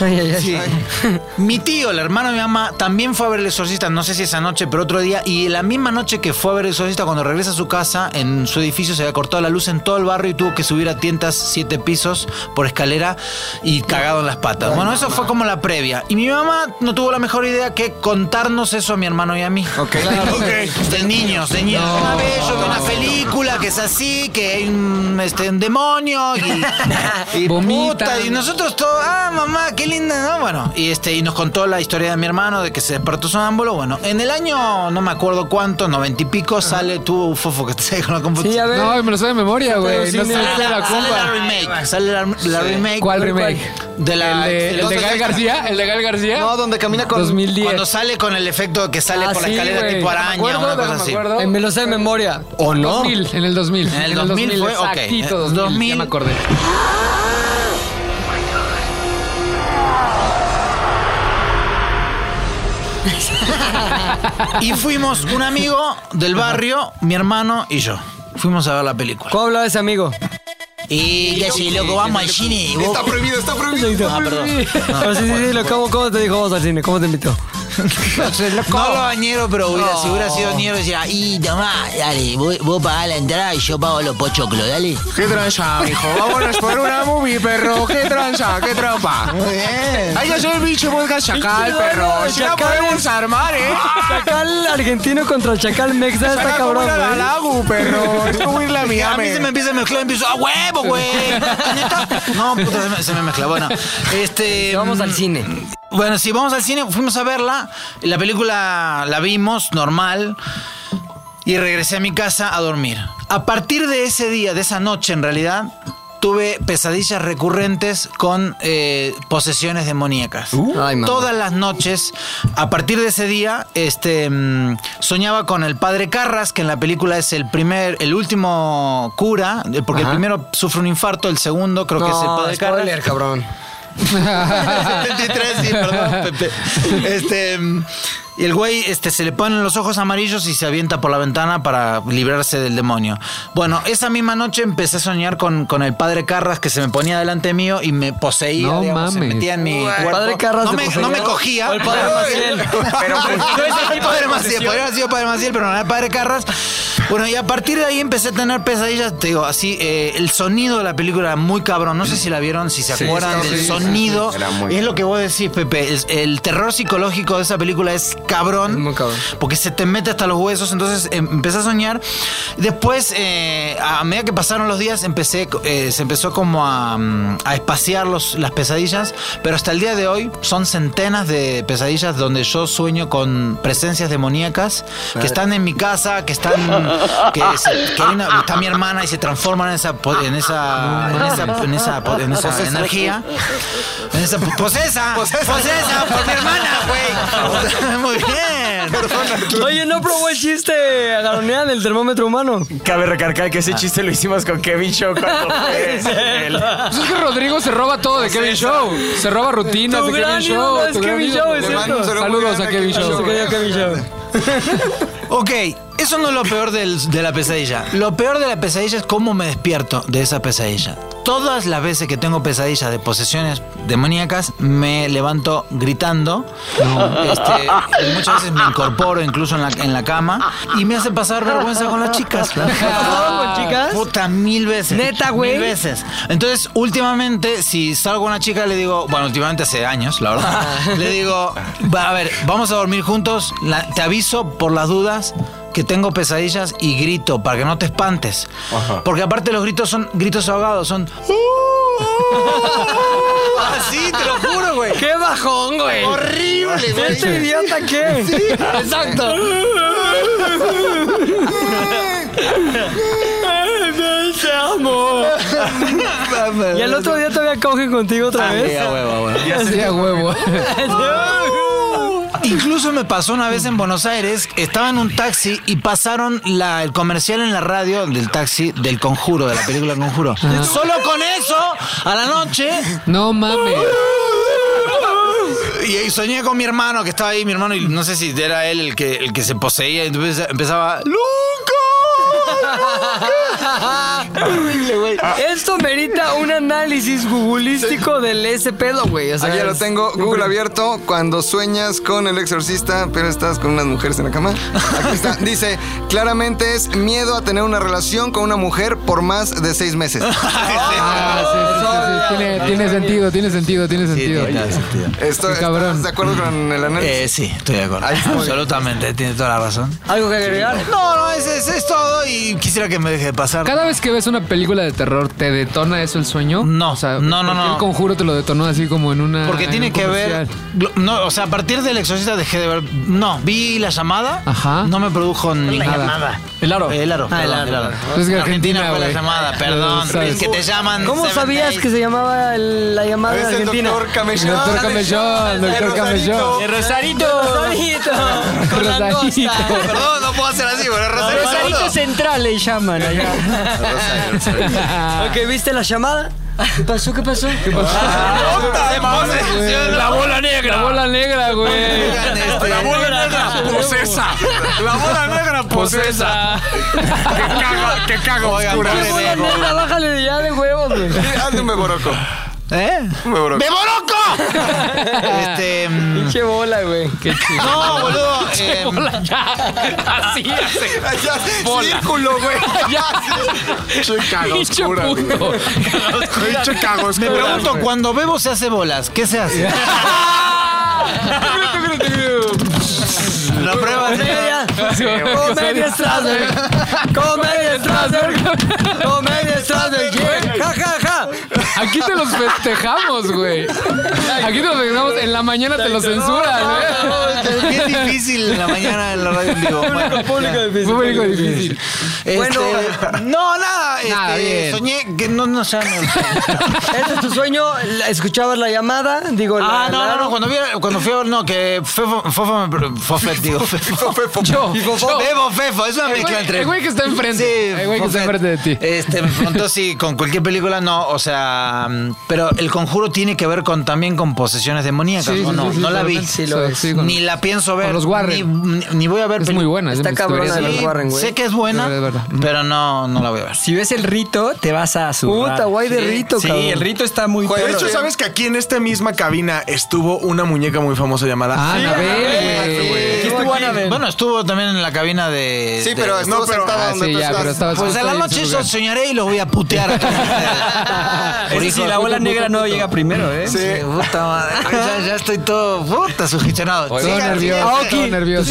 [SPEAKER 2] Ay, ay, ay.
[SPEAKER 5] [laughs] Mi tío, el hermano de mi mamá, también fue a ver el exorcista, no sé si esa noche, pero otro día. Y la misma noche que fue a ver el exorcista, cuando regresa a su casa, en su edificio se había cortado la luz en todo el barrio y tuvo que subir a tientas siete pisos por escalera y cagado en las patas. Bueno, eso fue como la previa. Y mi mamá no tuvo la mejor idea que contarnos eso a mi hermano y a mí. Ok.
[SPEAKER 7] [laughs]
[SPEAKER 5] De niños, de niños. Una vez yo vi una película que es así, que hay un, este, un demonio y...
[SPEAKER 4] [laughs]
[SPEAKER 5] y puta, y nosotros todos, ah, mamá, qué linda, ¿no? Bueno, y este, y nos contó la historia de mi hermano de que se despertó sonámbulo. Bueno, en el año, no me acuerdo cuánto, noventa y pico, sale tu fofo que te sale con la computadora.
[SPEAKER 4] No, me lo sé de memoria, güey. No sé
[SPEAKER 5] Sale
[SPEAKER 4] de la
[SPEAKER 5] la, sale la
[SPEAKER 4] compa.
[SPEAKER 5] remake. Sale la, la remake.
[SPEAKER 4] ¿Cuál remake?
[SPEAKER 5] De la,
[SPEAKER 4] ¿El de- el de
[SPEAKER 5] Entonces,
[SPEAKER 4] Gael García? ¿El de Gael García?
[SPEAKER 5] No, donde camina con.
[SPEAKER 4] 2010.
[SPEAKER 5] Cuando sale con el efecto que sale
[SPEAKER 4] Ah,
[SPEAKER 5] por la
[SPEAKER 4] sí,
[SPEAKER 5] escalera
[SPEAKER 4] güey.
[SPEAKER 5] tipo araña,
[SPEAKER 4] Me acuerdo,
[SPEAKER 5] una cosa
[SPEAKER 4] me
[SPEAKER 5] así.
[SPEAKER 4] acuerdo.
[SPEAKER 2] Me lo sé de memoria.
[SPEAKER 5] ¿O no?
[SPEAKER 4] 2000, en el 2000.
[SPEAKER 5] En el 2000 fue, ok.
[SPEAKER 4] Exactito,
[SPEAKER 5] En
[SPEAKER 4] 2000, ya
[SPEAKER 5] 2000.
[SPEAKER 4] me acordé.
[SPEAKER 5] Y fuimos un amigo del barrio, mi hermano y yo. Fuimos a ver la película.
[SPEAKER 2] ¿Cómo hablaba ese amigo?
[SPEAKER 5] Y que si loco vamos al cine. vos-
[SPEAKER 7] Está prohibido, está prohibido.
[SPEAKER 5] Ah, perdón.
[SPEAKER 2] Pero sí, sí, sí, lo- ¿cómo, cómo te dijo vos al cine? ¿Cómo te invitó?
[SPEAKER 5] No lo bañero, pero hubiera, si hubiera sido niero, decía, y tomá, dale, vos, vos pagás la entrada y yo pago los pochoclos, dale.
[SPEAKER 10] ¿Qué tranza, Ah, mijo? Vámonos por una movie, perro. ¿Qué tranza? ¿Qué trampa?
[SPEAKER 5] Muy bien.
[SPEAKER 10] Hay que hacer el pinche podcast chacal,
[SPEAKER 2] Pinche
[SPEAKER 10] perro.
[SPEAKER 2] duelo,
[SPEAKER 10] Si la
[SPEAKER 2] chacal.
[SPEAKER 10] podemos armar, ¿eh?
[SPEAKER 2] Chacal argentino contra el chacal mexa está
[SPEAKER 10] Saca
[SPEAKER 2] cabrón.
[SPEAKER 10] como ir a la
[SPEAKER 2] güey.
[SPEAKER 10] Lagu, perro. Es como irle a
[SPEAKER 5] A
[SPEAKER 10] Miami.
[SPEAKER 5] mí se me empieza a mezclar, empiezo, ¡ah, huevo,
[SPEAKER 2] [laughs]
[SPEAKER 5] güey! ¿Neta? No, puta, se me, se me mezcla. Bueno, este.
[SPEAKER 2] Vamos al
[SPEAKER 5] mm,
[SPEAKER 2] cine.
[SPEAKER 5] Bueno, si vamos al cine, fuimos a verla. La película la vimos, normal. Y regresé a mi casa a dormir. A partir de ese día, de esa noche en realidad, tuve pesadillas recurrentes con eh, posesiones demoníacas.
[SPEAKER 2] Uh. Ay, mamá.
[SPEAKER 5] Todas las noches, a partir de ese día, este, mm, soñaba con el padre Carras, que en la película es el primer, el último cura, eh, porque
[SPEAKER 2] Ajá.
[SPEAKER 5] el primero sufre un infarto, el segundo creo que es el
[SPEAKER 2] No,
[SPEAKER 5] padre Carras.
[SPEAKER 2] spoiler, cabrón.
[SPEAKER 5] 23, sí, perdón, Pepe. Este. mm, Y el güey este, se le ponen los ojos amarillos y se avienta por la ventana para librarse del demonio. Bueno, esa misma noche empecé a soñar con, con el padre Carras que se me ponía delante mío y me poseía.
[SPEAKER 4] No
[SPEAKER 5] digamos, Se
[SPEAKER 4] mames.
[SPEAKER 5] metía en mi
[SPEAKER 4] Uy, el
[SPEAKER 5] cuerpo.
[SPEAKER 4] padre Carras
[SPEAKER 5] no
[SPEAKER 4] te
[SPEAKER 5] me,
[SPEAKER 4] poseía.
[SPEAKER 5] no me cogía.
[SPEAKER 4] O el padre Maciel.
[SPEAKER 5] [laughs] Pero
[SPEAKER 4] pues,
[SPEAKER 5] no es el
[SPEAKER 4] tipo de
[SPEAKER 5] padre Maciel.
[SPEAKER 4] posesión.
[SPEAKER 5] Podría haber sido padre Maciel, pero no era el padre Carras. Bueno, y a partir de ahí empecé a tener pesadillas. Te digo, así, eh, el sonido de la película era muy cabrón. No sé si la vieron, si se
[SPEAKER 1] Sí,
[SPEAKER 5] acuerdan
[SPEAKER 1] sí,
[SPEAKER 5] del
[SPEAKER 1] sí,
[SPEAKER 5] sonido.
[SPEAKER 1] sí, era muy
[SPEAKER 5] Y es lo que vos decís, Pepe. El, el terror psicológico de esa película es cabrón. Porque se te mete hasta los huesos. Entonces em- empecé a soñar. Después, eh, a medida que pasaron los días, empecé, eh, se empezó como a, mm, a espaciar los- las pesadillas. Pero hasta el día de hoy son centenas de pesadillas donde yo sueño con presencias demoníacas que
[SPEAKER 1] Madre.
[SPEAKER 5] están en mi casa, que están. [laughs] que, se- que hay una- está mi hermana y se transforman en esa. po- en esa. en esa. en esa, en esa
[SPEAKER 1] Posesa.
[SPEAKER 5] energía. En esa po- posesa. Posesa. por mi hermana, güey. Muy bien.
[SPEAKER 2] Oye, no probó el chiste, agaronean del termómetro humano.
[SPEAKER 1] Cabe recargar que ese chiste lo hicimos con Kevin Show
[SPEAKER 3] [laughs]
[SPEAKER 1] cuando fue
[SPEAKER 4] Sí.
[SPEAKER 1] el-
[SPEAKER 4] Pues es que Rodrigo se roba todo de Kevin Show. Se roba rutinas
[SPEAKER 1] Tu
[SPEAKER 4] de
[SPEAKER 1] gran
[SPEAKER 4] Kevin
[SPEAKER 1] ídolo
[SPEAKER 4] Show.
[SPEAKER 1] es
[SPEAKER 4] tu gran
[SPEAKER 1] Kevin
[SPEAKER 4] ídolo.
[SPEAKER 1] Show, es
[SPEAKER 4] Le mando un
[SPEAKER 5] cierto.
[SPEAKER 4] saludo Saludos a Kevin Show.
[SPEAKER 5] Ok, eso no es lo peor del- de la pesadilla. Lo peor de la pesadilla es cómo me despierto de esa pesadilla. Todas las veces que tengo pesadillas de posesiones demoníacas, me levanto gritando. Este, y muchas veces me incorporo incluso en la, en la cama y me hace pasar vergüenza con las chicas. [laughs]
[SPEAKER 2] con chicas?
[SPEAKER 5] Puta, mil veces.
[SPEAKER 2] Neta, güey.
[SPEAKER 5] Mil veces. Entonces, últimamente, si salgo con una chica, le digo, bueno, últimamente hace años, la verdad,
[SPEAKER 2] Ah.
[SPEAKER 5] le digo, va, a ver, vamos a dormir juntos, la- te aviso por las dudas que tengo pesadillas y grito para que no te espantes. Porque aparte los gritos son gritos ahogados, son...
[SPEAKER 2] Uh,
[SPEAKER 5] Así, te lo juro, güey.
[SPEAKER 2] Qué bajón, güey.
[SPEAKER 5] Horrible, güey.
[SPEAKER 2] ¿Este idiota qué?
[SPEAKER 5] Sí, exacto.
[SPEAKER 2] Te amo. y al otro día todavía coge contigo otra
[SPEAKER 5] Ah,
[SPEAKER 2] vez.
[SPEAKER 5] ya, huevo, huevo.
[SPEAKER 4] Ya sí, a huevo. [laughs]
[SPEAKER 5] Incluso me pasó una vez en Buenos Aires, estaba en un taxi y pasaron la- el comercial en la radio del taxi del Conjuro, de la película El Conjuro. Solo con eso, a la noche.
[SPEAKER 4] No mames.
[SPEAKER 5] Y, ahí soñé con mi hermano que estaba ahí, mi hermano, y no sé si era él el que, el que se poseía, y entonces empezaba.
[SPEAKER 2] Esto merita un análisis googlístico del ese pedo, güey. O sea,
[SPEAKER 7] Aquí ya lo
[SPEAKER 2] es-
[SPEAKER 7] tengo, Google abierto. Cuando sueñas con el exorcista, pero estás con unas mujeres en la cama.
[SPEAKER 5] [laughs]
[SPEAKER 7] Aquí está. Dice, claramente es miedo a tener una relación con una mujer por más de seis
[SPEAKER 5] [laughs]
[SPEAKER 7] meses.
[SPEAKER 4] Ah, sí, sí, sí, sí. Tiene, tiene sentido, tiene sentido, tiene sentido.
[SPEAKER 7] Estoy, ¿Estás de acuerdo con el análisis?
[SPEAKER 5] Eh, sí, estoy de acuerdo.
[SPEAKER 7] Ahí está.
[SPEAKER 5] Absolutamente, tiene toda la razón.
[SPEAKER 2] ¿Algo que agregar?
[SPEAKER 5] No, no, ese- ese es todo y quisiera que me deje de pasar.
[SPEAKER 4] Cada vez que ves una película de terror, ¿te detona eso el sueño? No, o sea,
[SPEAKER 5] no, no,
[SPEAKER 4] ¿por qué
[SPEAKER 5] no.
[SPEAKER 4] El conjuro te lo detonó así como en una.
[SPEAKER 5] Porque
[SPEAKER 4] en
[SPEAKER 5] tiene
[SPEAKER 4] un
[SPEAKER 5] que ver.
[SPEAKER 4] comercial.
[SPEAKER 5] lo- No, o sea, a partir del exorcista dejé de ver. No, vi la llamada. No me produjo ninguna.
[SPEAKER 4] llamada.
[SPEAKER 5] El aro. El aro.
[SPEAKER 4] Ah, el
[SPEAKER 5] perdón,
[SPEAKER 4] aro.
[SPEAKER 5] el aro.
[SPEAKER 4] Es que Argentina,
[SPEAKER 5] Argentina fue la
[SPEAKER 4] güey.
[SPEAKER 5] llamada, perdón.
[SPEAKER 4] Pero,
[SPEAKER 5] Es que te llaman.
[SPEAKER 2] ¿Cómo
[SPEAKER 5] seven
[SPEAKER 2] sabías
[SPEAKER 5] days.
[SPEAKER 2] que se llamaba el- la llamada de
[SPEAKER 5] Es el
[SPEAKER 2] Ah, Argentina?
[SPEAKER 5] doctor Camellón. El doctor
[SPEAKER 7] [laughs]
[SPEAKER 5] Camellón, el doctor
[SPEAKER 2] Camellón.
[SPEAKER 5] Camellón.
[SPEAKER 2] El Rosarito. Rosarito. Con langosta.
[SPEAKER 5] Perdón, no puedo hacer así, bueno, Rosario.
[SPEAKER 14] Rosarito
[SPEAKER 2] Central le llaman allá. ok, ¿viste la llamada? ¿Qué pasó? ¿Qué pasó? Ah, ¿Qué pasó?
[SPEAKER 4] La bola negra. La bola negra, güey.
[SPEAKER 5] este,
[SPEAKER 14] La bola negra posesa. La bola negra posesa.
[SPEAKER 2] Que
[SPEAKER 14] caga, que caga oscura.
[SPEAKER 2] ¿Qué bola negra? Bájale ya de huevos, güey.
[SPEAKER 7] Hazme un beboroco.
[SPEAKER 5] ¿Eh?
[SPEAKER 7] Un beboroco.
[SPEAKER 5] Este.
[SPEAKER 2] Pinche bola, güey. Qué chido.
[SPEAKER 5] No, boludo.
[SPEAKER 14] Che,
[SPEAKER 5] eh,
[SPEAKER 14] bola, ya. Así hace.
[SPEAKER 7] Círculo, güey. [laughs]
[SPEAKER 14] Che, caga
[SPEAKER 5] Pinche
[SPEAKER 14] oscura,
[SPEAKER 5] puto.
[SPEAKER 14] güey. Caga oscura.
[SPEAKER 5] Me pregunto, cuando bebo se hace bolas, ¿qué se hace? La prueba
[SPEAKER 2] Comedia.
[SPEAKER 5] Sí, güey.
[SPEAKER 2] Comedia Strasberg. Comedia Strasberg. Comedia Strasberg. Yeah. Ja, ja, ja.
[SPEAKER 4] Aquí te los festejamos, güey. Aquí te los festejamos. En la mañana te los censuran,
[SPEAKER 14] ¿eh?
[SPEAKER 4] ¿eh?
[SPEAKER 5] Es
[SPEAKER 4] güey.
[SPEAKER 5] bien difícil en la mañana en la radio en vivo. Bueno, ya.
[SPEAKER 4] Público difícil.
[SPEAKER 5] Bueno, no, nada.
[SPEAKER 2] Nada,
[SPEAKER 5] este,
[SPEAKER 2] bien.
[SPEAKER 5] soñé que no nos han.
[SPEAKER 2] ¿Ese es tu sueño? ¿La- ¿Escuchabas la llamada? Digo, la-
[SPEAKER 5] Ah, no,
[SPEAKER 2] la-
[SPEAKER 5] no, no, cuando, vi, cuando fui a no, que Fefo, Fofo me, Fofet, digo, Fefo, Fefo,
[SPEAKER 4] Yo,
[SPEAKER 5] Fefo,
[SPEAKER 4] yo.
[SPEAKER 5] Fefo, Fefo, es una
[SPEAKER 4] El
[SPEAKER 5] mezcla
[SPEAKER 4] güey-
[SPEAKER 5] entre.
[SPEAKER 4] el güey que está enfrente, el güey que está
[SPEAKER 5] Fofet.
[SPEAKER 4] enfrente de ti.
[SPEAKER 5] Este, me preguntó si con cualquier película no, o sea, mm, pero el conjuro tiene que ver con también con posesiones demoníacas,
[SPEAKER 4] Sí,
[SPEAKER 5] ¿o
[SPEAKER 4] sí,
[SPEAKER 5] no?
[SPEAKER 4] sí, sí,
[SPEAKER 5] no la vi,
[SPEAKER 4] totalmente. Sí, lo es. Sí, con-
[SPEAKER 5] ni la pienso ver,
[SPEAKER 4] con los Warren.
[SPEAKER 5] ni, ni voy a ver.
[SPEAKER 4] Es
[SPEAKER 5] peli-
[SPEAKER 4] muy buena. es de
[SPEAKER 5] Está
[SPEAKER 4] mis
[SPEAKER 5] cabrona
[SPEAKER 4] favoritas.
[SPEAKER 5] de los Warren, güey. Sé que es buena,
[SPEAKER 4] De verdad.
[SPEAKER 5] pero no, no la voy a ver.
[SPEAKER 14] Si ves el rito, te vas a zurrar.
[SPEAKER 2] Puta, guay de rito,
[SPEAKER 14] Sí,
[SPEAKER 2] cabrón.
[SPEAKER 14] el rito está muy
[SPEAKER 10] Güey, de
[SPEAKER 14] perro.
[SPEAKER 10] hecho, ¿sabes que aquí en esta misma cabina estuvo una muñeca muy famosa llamada
[SPEAKER 4] Ah, Anabel,
[SPEAKER 10] Anabel,
[SPEAKER 4] güey.
[SPEAKER 10] güey.
[SPEAKER 5] Bueno, estuvo también en la cabina de.
[SPEAKER 7] Sí,
[SPEAKER 5] de-
[SPEAKER 7] pero estuvo sentada
[SPEAKER 4] Ah,
[SPEAKER 7] donde
[SPEAKER 4] sí,
[SPEAKER 7] tú
[SPEAKER 4] ya,
[SPEAKER 7] estás.
[SPEAKER 4] pero estabas
[SPEAKER 5] Pues a
[SPEAKER 4] justo
[SPEAKER 5] la
[SPEAKER 4] ahí en su
[SPEAKER 5] noche
[SPEAKER 4] lugar.
[SPEAKER 5] eso soñaré y los voy a putear. a todos
[SPEAKER 4] [laughs]
[SPEAKER 5] ustedes.
[SPEAKER 14] Por si la bola negra no llega primero, ¿eh?
[SPEAKER 5] Sí, puta
[SPEAKER 4] [laughs]
[SPEAKER 5] madre. Ya, ya estoy todo puta sugestionado.
[SPEAKER 4] Todo
[SPEAKER 5] Sigan,
[SPEAKER 4] nervioso,
[SPEAKER 5] sigan.
[SPEAKER 4] todo nervioso.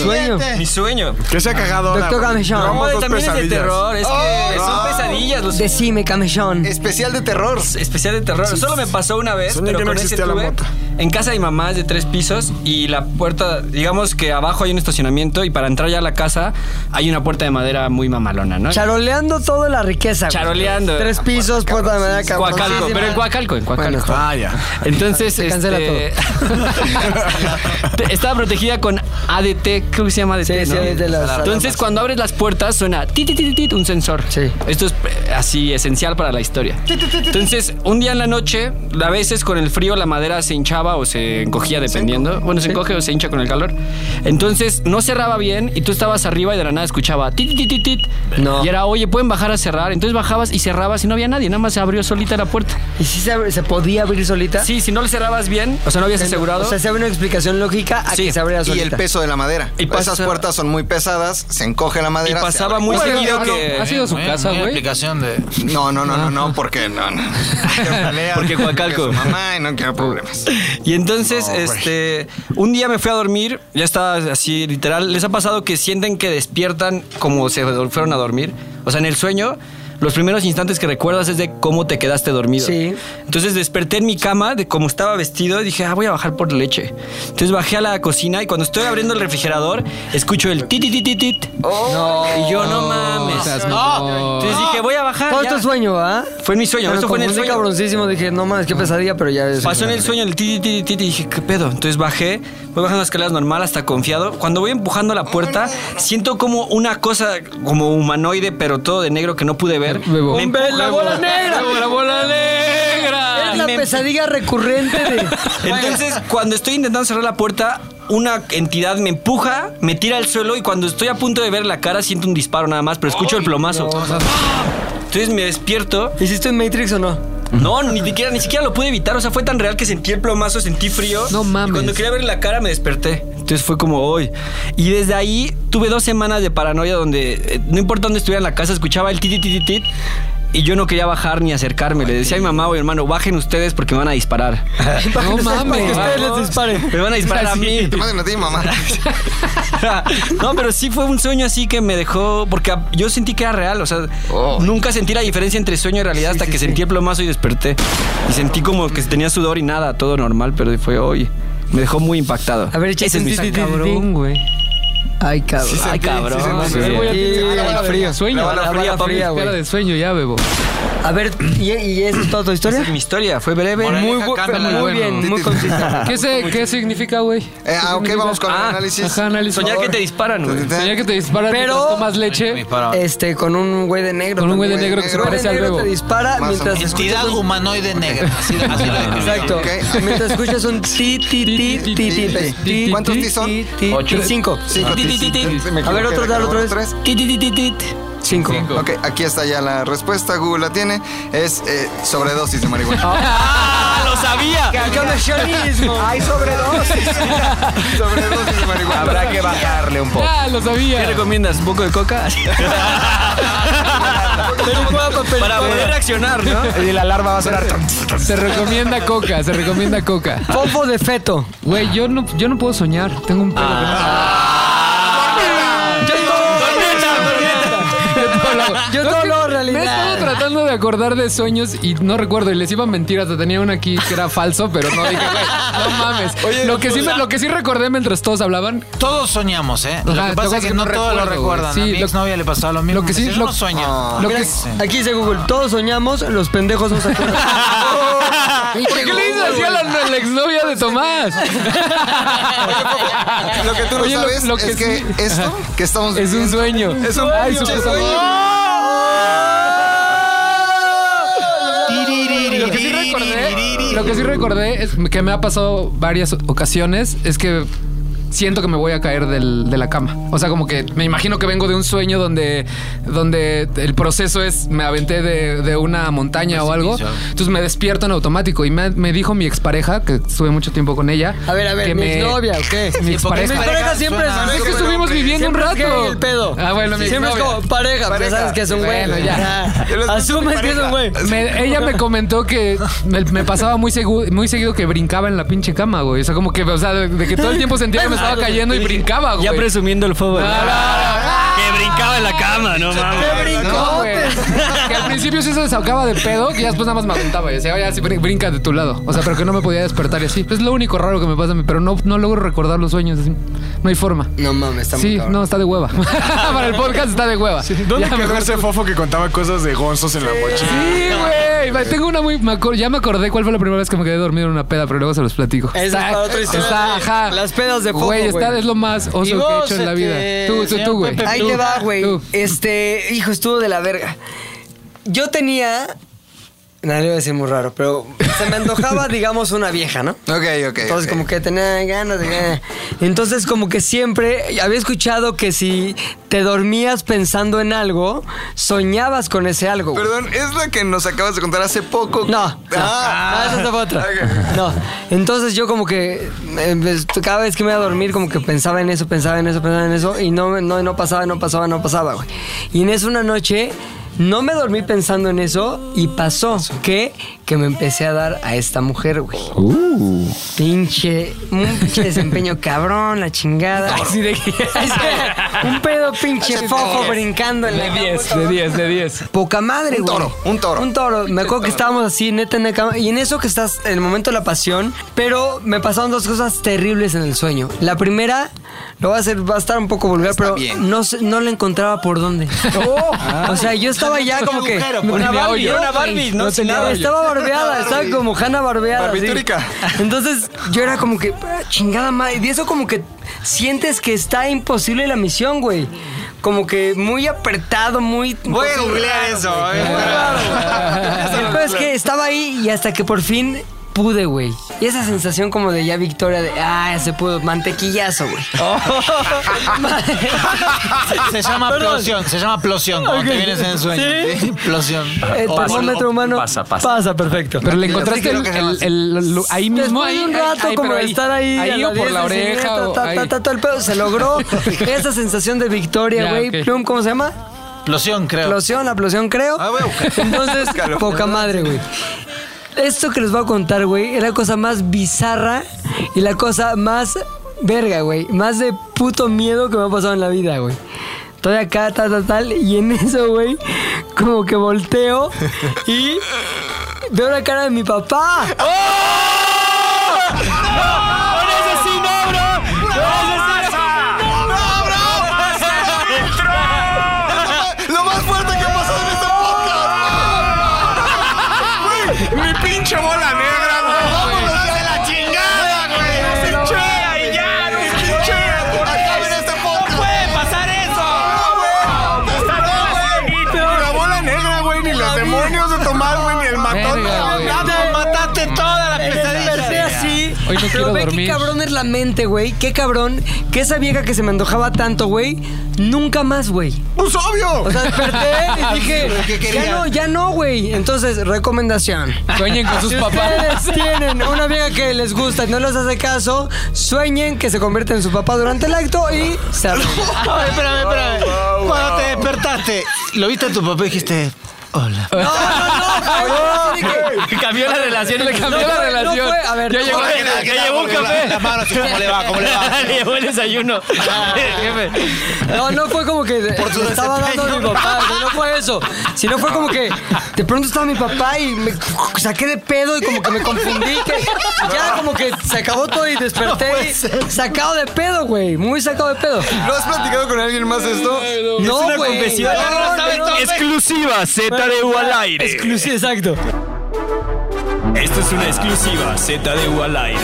[SPEAKER 14] Mi sueño.
[SPEAKER 10] Que se ha cagado ahora.
[SPEAKER 2] Doctor
[SPEAKER 10] güey.
[SPEAKER 2] Gamechón.
[SPEAKER 10] Llevamos
[SPEAKER 14] No,
[SPEAKER 10] dos
[SPEAKER 14] también es de
[SPEAKER 10] pesadillas.
[SPEAKER 14] terror, es que son pesadillas los
[SPEAKER 2] Decime, camellón.
[SPEAKER 7] Especial de terror.
[SPEAKER 14] especial de terror. Solo me pasó una vez,
[SPEAKER 10] Soñé
[SPEAKER 14] pero
[SPEAKER 10] que no
[SPEAKER 14] con ese
[SPEAKER 10] existía la
[SPEAKER 14] tuve.
[SPEAKER 10] mota.
[SPEAKER 14] En casa de mi mamá es de tres pisos y la puerta, digamos que abajo hay un estacionamiento y para entrar ya a la casa hay una puerta de madera muy mamalona, ¿no?
[SPEAKER 2] Charoleando toda la riqueza. güey.
[SPEAKER 14] Ah. Charoleando. eh.
[SPEAKER 2] Tres pisos, pues, puerta de madera, cabrón.
[SPEAKER 14] Coacalco, pero en Coacalco, en Coacalco.
[SPEAKER 2] Bueno,
[SPEAKER 10] Ah, ya.
[SPEAKER 14] Entonces,
[SPEAKER 2] Se cancela
[SPEAKER 14] este, [laughs] te- estaba protegida con ADT, creo que se llama ADT.
[SPEAKER 2] Sí, sí,
[SPEAKER 14] ¿no?
[SPEAKER 2] ADT, las
[SPEAKER 14] Entonces,
[SPEAKER 2] alarmas.
[SPEAKER 14] cuando abres las puertas, suena ti, ti, ti, ti, ti, un sensor.
[SPEAKER 2] Sí.
[SPEAKER 14] Esto es eh, así esencial para la historia. Entonces, un día en la noche, a veces con el frío la madera se hinchaba o se encogía dependiendo. Bueno, se encoge o se hincha con el calor. Entonces, no cerraba bien y tú estabas arriba y de la nada escuchaba tit, tit, tit, tit.
[SPEAKER 2] No.
[SPEAKER 14] Y era, oye, pueden bajar a cerrar. Entonces bajabas y cerrabas y no había nadie, nada más se abrió solita la puerta.
[SPEAKER 2] ¿Y si se, abre- se podía abrir solita?
[SPEAKER 14] Sí, si no le cerrabas bien, o sea, no habías asegurado.
[SPEAKER 2] Eh, O sea, se abre una explicación lógica a
[SPEAKER 14] Sí.
[SPEAKER 2] que se abriera
[SPEAKER 7] Y
[SPEAKER 2] solita.
[SPEAKER 7] el peso de la madera.
[SPEAKER 14] Y pasa-
[SPEAKER 7] Esas puertas son muy pesadas, se encoge la madera.
[SPEAKER 14] Y
[SPEAKER 7] se
[SPEAKER 14] pasaba
[SPEAKER 7] abre. Pues,
[SPEAKER 14] muy
[SPEAKER 7] Bueno,
[SPEAKER 14] seguido que-
[SPEAKER 4] ¿Ha sido su
[SPEAKER 5] Muy-
[SPEAKER 4] casa,
[SPEAKER 5] muy
[SPEAKER 4] güey?
[SPEAKER 5] aplicación de.
[SPEAKER 7] No, no, no, no, no, porque no, no.
[SPEAKER 14] Porque Coacalco.
[SPEAKER 7] Porque su Mamá, y no quiero problemas.
[SPEAKER 14] Y entonces,
[SPEAKER 7] No, güey.
[SPEAKER 14] este, un día me fui a dormir, ya estaba así literal. ¿Les ha pasado que sienten que despiertan como se do- fueron a dormir? O sea, en el sueño, los primeros instantes que recuerdas es de cómo te quedaste dormido.
[SPEAKER 2] Sí.
[SPEAKER 14] Entonces desperté en mi cama de cómo estaba vestido y dije, ah, voy a bajar por leche. Entonces bajé a la cocina y cuando estoy abriendo el refrigerador, escucho el tit, tit, tit, tit, tit. y yo no mames.
[SPEAKER 4] seas mamón.
[SPEAKER 14] Entonces dije, voy a bajar.
[SPEAKER 2] Todo
[SPEAKER 14] ya".
[SPEAKER 2] tu sueño, ¿ah?
[SPEAKER 14] Fue en mi sueño,
[SPEAKER 2] Pero
[SPEAKER 14] esto fue en el
[SPEAKER 2] confundí
[SPEAKER 14] sueño.
[SPEAKER 2] cabroncísimo, dije, no mames, qué pesadilla, pero ya... es-
[SPEAKER 14] Pasó en el sueño el ti, ti, ti, ti, ti, y dije, ¿qué pedo? Entonces bajé, voy bajando las escaleras normal hasta confiado. Cuando voy empujando la puerta, siento como una cosa como humanoide, pero todo de negro que no pude ver.
[SPEAKER 4] Bebo.
[SPEAKER 14] Me empu-
[SPEAKER 2] ¡La bola negra!
[SPEAKER 14] [laughs] ¡La bola negra!
[SPEAKER 2] Es
[SPEAKER 14] Y
[SPEAKER 2] la
[SPEAKER 14] me-
[SPEAKER 2] pesadilla recurrente de...
[SPEAKER 14] [laughs] Entonces, cuando estoy intentando cerrar la puerta, una entidad me empuja, me tira al suelo y cuando estoy a punto de ver la cara siento un disparo nada más, pero escucho el plomazo. Entonces me despierto
[SPEAKER 2] ¿Hiciste un Matrix o no?
[SPEAKER 14] no, ni siquiera, ni siquiera lo pude evitar. O sea, fue tan real que sentí el plomazo, sentí frío.
[SPEAKER 4] No mames.
[SPEAKER 14] Y cuando quería ver la cara me desperté. Entonces fue como hoy. Y desde ahí tuve dos semanas de paranoia donde eh, no importa dónde estuviera en la casa, escuchaba el tit, tit, tit, tit. Y yo no quería bajar ni acercarme. Le decía a mi mamá o mi hermano, bajen ustedes porque me van a disparar.
[SPEAKER 4] [laughs]
[SPEAKER 14] [laughs]
[SPEAKER 4] No mames.
[SPEAKER 14] les disparen. Me van a disparar a mí.
[SPEAKER 7] Te mandan a ti, mamá.
[SPEAKER 14] [laughs] no, pero sí fue un sueño así que me dejó. Porque a- yo sentí que era real. O sea, nunca sentí la diferencia entre sueño y realidad hasta que sentí el plomazo y desperté. Y sentí como que tenía sudor y nada, todo normal, pero fue hoy. Me dejó muy impactado.
[SPEAKER 2] A ver, échate
[SPEAKER 14] Ese es
[SPEAKER 2] un
[SPEAKER 14] mi
[SPEAKER 2] ti, ti, ti, ti, ti.
[SPEAKER 4] Cabrón, güey.
[SPEAKER 2] Ay, cabrón.
[SPEAKER 14] Ay, cabrón.
[SPEAKER 4] Sí,
[SPEAKER 14] güey.
[SPEAKER 2] Sí,
[SPEAKER 4] güey,
[SPEAKER 14] Ah,
[SPEAKER 4] ya tiene
[SPEAKER 2] la
[SPEAKER 4] frío. Sueño.
[SPEAKER 2] La bala
[SPEAKER 4] La
[SPEAKER 2] fría,
[SPEAKER 4] bala fría,
[SPEAKER 2] fría,
[SPEAKER 4] Cara
[SPEAKER 2] güey.
[SPEAKER 4] de sueño ya, bebo.
[SPEAKER 2] A ver, ¿y, y esa es toda tu
[SPEAKER 14] Esa
[SPEAKER 2] historia?
[SPEAKER 14] es mi historia, fue breve.
[SPEAKER 2] Muy, bu-
[SPEAKER 4] cámbiala,
[SPEAKER 2] muy
[SPEAKER 4] bueno.
[SPEAKER 2] bien, muy
[SPEAKER 4] [laughs]
[SPEAKER 2] concisa.
[SPEAKER 4] ¿Qué, se- qué significa, güey?
[SPEAKER 7] Eh, ah, ok, vamos con el
[SPEAKER 14] Ah,
[SPEAKER 7] análisis.
[SPEAKER 4] Ajá, análisis.
[SPEAKER 14] Soñar que te disparan, güey.
[SPEAKER 4] Soñar que te disparan
[SPEAKER 2] Pero-
[SPEAKER 4] mientras tomas leche.
[SPEAKER 2] Este, con un güey de negro.
[SPEAKER 4] Con un güey de
[SPEAKER 2] también.
[SPEAKER 4] negro que se
[SPEAKER 2] Un güey
[SPEAKER 4] parece
[SPEAKER 2] de
[SPEAKER 4] al
[SPEAKER 2] negro
[SPEAKER 4] bebo.
[SPEAKER 2] te dispara
[SPEAKER 7] Más o
[SPEAKER 2] mientras
[SPEAKER 7] menos.
[SPEAKER 2] escuchas
[SPEAKER 5] Entidad
[SPEAKER 2] un...
[SPEAKER 5] humanoide negra. Así, así lo describió.
[SPEAKER 2] Exacto.
[SPEAKER 7] Ok.
[SPEAKER 2] Mientras escuchas un ti, ti, ti, ti, ti, ti, ti.
[SPEAKER 7] ¿Cuántos ti son?
[SPEAKER 2] Ti, ti,
[SPEAKER 7] Ocho.
[SPEAKER 2] Cinco.
[SPEAKER 7] Cinco
[SPEAKER 14] Ti, ti, ti, ti.
[SPEAKER 7] tis. Me
[SPEAKER 2] A ver, otro,
[SPEAKER 7] equivoqué,
[SPEAKER 2] dale,
[SPEAKER 7] acabo
[SPEAKER 2] otra
[SPEAKER 7] de
[SPEAKER 2] vez.
[SPEAKER 7] tres.
[SPEAKER 14] Tit, tit, tit, tit.
[SPEAKER 2] Cinco.
[SPEAKER 7] Ok, aquí está ya la respuesta. Google la tiene. Es eh, sobredosis de marihuana.
[SPEAKER 2] [laughs]
[SPEAKER 14] ¡Ah! ¡Lo sabía!
[SPEAKER 7] Hay sobredosis. sobredosis de marihuana.
[SPEAKER 1] Habrá que bajarle un poco.
[SPEAKER 4] Ah, lo
[SPEAKER 14] ¿Qué
[SPEAKER 4] sabía.
[SPEAKER 14] recomiendas? ¿Un poco de coca? Para poder reaccionar, ¿no?
[SPEAKER 1] Y la alarma va a sonar.
[SPEAKER 4] Se recomienda coca, se recomienda coca.
[SPEAKER 2] [laughs] Fofo de feto.
[SPEAKER 4] Güey, yo no, yo no puedo soñar. Tengo un pedo. con eso. Ah.
[SPEAKER 2] Yo todo lo realidad.
[SPEAKER 4] Me he estado tratando de de acordar de sueños y no recuerdo. Y les iba a mentir, hasta tenía uno aquí que era falso, pero no dije, güey, no mames. lo, que sí, me- lo que sí recordé mientras todos hablaban.
[SPEAKER 5] Todos soñamos, ¿eh? Lo
[SPEAKER 4] Ajá,
[SPEAKER 5] que pasa
[SPEAKER 4] tengo
[SPEAKER 5] es que no todos lo
[SPEAKER 4] recuerdo, güey.
[SPEAKER 5] recuerdan.
[SPEAKER 4] Sí,
[SPEAKER 5] a mi
[SPEAKER 4] lo-
[SPEAKER 5] exnovia le pasaba lo mismo.
[SPEAKER 4] lo
[SPEAKER 5] me
[SPEAKER 4] que sí-
[SPEAKER 5] decía, "Yo
[SPEAKER 4] lo- Ah.
[SPEAKER 5] no sueño.
[SPEAKER 4] lo que
[SPEAKER 2] Mira, Aquí dice Google, todos soñamos, los pendejos no se acuerdan. [laughs]
[SPEAKER 4] Ah, ¿Por qué le dices así a la, a la exnovia de [laughs] Tomás?
[SPEAKER 7] Lo que tú no
[SPEAKER 4] Oye, lo-
[SPEAKER 7] sabes
[SPEAKER 4] lo
[SPEAKER 7] es que
[SPEAKER 4] sí-
[SPEAKER 7] esto que estamos
[SPEAKER 4] Es un
[SPEAKER 7] viviendo
[SPEAKER 4] sueño.
[SPEAKER 7] es un
[SPEAKER 4] Ay,
[SPEAKER 7] pinche
[SPEAKER 4] súper
[SPEAKER 7] sueño.
[SPEAKER 4] Lo que sí recordé- lo que sí recordé es que me ha pasado varias ocasiones es que siento que me voy a caer del- de la cama. O sea, como que me imagino que vengo de un sueño donde, donde el proceso es me aventé de, de una montaña o algo. Entonces me despierto en automático y me, me dijo mi expareja, que estuve mucho tiempo con ella.
[SPEAKER 2] A ver, a ver,
[SPEAKER 4] que
[SPEAKER 2] mi
[SPEAKER 4] me-
[SPEAKER 2] exnovia, ¿o qué? Sí,
[SPEAKER 4] Mi
[SPEAKER 2] porque
[SPEAKER 4] expareja.
[SPEAKER 2] Mi pareja siempre
[SPEAKER 4] Suena-
[SPEAKER 2] es...
[SPEAKER 4] Es que estuvimos viviendo un
[SPEAKER 2] Siempre es
[SPEAKER 4] rato.
[SPEAKER 2] gay el pedo.
[SPEAKER 4] Ah, bueno, mi
[SPEAKER 2] Siempre es
[SPEAKER 4] exnovia.
[SPEAKER 2] como pareja, pero sabes que es un güey.
[SPEAKER 4] Bueno, ya.
[SPEAKER 2] Yo les- Asumes que es un güey.
[SPEAKER 4] Me- ella me comentó que me, me pasaba muy, segu- muy seguido que brincaba en la pinche cama, güey. O sea, como que, o sea, de, de que todo el tiempo sentía que me estaba cayendo y brincaba, güey.
[SPEAKER 14] Ya presumiendo el fútbol.
[SPEAKER 4] Que brincaba en la cama, no mames. Que al principio sí se desahogaba de pedo, que ya después nada más me aventaba y decía, oye, así brin- brinca de tu lado. O sea, pero que no me podía despertar y así. Es lo único raro que me pasa a mí, pero no, no logro recordar los sueños. así. No hay forma.
[SPEAKER 2] No mames, está muy
[SPEAKER 4] Sí,
[SPEAKER 2] cabrón.
[SPEAKER 4] no, está de hueva. [laughs] Para el podcast está de hueva.
[SPEAKER 10] ¿Dónde
[SPEAKER 4] Ya,
[SPEAKER 10] quedó
[SPEAKER 4] mejor
[SPEAKER 10] ese fofo que contaba cosas de gonzos en la mochila?
[SPEAKER 4] Sí, güey. Me- Tengo una muy. me acor- ya me acordé cuál fue la primera vez que me quedé dormido en una peda, pero luego se los platico.
[SPEAKER 2] Esa es para otra historia.
[SPEAKER 4] Está, ajá.
[SPEAKER 2] Las pedas de fofo,
[SPEAKER 4] Güey, está
[SPEAKER 2] güey. este,
[SPEAKER 4] es lo más oso que he hecho en la vida. Tú, tú, tú, güey.
[SPEAKER 2] Ahí
[SPEAKER 4] Tú.
[SPEAKER 2] te va, güey.
[SPEAKER 4] Tú.
[SPEAKER 2] Este, hijo, estuvo de la verga. Yo tenía. Nadie iba a decir muy raro, pero se me antojaba, [laughs] digamos, una vieja, ¿no?
[SPEAKER 7] Ok, ok.
[SPEAKER 2] Entonces, como que tenía ganas de. Entonces, como que siempre había escuchado que si te dormías pensando en algo, soñabas con ese algo. güey.
[SPEAKER 7] Perdón, es la que nos acabas de contar hace poco.
[SPEAKER 2] No. Ah, esa fue otra. No. Entonces yo como que eh, pues, cada vez que me iba a dormir como que pensaba en eso, pensaba en eso, pensaba en eso y no, no, no pasaba, no pasaba, no pasaba, güey. Y en eso una noche no me dormí pensando en eso y pasó que que me empecé a dar a esta mujer, güey. Pinche, un pinche desempeño cabrón, la chingada. Así de que- [laughs] un pedo pinche fofo brincando en la
[SPEAKER 4] De
[SPEAKER 2] cama,
[SPEAKER 4] 10, de
[SPEAKER 2] cabrón.
[SPEAKER 4] 10, de 10.
[SPEAKER 2] Poca madre,
[SPEAKER 4] Un
[SPEAKER 2] güey.
[SPEAKER 4] toro, un toro.
[SPEAKER 2] Un toro. Me acuerdo que estábamos así, neta, en la cama. Y en eso que estás, en el momento de la pasión. Pero me pasaron dos cosas terribles en el sueño. La primera, lo va a hacer, va a estar un poco vulgar, pero no sé- no le encontraba por dónde. o sea, yo estaba ya como que.
[SPEAKER 14] agujero, por
[SPEAKER 2] Una
[SPEAKER 14] ahí.
[SPEAKER 2] Barbie,
[SPEAKER 14] Una
[SPEAKER 2] ¿no?
[SPEAKER 14] Barbie, no tenía
[SPEAKER 2] tenía-
[SPEAKER 14] hoyo.
[SPEAKER 2] Estaba barbeada, estaba como Hanna barbeada. así.
[SPEAKER 7] Barbitúrica.
[SPEAKER 2] Entonces, yo era como que, "Ah, chingada madre. Y eso como que sientes que está imposible la misión, güey. Como que muy apretado, muy...
[SPEAKER 3] Voy a googlear eso, eh. a ver.
[SPEAKER 2] El peor es que estaba ahí y hasta que por fin pude, güey. Y esa sensación como de ya victoria, de, ah, ya se pudo, mantequillazo,
[SPEAKER 5] [laughs]
[SPEAKER 2] güey.
[SPEAKER 5] Oh. Se llama
[SPEAKER 2] Perdón.
[SPEAKER 5] plosión, se llama plosión cuando
[SPEAKER 2] Ok.
[SPEAKER 5] te vienes en el sueño.
[SPEAKER 2] ¿Sí?
[SPEAKER 5] ¿sí? Plosión.
[SPEAKER 2] [laughs]
[SPEAKER 4] Eh,
[SPEAKER 2] El
[SPEAKER 5] O-
[SPEAKER 2] termómetro
[SPEAKER 5] o-
[SPEAKER 2] humano
[SPEAKER 5] Oh, pasa, pasa.
[SPEAKER 2] perfecto.
[SPEAKER 4] Pero le
[SPEAKER 5] Sí,
[SPEAKER 4] encontraste
[SPEAKER 5] creo
[SPEAKER 4] el,
[SPEAKER 5] que se llama
[SPEAKER 4] el-
[SPEAKER 5] así.
[SPEAKER 4] el- lo- ahí mismo,
[SPEAKER 2] Después
[SPEAKER 4] ahí.
[SPEAKER 2] de un rato
[SPEAKER 4] ahí,
[SPEAKER 2] como
[SPEAKER 4] pero
[SPEAKER 2] de estar ahí, a
[SPEAKER 4] Ahí o por
[SPEAKER 2] diestra,
[SPEAKER 4] la oreja.
[SPEAKER 2] siniestra,
[SPEAKER 4] o
[SPEAKER 2] ta, ta,
[SPEAKER 4] ahí.
[SPEAKER 2] ta, ta, todo el pedo. se logró
[SPEAKER 4] [laughs]
[SPEAKER 2] esa sensación de victoria,
[SPEAKER 5] Ya,
[SPEAKER 2] güey.
[SPEAKER 5] ok.
[SPEAKER 2] Plum, ¿cómo se llama?
[SPEAKER 5] Plosión, creo.
[SPEAKER 2] Plosión, la plosión, creo.
[SPEAKER 5] Ah, voy a buscar.
[SPEAKER 2] Entonces,
[SPEAKER 5] [laughs] Búscalo.
[SPEAKER 2] poca madre, güey. Esto que les voy a contar, güey, es la cosa más bizarra y la cosa más verga, güey. Más de puto miedo que me ha pasado en la vida, güey. Estoy acá, tal, tal, tal, y en eso, güey, como que volteo y veo la cara de mi papá.
[SPEAKER 3] ¡Lo más fuerte que ha pasado en este podcast! ¡Mi pinche bola negra, güey! ¡Vámonos de la chingada, güey! ¡Pinchea y ya! ¡No pinchea! ¡Acaben este podcast! ¡No puede pasar eso! ¡No, güey! ¡Está
[SPEAKER 10] Ni la bola negra, güey, ni los demonios de Tomás, güey, ni el matón.
[SPEAKER 3] Verga, güey.
[SPEAKER 10] Nada,
[SPEAKER 5] mataste toda la
[SPEAKER 2] Me desperté
[SPEAKER 10] pesadilla.
[SPEAKER 2] así.
[SPEAKER 10] Hoy no
[SPEAKER 2] pero
[SPEAKER 10] quiero
[SPEAKER 2] ve
[SPEAKER 10] dormir.
[SPEAKER 2] qué cabrón es la mente, güey. Qué cabrón. Que esa vieja que se me antojaba tanto, güey, nunca más, güey.
[SPEAKER 10] ¡Pues obvio!
[SPEAKER 2] O sea, desperté y dije,
[SPEAKER 3] ¿Pero qué quería?
[SPEAKER 2] ya no, ya no, güey. Entonces, recomendación.
[SPEAKER 3] Sueñen con sus
[SPEAKER 2] Si
[SPEAKER 3] papás.
[SPEAKER 2] ustedes tienen una vieja que les gusta y no les hace caso, sueñen que se convierte en su papá durante el acto y se
[SPEAKER 5] A ver, espérame, espérame. Cuando te despertaste, lo viste a tu papá y dijiste. Hola.
[SPEAKER 2] No, no, no, güey, yo así de que-
[SPEAKER 9] cambió la relación.
[SPEAKER 4] Le cambió
[SPEAKER 9] No,
[SPEAKER 4] la
[SPEAKER 9] no
[SPEAKER 4] relación.
[SPEAKER 9] fue- a ver,
[SPEAKER 4] ya
[SPEAKER 9] no
[SPEAKER 4] llegó,
[SPEAKER 9] fue-
[SPEAKER 4] ya
[SPEAKER 9] Ah, que
[SPEAKER 4] llegó
[SPEAKER 9] llevó un
[SPEAKER 4] con la-
[SPEAKER 9] café.
[SPEAKER 4] la mano así, ¿cómo le va? ¿Cómo
[SPEAKER 5] [laughs]
[SPEAKER 4] le va?
[SPEAKER 9] Le llevó el desayuno. Jefe.
[SPEAKER 2] No, no fue como que
[SPEAKER 9] Por su
[SPEAKER 2] le estaba
[SPEAKER 9] desempeño.
[SPEAKER 2] dando a mi papá, o sea, no fue eso. Sino fue como que de pronto estaba mi papá y me saqué de pedo y como que me confundí. Que ya como que se acabó todo y desperté sacado de pedo, güey. Muy sacado de pedo.
[SPEAKER 7] ¿Lo has platicado con alguien más esto?
[SPEAKER 2] No, güey. Oh, No, no, no.
[SPEAKER 14] Exclusiva Z de U al aire. Exclusiva,
[SPEAKER 2] exacto.
[SPEAKER 14] Esto es una exclusiva Z de U al aire.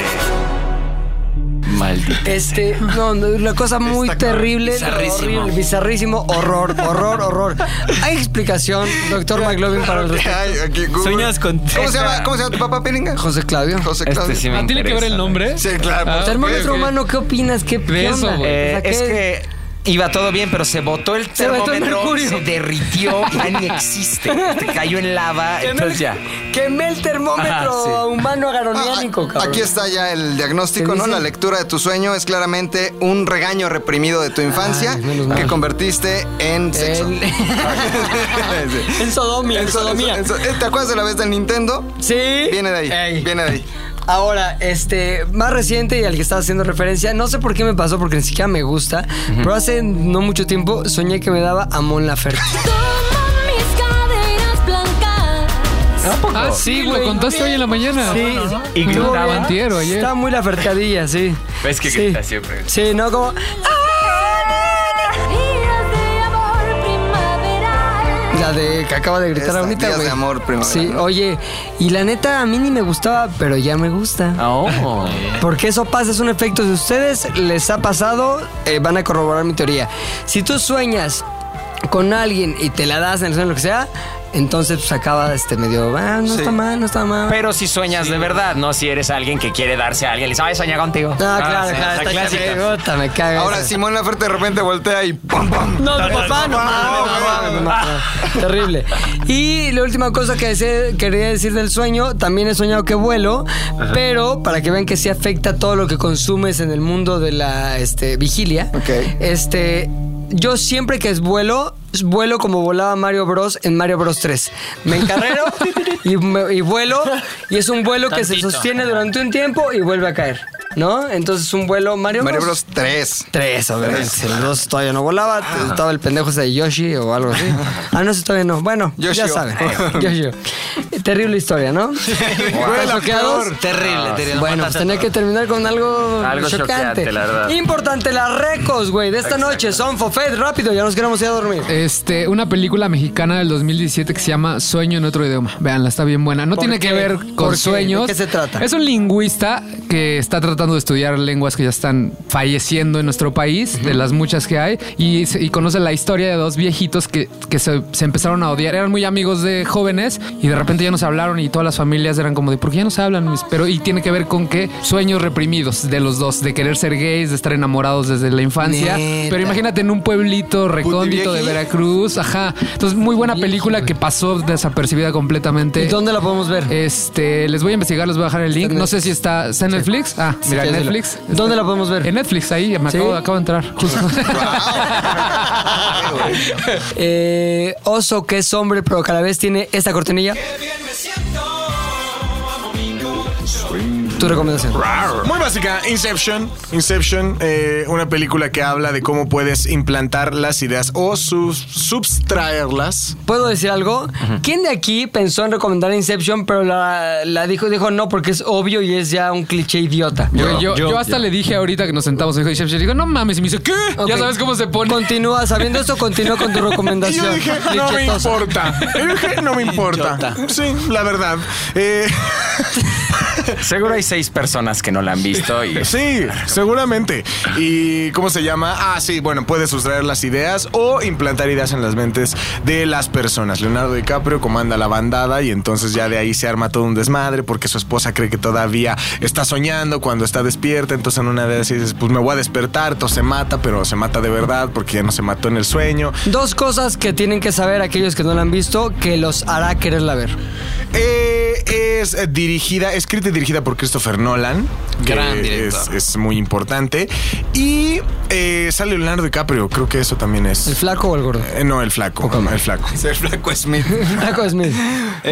[SPEAKER 14] Maldito.
[SPEAKER 2] Este, no, no, una cosa muy terrible,
[SPEAKER 14] bizarrísimo.
[SPEAKER 2] horrible, bizarrísimo, horror, horror, horror. ¿Hay explicación, doctor McLovin, para el respecto?
[SPEAKER 14] Sueñas con...
[SPEAKER 7] ¿Cómo se llama, cómo se llama tu papá, Piringa?
[SPEAKER 2] José Este Claudio.
[SPEAKER 7] José Claudio.
[SPEAKER 1] Este
[SPEAKER 4] Ah, ¿Tiene que ver el nombre?
[SPEAKER 7] Sí, claro.
[SPEAKER 4] Ah,
[SPEAKER 2] Tu hermano es
[SPEAKER 4] ok, ok.
[SPEAKER 2] romano, ¿qué opinas? ¿Qué
[SPEAKER 4] De eso,
[SPEAKER 2] piensas?
[SPEAKER 4] güey.
[SPEAKER 1] Eh, es que iba todo bien, pero se botó el
[SPEAKER 2] Se botó el
[SPEAKER 1] termómetro,
[SPEAKER 2] mercurio.
[SPEAKER 1] se, derritió, ya ni existe. Te cayó en lava,
[SPEAKER 2] Quemé el-
[SPEAKER 1] entonces
[SPEAKER 2] [laughs]
[SPEAKER 1] ya.
[SPEAKER 2] Quemé el termómetro
[SPEAKER 1] Ajá,
[SPEAKER 7] Ah,
[SPEAKER 1] sí.
[SPEAKER 2] humano agaroniánico, cabrón.
[SPEAKER 7] Aquí está ya el diagnóstico,
[SPEAKER 2] ¿Te
[SPEAKER 7] ¿no?
[SPEAKER 2] dice?
[SPEAKER 7] La lectura de tu sueño es claramente un regaño reprimido de tu infancia que convertiste
[SPEAKER 2] [laughs]
[SPEAKER 7] en sexo. Sí.
[SPEAKER 2] En sodomía, en
[SPEAKER 7] so-
[SPEAKER 2] sodomía.
[SPEAKER 7] en so- en so- ¿Te acuerdas de la vez del Nintendo?
[SPEAKER 2] Sí.
[SPEAKER 7] Viene de ahí. Viene de ahí.
[SPEAKER 2] Ahora, este, más reciente y al que estaba haciendo referencia, no sé por qué me pasó, porque ni siquiera me gusta, pero hace no mucho tiempo soñé que me daba Amon Laferte.
[SPEAKER 3] Mis caderas blancas.
[SPEAKER 4] Ah, sí, güey. Contaste hoy en la mañana.
[SPEAKER 2] Sí.
[SPEAKER 4] Y
[SPEAKER 2] Estuvo
[SPEAKER 4] gritaban.
[SPEAKER 2] bien.
[SPEAKER 4] Antier o ayer.
[SPEAKER 2] Estaba muy la fercadilla, sí.
[SPEAKER 13] Ves que
[SPEAKER 2] Sí.
[SPEAKER 13] grita siempre.
[SPEAKER 2] Sí, no como. "Ah,
[SPEAKER 3] Días de amor primaveral.
[SPEAKER 2] La de que acaba de gritar
[SPEAKER 7] Esta,
[SPEAKER 2] ahorita,
[SPEAKER 7] Días
[SPEAKER 2] güey.
[SPEAKER 7] de amor primavera,
[SPEAKER 2] Sí,
[SPEAKER 7] ¿no?
[SPEAKER 2] oye, y la neta a mí ni me gustaba, pero ya me gusta.
[SPEAKER 1] Ah.
[SPEAKER 2] Porque eso pasa, es un efecto. Si ustedes les ha pasado, eh, van a corroborar mi teoría. Si tú sueñas con alguien y te la das en el sueño, lo que sea, entonces pues acaba este medio, ah, no
[SPEAKER 1] Sí.
[SPEAKER 2] está mal, no está mal.
[SPEAKER 1] Pero si sueñas de verdad, no si eres alguien que quiere darse a alguien. Le dices, ay, soñé contigo. Ah,
[SPEAKER 2] Ah, claro,
[SPEAKER 1] sí,
[SPEAKER 2] claro,
[SPEAKER 1] la
[SPEAKER 2] está
[SPEAKER 1] clásica.
[SPEAKER 2] clásica. Puta, me cago.
[SPEAKER 7] Ahora
[SPEAKER 2] Esa.
[SPEAKER 7] Simón Laferte de repente voltea y ¡pam, pam!
[SPEAKER 2] No, tu papá, no mames, no mames, no mames. Terrible. Y la última cosa que desee- quería decir del sueño, también he soñado que vuelo, pero para que vean que sí afecta todo lo que consumes en el mundo de la este, vigilia. Este, yo siempre que es vuelo, vuelo como volaba Mario Bros en Mario Bros 3. Me [laughs] encarrero y, me- y vuelo, y es un vuelo que se
[SPEAKER 1] Tantito.
[SPEAKER 2] sostiene durante un tiempo y vuelve a caer. ¿No? Entonces un vuelo Mario Bros.
[SPEAKER 7] Mario Bros 3.
[SPEAKER 2] 3, obviamente. El 2 todavía no volaba.
[SPEAKER 11] Ah.
[SPEAKER 2] Estaba el pendejo ese de Yoshi o
[SPEAKER 11] [laughs]
[SPEAKER 2] algo así. Ah, no, ese todavía no. Bueno, ya
[SPEAKER 7] Yoshio.
[SPEAKER 2] saben. Yoshio. Terrible historia, ¿no? ¿Están choqueados?
[SPEAKER 11] Terrible, terrible.
[SPEAKER 2] Bueno, pues tenía que terminar con algo,
[SPEAKER 11] Algo
[SPEAKER 2] chocante.
[SPEAKER 11] choqueante, la verdad.
[SPEAKER 2] Importante, las recos, güey, de esta noche son Fofet. Rápido, ya nos queremos ir a dormir.
[SPEAKER 4] Este, una película mexicana del 2017 que se llama Sueño en otro idioma. Veanla, está bien buena. No
[SPEAKER 2] ¿Por
[SPEAKER 4] tiene
[SPEAKER 2] qué?
[SPEAKER 4] que ver
[SPEAKER 2] ¿Por
[SPEAKER 4] con
[SPEAKER 2] qué?
[SPEAKER 4] sueños.
[SPEAKER 2] ¿De qué se trata?
[SPEAKER 4] Es un lingüista que está tratando de estudiar lenguas que ya están falleciendo en nuestro país, de las muchas que hay, y, se- y conoce la historia de dos viejitos que, que se, se empezaron a odiar. Eran muy amigos de jóvenes y de repente ya nos hablaron y todas las familias eran como de, ¿por qué ya nos hablan? mis-?" Pero, y tiene que ver con que sueños reprimidos de los dos, de querer ser gays, de estar enamorados desde la infancia.
[SPEAKER 2] Neta.
[SPEAKER 4] Pero imagínate en un pueblito recóndito de
[SPEAKER 2] Putivieji.
[SPEAKER 4] Veracruz, ajá. Entonces, muy buena película que pasó desapercibida completamente.
[SPEAKER 2] ¿Y dónde la podemos ver?
[SPEAKER 4] Este, les voy a investigar, les voy a dejar el link. No sé si está, ¿está en Netflix. Ah,
[SPEAKER 2] Sí,
[SPEAKER 4] mira, en
[SPEAKER 2] quédesela.
[SPEAKER 4] Netflix.
[SPEAKER 2] ¿Dónde la podemos ver?
[SPEAKER 4] En Netflix, ahí, me
[SPEAKER 2] ¿Sí?
[SPEAKER 4] acabo, acabo de entrar. [laughs] Justo.
[SPEAKER 10] [laughs]
[SPEAKER 2] Eh, oso que es hombre, pero cada vez tiene esta cortinilla. Tu recomendación.
[SPEAKER 10] Muy básica, Inception. Inception, eh, una película que habla de cómo puedes implantar las ideas o sus- subtraerlas.
[SPEAKER 2] ¿Puedo decir algo? ¿Quién de aquí pensó en recomendar Inception, pero la, la dijo dijo no porque es obvio y es ya un cliché idiota?
[SPEAKER 4] Yo, yo- yo hasta le dije ahorita que nos sentamos, me dijo, "Chef, chef", digo, no mames, y me dice, ¿qué?
[SPEAKER 2] Ok.
[SPEAKER 4] Ya sabes cómo se pone.
[SPEAKER 2] Continúa, sabiendo esto, continúa con tu
[SPEAKER 10] [laughs] Y
[SPEAKER 2] recomendación.
[SPEAKER 10] yo dije, no me
[SPEAKER 2] Clichetosa.
[SPEAKER 10] importa. Yo dije, no me importa. Sí, la verdad. Eh, [laughs]
[SPEAKER 1] Seguro hay seis personas que no la han visto y [laughs]
[SPEAKER 10] [laughs] sí, seguramente. ¿Y cómo se llama? Ah, sí, bueno, puedes sustraer las ideas o implantar ideas en las mentes de las personas. Leonardo DiCaprio comanda la bandada y entonces ya de ahí se arma todo un desmadre porque su esposa cree que todavía está soñando cuando está despierta. Entonces en una de esas dices, pues me voy a despertar, entonces se mata, pero se mata de verdad porque ya no se mató en el sueño.
[SPEAKER 2] Dos cosas que tienen que saber aquellos que no la han visto que los hará quererla ver.
[SPEAKER 10] Eh, es eh, dirigida, escrita y dirigida por Christopher Nolan. que
[SPEAKER 3] Gran director.
[SPEAKER 10] Es, es muy importante. Y eh, sale Leonardo DiCaprio, creo que eso también es. ¿El
[SPEAKER 2] flaco o el gordo?
[SPEAKER 10] no, el flaco. El flaco.
[SPEAKER 7] El flaco Smith.
[SPEAKER 2] Flaco Smith.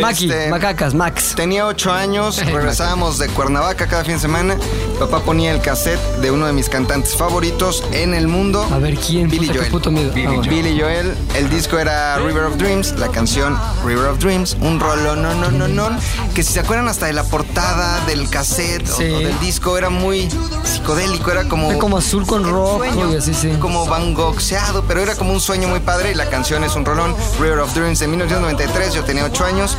[SPEAKER 2] Maki,
[SPEAKER 7] Este,
[SPEAKER 2] macacas, Max.
[SPEAKER 7] Tenía ocho años,
[SPEAKER 2] [laughs]
[SPEAKER 7] regresábamos de Cuernavaca cada fin de semana. Papá ponía el cassette de uno de mis cantantes favoritos en el mundo. A ver quién. Billy
[SPEAKER 2] Puta, qué
[SPEAKER 7] Joel.
[SPEAKER 2] puto miedo.
[SPEAKER 7] Billy,
[SPEAKER 2] Ah, bueno.
[SPEAKER 7] Joel. El disco era River of Dreams, la canción River of Dreams, un rollo no no no no que si se acuerdan hasta de la portada del cassette o- o, del disco era muy psicodélico, era como
[SPEAKER 2] Era como azul con rojo y así, sí.
[SPEAKER 7] como Van Goghseado, pero era como un sueño muy padre y la canción es un rolón River of Dreams de 1993, yo tenía ocho años.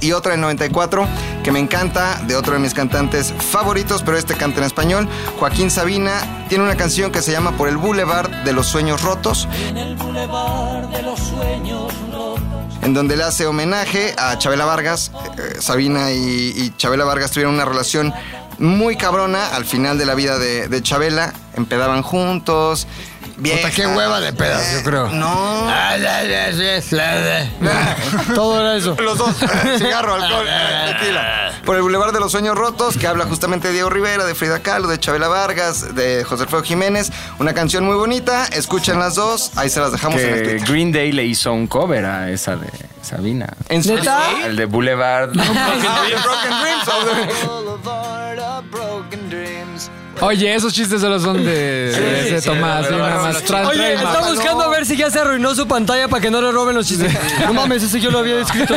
[SPEAKER 7] y otra del 94 que me encanta, de otro de mis cantantes favoritos, pero este canta en español, Joaquín Sabina, tiene una canción que se llama Por el Boulevard de los Sueños Rotos, en donde le hace homenaje a Chabela Vargas. Eh, Sabina y, y Chabela Vargas tuvieron una relación muy cabrona al final de la vida de, de Chabela, empedaban juntos. Vieja, qué hueva de pedas, yo creo. No.
[SPEAKER 4] eh,
[SPEAKER 2] Todo era eso.
[SPEAKER 7] Los dos. eh, [laughs] Cigarro, alcohol, eh, tequila. Por el Boulevard de los Sueños Rotos, que habla justamente de Diego Rivera, de Frida Kahlo, de Chabela Vargas, de José Alfredo Jiménez. Una canción muy bonita. Escuchen las dos. Ahí se las dejamos en el
[SPEAKER 13] Que
[SPEAKER 7] Twitter.
[SPEAKER 13] Green Day le hizo un cover a esa de Sabina.
[SPEAKER 7] ¿En serio?
[SPEAKER 1] Ah,
[SPEAKER 7] ¿Neta?
[SPEAKER 13] El de Boulevard.
[SPEAKER 1] [laughs]
[SPEAKER 7] [laughs]
[SPEAKER 4] Oye, esos chistes solo son de, de ese Tomás. sí, nada más. Tran-
[SPEAKER 2] Oye,
[SPEAKER 4] trademark.
[SPEAKER 2] está buscando a ver si ya se arruinó su pantalla para que no le roben los chistes. No mames, ese yo lo había escrito.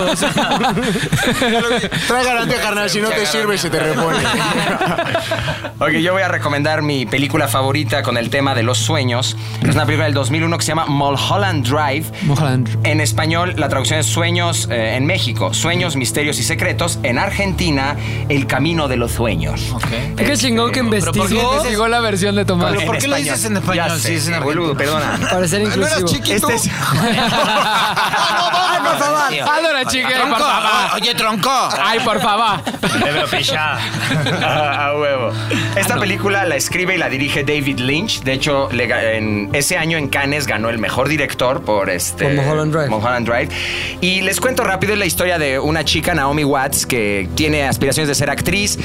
[SPEAKER 10] Trae garantía, carnal, si no te sirve, se
[SPEAKER 3] [laughs]
[SPEAKER 10] te repone.
[SPEAKER 1] Ok, yo voy a recomendar mi película favorita con el tema de los sueños. Es una película del 2001 que se llama Mulholland Drive. En español, la traducción es Sueños eh, en México. Sueños, misterios y secretos. En Argentina, El camino de los sueños.
[SPEAKER 4] Es que chingón que investigó. Llegó la versión de Tomás.
[SPEAKER 1] Pero ¿por qué lo dices en español?
[SPEAKER 4] Ya
[SPEAKER 1] Sí,
[SPEAKER 4] sé,
[SPEAKER 1] es en argentino.
[SPEAKER 4] boludo, perdona.
[SPEAKER 1] [laughs] Para ser
[SPEAKER 4] inclusivo.
[SPEAKER 1] inclusivo. Este [laughs] es-
[SPEAKER 4] por favor. Adora, chica, por favor.
[SPEAKER 5] Oye, tronco.
[SPEAKER 4] Ay, por favor.
[SPEAKER 1] [laughs] Debe pichar. A huevo. Esta película la escribe y la dirige David Lynch. De hecho, le ga- en ese año en Cannes ganó el mejor director por este.
[SPEAKER 2] Por Mulholland Drive.
[SPEAKER 1] Mulholland Drive. Y les cuento rápido la historia de una chica, Naomi Watts, que tiene aspiraciones de ser actriz.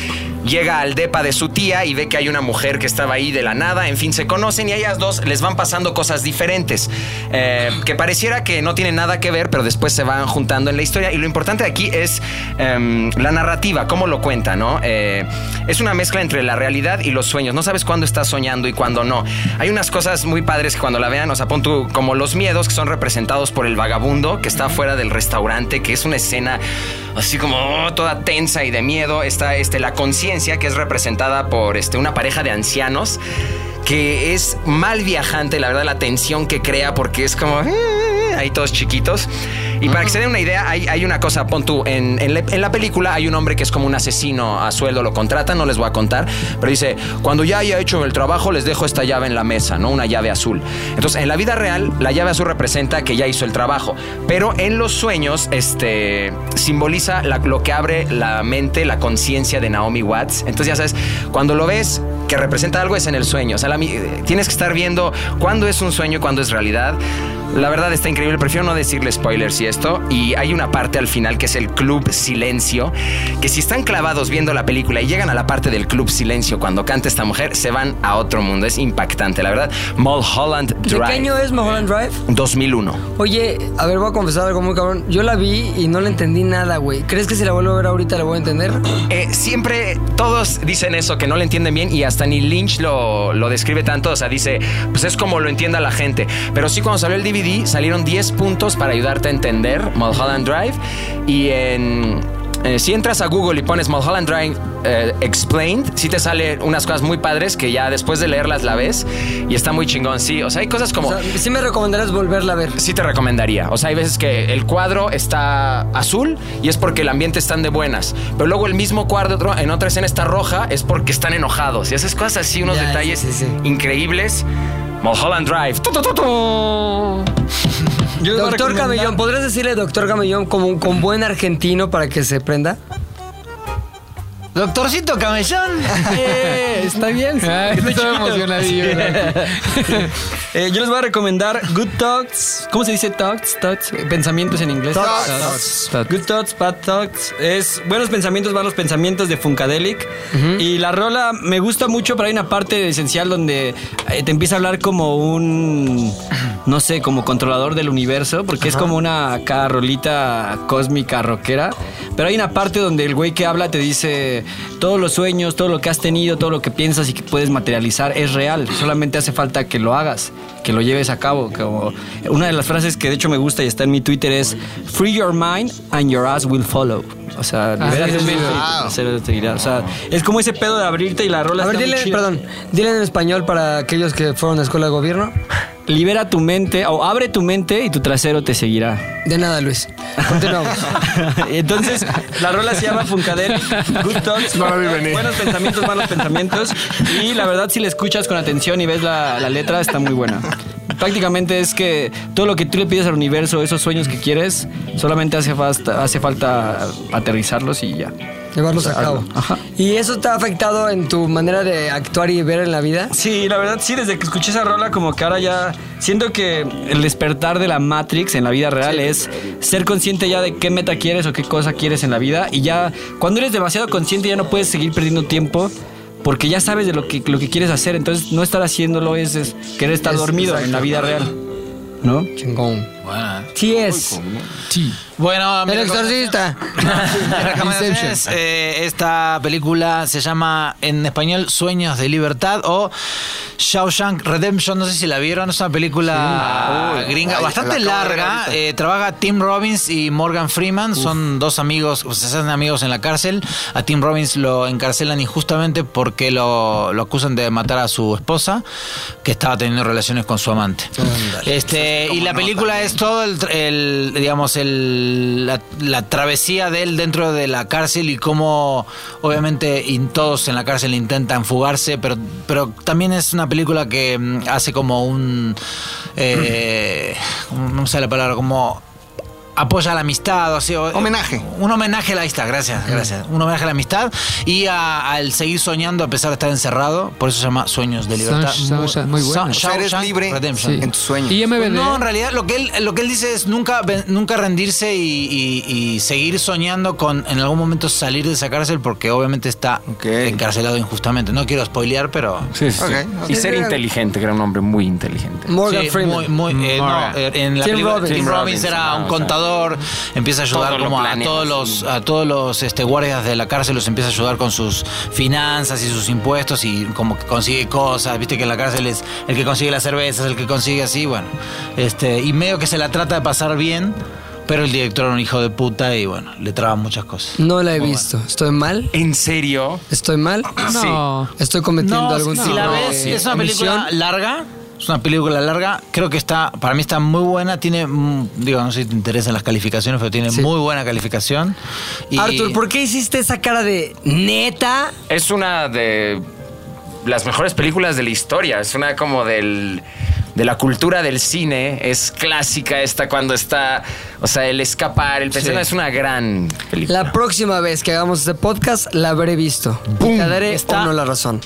[SPEAKER 1] Llega al depa de su tía y ve que hay una mujer que estaba ahí de la nada. En fin, se conocen y a ellas dos les van pasando cosas diferentes. eh, que pareciera que no tienen nada que ver, pero después se van juntando en la historia. Y lo importante aquí es em, la narrativa, cómo lo cuenta, ¿no? Eh, es una mezcla entre la realidad y los sueños. No sabes cuándo estás soñando y cuándo no. Hay unas cosas muy padres que cuando la vean, o sea, pon tú como los miedos que son representados por el vagabundo que está fuera del restaurante, que es una escena así como oh, toda tensa y de miedo. Está este, la conciencia que es representada por este, una pareja de ancianos que es mal viajante, la verdad, la tensión que crea porque es como... "Eh", Ahí todos chiquitos. Y para que se den una idea, hay, hay una cosa, pon tú, en, en la- en la película hay un hombre que es como un asesino a sueldo, lo contratan, no les voy a contar, pero dice, cuando ya haya hecho el trabajo, les dejo esta llave en la mesa, ¿no? Una llave azul. Entonces, en la vida real, la llave azul representa que ya hizo el trabajo, pero en los sueños, este, simboliza la- lo que abre la mente, la conciencia de Naomi Watts. Entonces, ya sabes, cuando lo ves, que representa algo es en el sueño. O sea, la mi- eh, tienes que estar viendo cuándo es un sueño y cuándo es realidad. La verdad está increíble. Prefiero no decirle spoilers y esto. Y hay una parte al final que es el Club Silencio. Que si están clavados viendo la película y llegan a la parte del Club Silencio cuando canta esta mujer, se van a otro mundo. Es impactante, la verdad. Mulholland
[SPEAKER 2] ¿De qué
[SPEAKER 1] Drive.
[SPEAKER 2] año es Mulholland Drive?
[SPEAKER 1] 2001.
[SPEAKER 2] Oye, a ver, voy a confesar algo muy cabrón. Yo la vi y no la entendí nada, güey. ¿Crees que si la vuelvo a ver ahorita la voy a entender?
[SPEAKER 1] Eh, siempre todos dicen eso, que no lo entienden bien y hasta ni Lynch lo, lo describe tanto. O sea, dice, pues es como lo entienda la gente. Pero sí, cuando salió el DVD, salieron 10 puntos para ayudarte a entender Mulholland Drive. Y en. eh, si entras a Google y pones Mulholland Drive eh, Explained, sí te sale unas cosas muy padres que ya después de leerlas la ves y está muy chingón. Sí, o sea, hay cosas como.
[SPEAKER 2] O sea, sí me recomendarás volverla a ver.
[SPEAKER 1] Sí te recomendaría. O sea, hay veces que el cuadro está azul y es porque el ambiente están de buenas. Pero luego el mismo cuadro en otra escena está roja es porque están enojados. Y haces cosas así, unos detalles increíbles. Mulholland Drive. Tu, tu, tu, tu.
[SPEAKER 2] doctor Camellón, ¿podrías decirle doctor Camellón como un- con buen argentino para que se prenda?
[SPEAKER 5] Doctorcito Camellón.
[SPEAKER 14] Eh, está bien. sí.
[SPEAKER 4] Ay,
[SPEAKER 14] Está
[SPEAKER 4] estaba
[SPEAKER 14] chido.
[SPEAKER 4] emocionadillo,
[SPEAKER 14] Sí.
[SPEAKER 4] ¿verdad?
[SPEAKER 14] Eh, yo les voy a recomendar Good Thoughts. ¿Cómo se dice Thoughts? Thoughts. eh, Pensamientos en inglés.
[SPEAKER 4] Thoughts.
[SPEAKER 14] Good Thoughts, Bad Thoughts. Es buenos pensamientos, malos pensamientos de Funkadelic. Y la rola me gusta mucho, pero hay una parte esencial donde eh, te empieza a hablar como un, no sé, como controlador del universo, porque es
[SPEAKER 9] Ajá.
[SPEAKER 14] como una carrolita cósmica rockera. Pero hay una parte donde el güey que habla te dice todos los sueños, todo lo que has tenido, todo lo que piensas y que puedes materializar es real. Solamente hace falta que lo hagas, que lo lleves a cabo. Como una de las frases que de hecho me gusta y está en mi Twitter es Free your mind and your ass will follow. O sea,
[SPEAKER 2] Ah,
[SPEAKER 14] libera
[SPEAKER 2] sí,
[SPEAKER 14] tu
[SPEAKER 2] sí,
[SPEAKER 14] mente
[SPEAKER 2] sí.
[SPEAKER 14] y tu cerebro te irá. O sea, es como ese pedo de abrirte y la rola.
[SPEAKER 2] A ver,
[SPEAKER 14] está muy
[SPEAKER 2] dile,
[SPEAKER 14] chida.
[SPEAKER 2] perdón, dile en español para aquellos que fueron a escuela de gobierno.
[SPEAKER 14] Libera tu mente o abre tu mente y tu trasero te seguirá.
[SPEAKER 2] De nada, Luis. [laughs] Continuamos.
[SPEAKER 14] [laughs] Entonces, la rola se llama Funkadel, Good Talks,
[SPEAKER 10] No la vi venir.
[SPEAKER 14] buenos pensamientos, malos pensamientos. Y la verdad, si la escuchas con atención y ves la, la letra, está muy buena. Prácticamente es que todo lo que tú le pides al universo, esos sueños que quieres, solamente hace, fasta- hace falta aterrizarlos y ya.
[SPEAKER 2] Llevarlos a cabo.
[SPEAKER 14] Ajá.
[SPEAKER 2] ¿Y eso te ha afectado en tu manera de actuar y ver en la vida?
[SPEAKER 14] Sí, la verdad sí, desde que escuché esa rola como que ahora ya siento que el despertar de la Matrix en la vida real es ser consciente ya de qué meta quieres o qué cosa quieres en la vida y ya cuando eres demasiado consciente ya no puedes seguir perdiendo tiempo. Porque ya sabes de lo que, lo que quieres hacer, entonces no estar haciéndolo es, es querer estar
[SPEAKER 2] Es-
[SPEAKER 14] dormido en la
[SPEAKER 2] exacto.
[SPEAKER 14] vida real. ¿No?
[SPEAKER 2] Chingón.
[SPEAKER 5] Bueno.
[SPEAKER 2] Sí es.
[SPEAKER 4] Sí.
[SPEAKER 5] Bueno, mi
[SPEAKER 2] El
[SPEAKER 5] recomendación-
[SPEAKER 2] exorcista.
[SPEAKER 5] [laughs] mi recomendación es, eh, esta película se llama en español Sueños de Libertad o Shawshank Redemption. No sé si la vieron. Es una película
[SPEAKER 1] Sí. Uy,
[SPEAKER 5] gringa
[SPEAKER 1] ay,
[SPEAKER 5] bastante
[SPEAKER 1] la acabo de ver
[SPEAKER 5] larga.
[SPEAKER 1] ahorita.
[SPEAKER 5] Eh, trabaja Tim Robbins y Morgan Freeman. Son dos amigos, o sea, se hacen amigos en la cárcel. A Tim Robbins lo encarcelan injustamente porque lo, lo acusan de matar a su esposa, que estaba teniendo relaciones con su amante.
[SPEAKER 2] Ah.
[SPEAKER 5] Este, y la película es todo el, el, digamos, el, la, la travesía de él dentro de la cárcel y cómo, obviamente, in- todos en la cárcel intentan fugarse, pero, pero también es una película que mm, hace como un. eh, no sé la palabra, como apoya la amistad, o sea, homenaje. Un homenaje a la amistad, gracias, gracias. Un homenaje a la amistad y a- al seguir soñando a pesar de estar encerrado, por eso se llama Sueños de Libertad.
[SPEAKER 4] Shawshank, muy bueno.
[SPEAKER 5] Shawshank
[SPEAKER 4] O sea, eres libre
[SPEAKER 5] Redemption.
[SPEAKER 4] sí. en tus sueños. ¿Y MBD?
[SPEAKER 5] Pues, No, en realidad lo que él, lo que él dice es nunca, ven- nunca rendirse y, y- y seguir soñando con en algún momento salir de esa cárcel porque obviamente está encarcelado injustamente. No quiero spoilear, pero...
[SPEAKER 13] Sí, sí, sí. Y ser inteligente, que era un hombre muy inteligente.
[SPEAKER 5] Morgan Sí, Freeman. muy, muy, eh, no, eh, en la
[SPEAKER 13] Tim
[SPEAKER 5] película
[SPEAKER 13] Robbins.
[SPEAKER 5] Tim
[SPEAKER 13] Tim
[SPEAKER 5] Robbins
[SPEAKER 13] Robbins,
[SPEAKER 5] era
[SPEAKER 13] no,
[SPEAKER 5] un
[SPEAKER 13] o sea,
[SPEAKER 5] contador, empieza a ayudar
[SPEAKER 13] todo lo
[SPEAKER 5] como a
[SPEAKER 13] planeas,
[SPEAKER 5] todos los a todos los este, guardias de la cárcel los empieza a ayudar con sus finanzas y sus impuestos y como que consigue cosas, viste que en la cárcel es el que consigue las cervezas, el que consigue así, bueno, este y medio que se la trata de pasar bien, pero el director era un hijo de puta y bueno, le traba muchas cosas.
[SPEAKER 2] No la he visto. ¿Estoy mal?
[SPEAKER 13] ¿En serio?
[SPEAKER 2] ¿Estoy mal?
[SPEAKER 5] No.
[SPEAKER 2] ¿Estoy cometiendo
[SPEAKER 5] No,
[SPEAKER 2] algún
[SPEAKER 5] si
[SPEAKER 2] tipo
[SPEAKER 5] la
[SPEAKER 2] de
[SPEAKER 5] ves, es una película
[SPEAKER 2] omisión?
[SPEAKER 5] larga. Es una película larga, creo que está, para mí está muy buena, tiene, mm, digo, no sé si te interesan las calificaciones, pero tiene muy buena calificación. Y-
[SPEAKER 2] Arthur, ¿por qué hiciste esa cara de neta?
[SPEAKER 13] Es una de las mejores películas de la historia. Es una como del. De la cultura del cine es clásica esta cuando está, o sea, el escapar, el pensar,
[SPEAKER 2] Sí.
[SPEAKER 13] es una gran película.
[SPEAKER 2] La próxima vez que hagamos este podcast la habré visto. Y te daré o no la razón.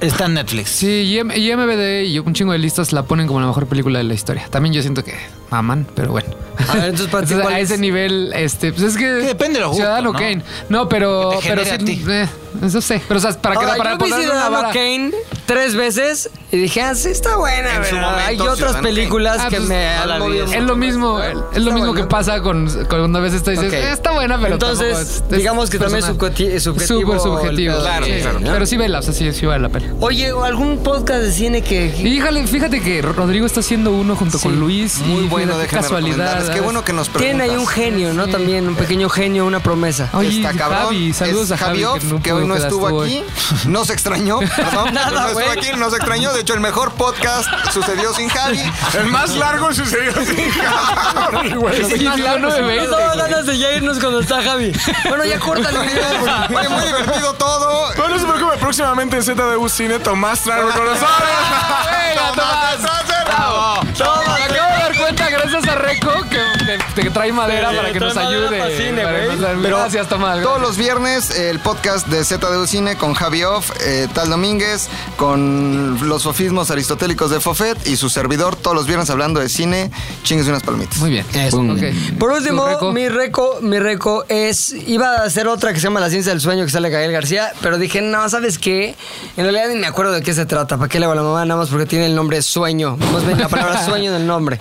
[SPEAKER 5] Está en Netflix.
[SPEAKER 4] Sí, y M- y MBD y un chingo de listas la ponen como la mejor película de la historia. También yo siento que maman, pero bueno.
[SPEAKER 2] A ver, entonces,
[SPEAKER 4] [laughs]
[SPEAKER 2] para ti,
[SPEAKER 4] Entonces,
[SPEAKER 2] ¿cuál
[SPEAKER 4] a
[SPEAKER 2] es?
[SPEAKER 4] ese nivel, este, pues es que.
[SPEAKER 5] depende de los gustos,
[SPEAKER 4] Ciudadano
[SPEAKER 5] ¿no?
[SPEAKER 4] Kane. No, pero.
[SPEAKER 5] Que te
[SPEAKER 4] pero
[SPEAKER 5] genere a ti.
[SPEAKER 4] eh, eso sé. Pero, o sea, para, que,
[SPEAKER 2] Ahora,
[SPEAKER 4] para
[SPEAKER 2] yo vi
[SPEAKER 4] ponerle una
[SPEAKER 2] Ciudadano
[SPEAKER 4] vara.
[SPEAKER 2] Kane tres veces y dije, ah, sí está buena,
[SPEAKER 4] En su
[SPEAKER 2] ¿verdad?
[SPEAKER 4] momento,
[SPEAKER 2] Hay otras
[SPEAKER 4] Ciudadano
[SPEAKER 2] películas
[SPEAKER 4] Ah,
[SPEAKER 2] que
[SPEAKER 4] pues,
[SPEAKER 2] me han movido
[SPEAKER 4] Es lo mismo, eh, es lo mismo que pasa con, con cuando a veces te dices,
[SPEAKER 2] Ok.
[SPEAKER 4] "Eh, está buena, pero
[SPEAKER 2] Entonces,
[SPEAKER 4] tampoco es-
[SPEAKER 2] digamos que también es subjeti- es subjetivo
[SPEAKER 4] Súper
[SPEAKER 2] el
[SPEAKER 4] subjetivo.
[SPEAKER 2] pedo. Claro,
[SPEAKER 4] sí.
[SPEAKER 2] claro.
[SPEAKER 4] Pero sí vela, o sea, sí, sí vale la pena.
[SPEAKER 2] Oye, ¿o ¿algún podcast de cine que...
[SPEAKER 4] Híjale, fíjate que Rodrigo está haciendo uno junto con Luis.
[SPEAKER 2] Muy
[SPEAKER 4] y
[SPEAKER 2] bueno,
[SPEAKER 4] fíjate,
[SPEAKER 2] déjenme
[SPEAKER 4] casualidad.
[SPEAKER 2] recomendarles. Qué bueno
[SPEAKER 7] que nos
[SPEAKER 2] Tiene ahí un
[SPEAKER 7] preguntas. Ah,
[SPEAKER 2] genio, ¿no? También un pequeño genio, una promesa.
[SPEAKER 4] Oye,
[SPEAKER 2] Está cabrón.
[SPEAKER 4] Javi, saludos
[SPEAKER 2] Es
[SPEAKER 4] a Javi,
[SPEAKER 2] Javi Off,
[SPEAKER 4] que, no
[SPEAKER 2] que
[SPEAKER 4] pudo,
[SPEAKER 2] hoy no
[SPEAKER 4] la
[SPEAKER 2] estuvo
[SPEAKER 7] aquí. No se extrañó, perdón,
[SPEAKER 2] Nada,
[SPEAKER 7] no estuvo
[SPEAKER 2] güey.
[SPEAKER 7] aquí, no se extrañó. De hecho, el mejor podcast sucedió sin Javi.
[SPEAKER 10] El más largo sucedió sin Javi,
[SPEAKER 4] Pues,
[SPEAKER 10] güey.
[SPEAKER 7] Sí, sí,
[SPEAKER 2] no
[SPEAKER 7] sí, sí.
[SPEAKER 2] ganas de ya irnos cuando está Javi. Bueno, ya corta el video.
[SPEAKER 7] Fue [laughs] muy divertido todo.
[SPEAKER 10] Pero no se preocupe, próximamente en ZDU Cine Tomás Trarro con nosotros.
[SPEAKER 3] [laughs]
[SPEAKER 4] Venga, Tomás.
[SPEAKER 10] Tomás, Tomás.
[SPEAKER 4] Me acabo de dar cuenta, gracias a Reco, que que, que trae madera
[SPEAKER 2] Sí,
[SPEAKER 4] para que
[SPEAKER 2] trae
[SPEAKER 4] nos
[SPEAKER 2] madera
[SPEAKER 4] ayude.
[SPEAKER 2] pa' cine,
[SPEAKER 4] para
[SPEAKER 2] güey.
[SPEAKER 4] empezar.
[SPEAKER 2] Pero-
[SPEAKER 4] Gracias, Tomás.
[SPEAKER 7] Todos los viernes eh, el podcast de ZDU Cine con Javi Off, eh, Tal Domínguez, con los sofismos aristotélicos de Fofet y su servidor, todos los viernes hablando de cine, chingues unas palmitas. Muy
[SPEAKER 4] bien.
[SPEAKER 5] Mm.
[SPEAKER 2] Por último, mi reco, mi reco es. Iba a hacer otra que se llama La ciencia del sueño que sale Gael García, pero dije, no, ¿sabes qué? En realidad ni me acuerdo de qué se trata. ¿Para qué le va a la mamá? Nada más porque tiene el nombre sueño. Más bien la palabra sueño del nombre.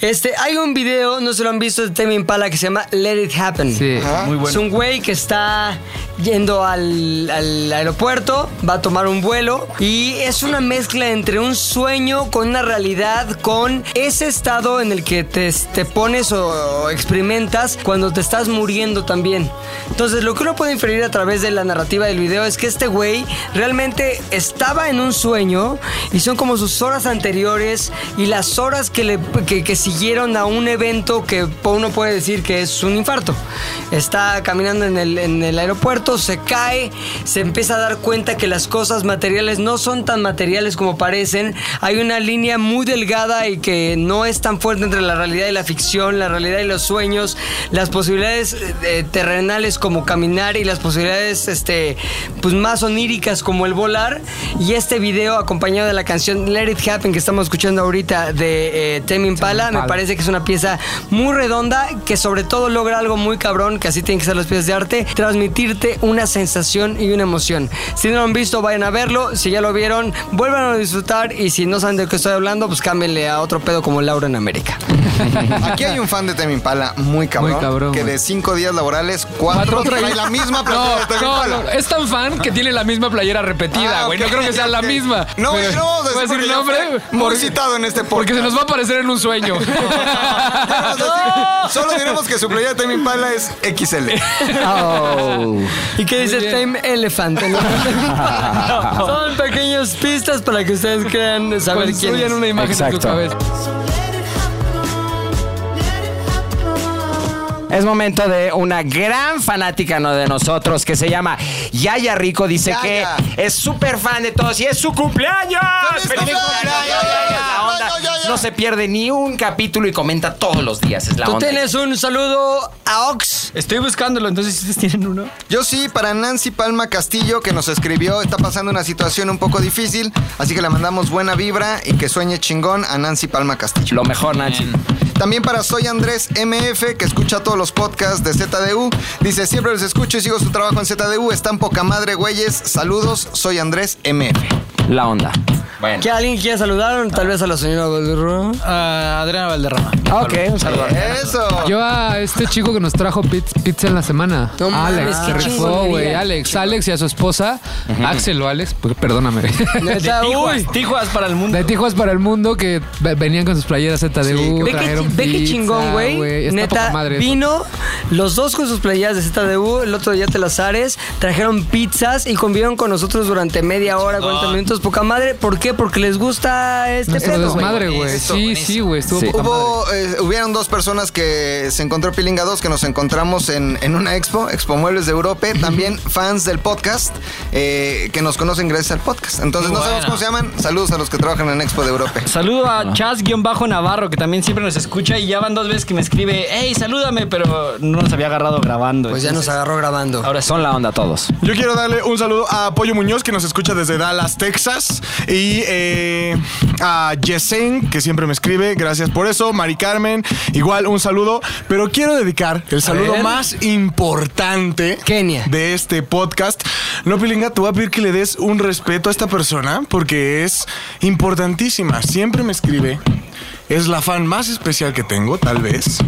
[SPEAKER 2] Este, hay un video, no se lo han visto, de Temi Impala que se llama Let It Happen.
[SPEAKER 4] Sí,
[SPEAKER 7] Ah,
[SPEAKER 4] Ajá. muy bueno.
[SPEAKER 2] Es un güey que está yendo al, al aeropuerto, va a tomar un vuelo y es una mezcla entre un sueño con una realidad, con ese estado en el que te, te pones o experimentas cuando te estás muriendo también. Entonces lo que uno puede inferir a través de la narrativa del video es que este güey realmente estaba en un sueño y son como sus horas anteriores y las horas que, le, que, que siguieron a un evento que uno puede decir que es un infarto. Está caminando en el, en el aeropuerto, se cae, se empieza a dar cuenta que las cosas materiales no son tan materiales como parecen. Hay una línea muy delgada y que no es tan fuerte entre la realidad y la ficción, la realidad y los sueños, las posibilidades eh, terrenales como caminar y las posibilidades este, pues más oníricas como el volar. Y este video acompañado de la canción Let It Happen que estamos escuchando ahorita de eh, Tame Impala, me
[SPEAKER 14] Impala.
[SPEAKER 2] parece que es una pieza muy redonda que sobre todo logra algo muy cabrón, que así tienen que ser las piezas de arte, transmitirte una sensación y una emoción. Si no lo han visto, vayan a verlo, si ya lo vieron, vuelvan a disfrutar y si no saben de qué estoy hablando, pues cámbienle a otro pedo como Laura en América.
[SPEAKER 7] Aquí hay un fan de Temi Impala muy cabrón,
[SPEAKER 2] Muy cabrón,
[SPEAKER 7] que de cinco días laborales, cuatro, trae la misma playera
[SPEAKER 4] [laughs]
[SPEAKER 7] de
[SPEAKER 4] no,
[SPEAKER 7] Temi
[SPEAKER 4] no,
[SPEAKER 7] Impala.
[SPEAKER 4] no, es tan fan que tiene la misma playera repetida,
[SPEAKER 7] Ah,
[SPEAKER 4] güey.
[SPEAKER 7] ok,
[SPEAKER 4] no creo que sea la
[SPEAKER 7] ok.
[SPEAKER 4] misma.
[SPEAKER 7] No,
[SPEAKER 4] Pero-
[SPEAKER 7] yo no vamos a
[SPEAKER 4] voy
[SPEAKER 7] decir porque ya
[SPEAKER 4] nombre.
[SPEAKER 7] fue muy citado en este podcast.
[SPEAKER 4] Porque se nos va a aparecer en un sueño. [laughs]
[SPEAKER 7] [laughs] Solo diremos que su playera de Temi Impala es XL.
[SPEAKER 2] ¿Y qué dice Time Elephant?
[SPEAKER 4] [laughs]
[SPEAKER 2] Son pequeñas pistas para que ustedes crean saber quién es.
[SPEAKER 4] Construyan una imagen en su Exacto. cabeza.
[SPEAKER 17] Es momento de una gran fanática no de nosotros que se llama Yaya Rico. Dice
[SPEAKER 13] Yaya.
[SPEAKER 17] que es súper fan de todos y es su cumpleaños. ¡Feliz
[SPEAKER 13] ¡Feliz
[SPEAKER 17] cumpleaños, Yaya! Es la onda. No se pierde ni un capítulo y comenta todos los días. Es la
[SPEAKER 2] Tú
[SPEAKER 17] onda.
[SPEAKER 2] tienes un saludo a Ox.
[SPEAKER 17] Estoy buscándolo, entonces ustedes tienen uno.
[SPEAKER 7] Yo sí, para Nancy Palma Castillo, que nos escribió, está pasando una situación un poco difícil, así que le mandamos buena vibra y que sueñe chingón a Nancy Palma Castillo.
[SPEAKER 17] Lo mejor, Nancy.
[SPEAKER 7] También para Soy Andrés MF, que escucha todos los podcasts de ZDU. Dice, siempre los escucho y sigo su trabajo en ZDU. Están poca madre, güeyes. Saludos, soy Andrés MF.
[SPEAKER 17] La onda. Bueno.
[SPEAKER 2] ¿Que alguien quiera saludar? Tal vez a la señora Valderrama.
[SPEAKER 5] ah, Adriana Valderrama.
[SPEAKER 2] Ah,
[SPEAKER 17] Ok, un saludo.
[SPEAKER 4] Yo a este chico que nos trajo piz- pizza en la semana.
[SPEAKER 2] No mames,
[SPEAKER 4] Alex,
[SPEAKER 2] qué
[SPEAKER 4] se rifó,
[SPEAKER 2] chingonería.
[SPEAKER 4] güey. Alex, Alex y a su esposa. Axel o Alex, pues,
[SPEAKER 2] [laughs]
[SPEAKER 4] perdóname.
[SPEAKER 2] Neta, uy.
[SPEAKER 4] Tijuas para el mundo. De Tijuas para el mundo que ve- venían con sus playeras
[SPEAKER 2] Ve
[SPEAKER 4] ZDU.
[SPEAKER 2] qué,
[SPEAKER 4] trajeron
[SPEAKER 2] ve qué
[SPEAKER 4] pizza,
[SPEAKER 2] chingón, güey.
[SPEAKER 4] Está
[SPEAKER 2] Neta,
[SPEAKER 4] poca madre eso.
[SPEAKER 2] vino los dos con sus playeras de ZDU, el otro día Telazares, trajeron pizzas y convivieron con nosotros durante media hora, 40 minutos, poca madre. ¿Por qué? Porque les gusta este
[SPEAKER 4] Nuestro
[SPEAKER 2] pedo,
[SPEAKER 4] desmadre, güey. Sí, sí, güey. Estuvo poca
[SPEAKER 7] Hubo, eh, hubieron dos personas que se encontró Pilinga 2 que nos encontramos en, en una expo, Expo Muebles de Europa, también fans del podcast, eh, que nos conocen gracias al podcast. Entonces,
[SPEAKER 14] Qué
[SPEAKER 7] no sabemos
[SPEAKER 14] bueno.
[SPEAKER 7] cómo se llaman. Saludos a los que trabajan en Expo de Europa.
[SPEAKER 14] Saludo a Chas-Navarro, que también siempre nos escucha y ya van dos veces que me escribe, hey, salúdame, pero no nos había agarrado grabando.
[SPEAKER 2] Pues ya nos agarró grabando.
[SPEAKER 17] Ahora son la onda todos.
[SPEAKER 10] Yo quiero darle un saludo a Pollo Muñoz, que nos escucha desde Dallas, Texas. Y eh, a Yesen, que siempre me escribe. Gracias por eso. Mari Carmen, igual un saludo. Pero quiero dedicar el saludo
[SPEAKER 2] ver.
[SPEAKER 10] más importante de este podcast. No, Pilinga, te voy a pedir que le des un respeto a esta persona porque es importantísima. Siempre me escribe. Es la fan más especial que tengo, tal vez.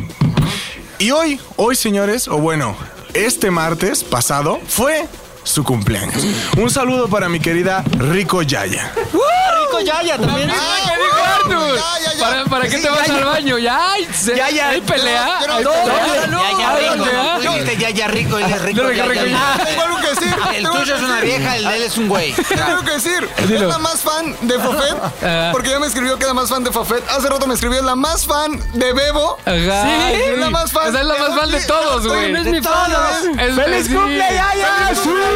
[SPEAKER 10] Y hoy, hoy señores, o bueno, este martes pasado fue su cumpleaños. Un saludo para mi querida Rico Yaya.
[SPEAKER 14] Rico Yaya también.
[SPEAKER 4] ¿Para, para qué
[SPEAKER 10] Sí,
[SPEAKER 4] te vas
[SPEAKER 10] Yaya.
[SPEAKER 4] al baño? Ya, ay, se- hay pelea.
[SPEAKER 10] Yo no-
[SPEAKER 4] Hay
[SPEAKER 10] yo no-
[SPEAKER 4] pelea.
[SPEAKER 5] Yaya
[SPEAKER 4] Hay
[SPEAKER 2] ah?
[SPEAKER 5] rico.
[SPEAKER 4] pelea.
[SPEAKER 5] Tú dijiste Yaya rico, él es rico.
[SPEAKER 4] No, Rico,
[SPEAKER 5] Yaya
[SPEAKER 4] Rico,
[SPEAKER 5] Rico.
[SPEAKER 4] ya.
[SPEAKER 7] Tengo algo que decir.
[SPEAKER 5] Ah, El
[SPEAKER 7] tengo
[SPEAKER 5] tuyo
[SPEAKER 7] algo
[SPEAKER 5] es
[SPEAKER 7] que
[SPEAKER 5] una
[SPEAKER 7] decir.
[SPEAKER 5] vieja, el de él es un güey.
[SPEAKER 7] Tengo que decir,
[SPEAKER 10] [laughs]
[SPEAKER 5] Dilo.
[SPEAKER 7] es la más fan de Fofet,
[SPEAKER 5] Ajá.
[SPEAKER 7] porque ya me escribió que es la más fan de Fofet. Hace rato me escribió, es la más fan de Bebo.
[SPEAKER 4] Ajá, sí.
[SPEAKER 7] Es la más fan.
[SPEAKER 4] O sea, es la más fan de
[SPEAKER 7] Dolly.
[SPEAKER 4] todos, güey.
[SPEAKER 7] No es mi
[SPEAKER 4] De
[SPEAKER 7] fan.
[SPEAKER 4] todos.
[SPEAKER 7] ¿no?
[SPEAKER 4] Es- ¡Feliz sí. cumpleaños!
[SPEAKER 7] ¡Feliz cumpleaños!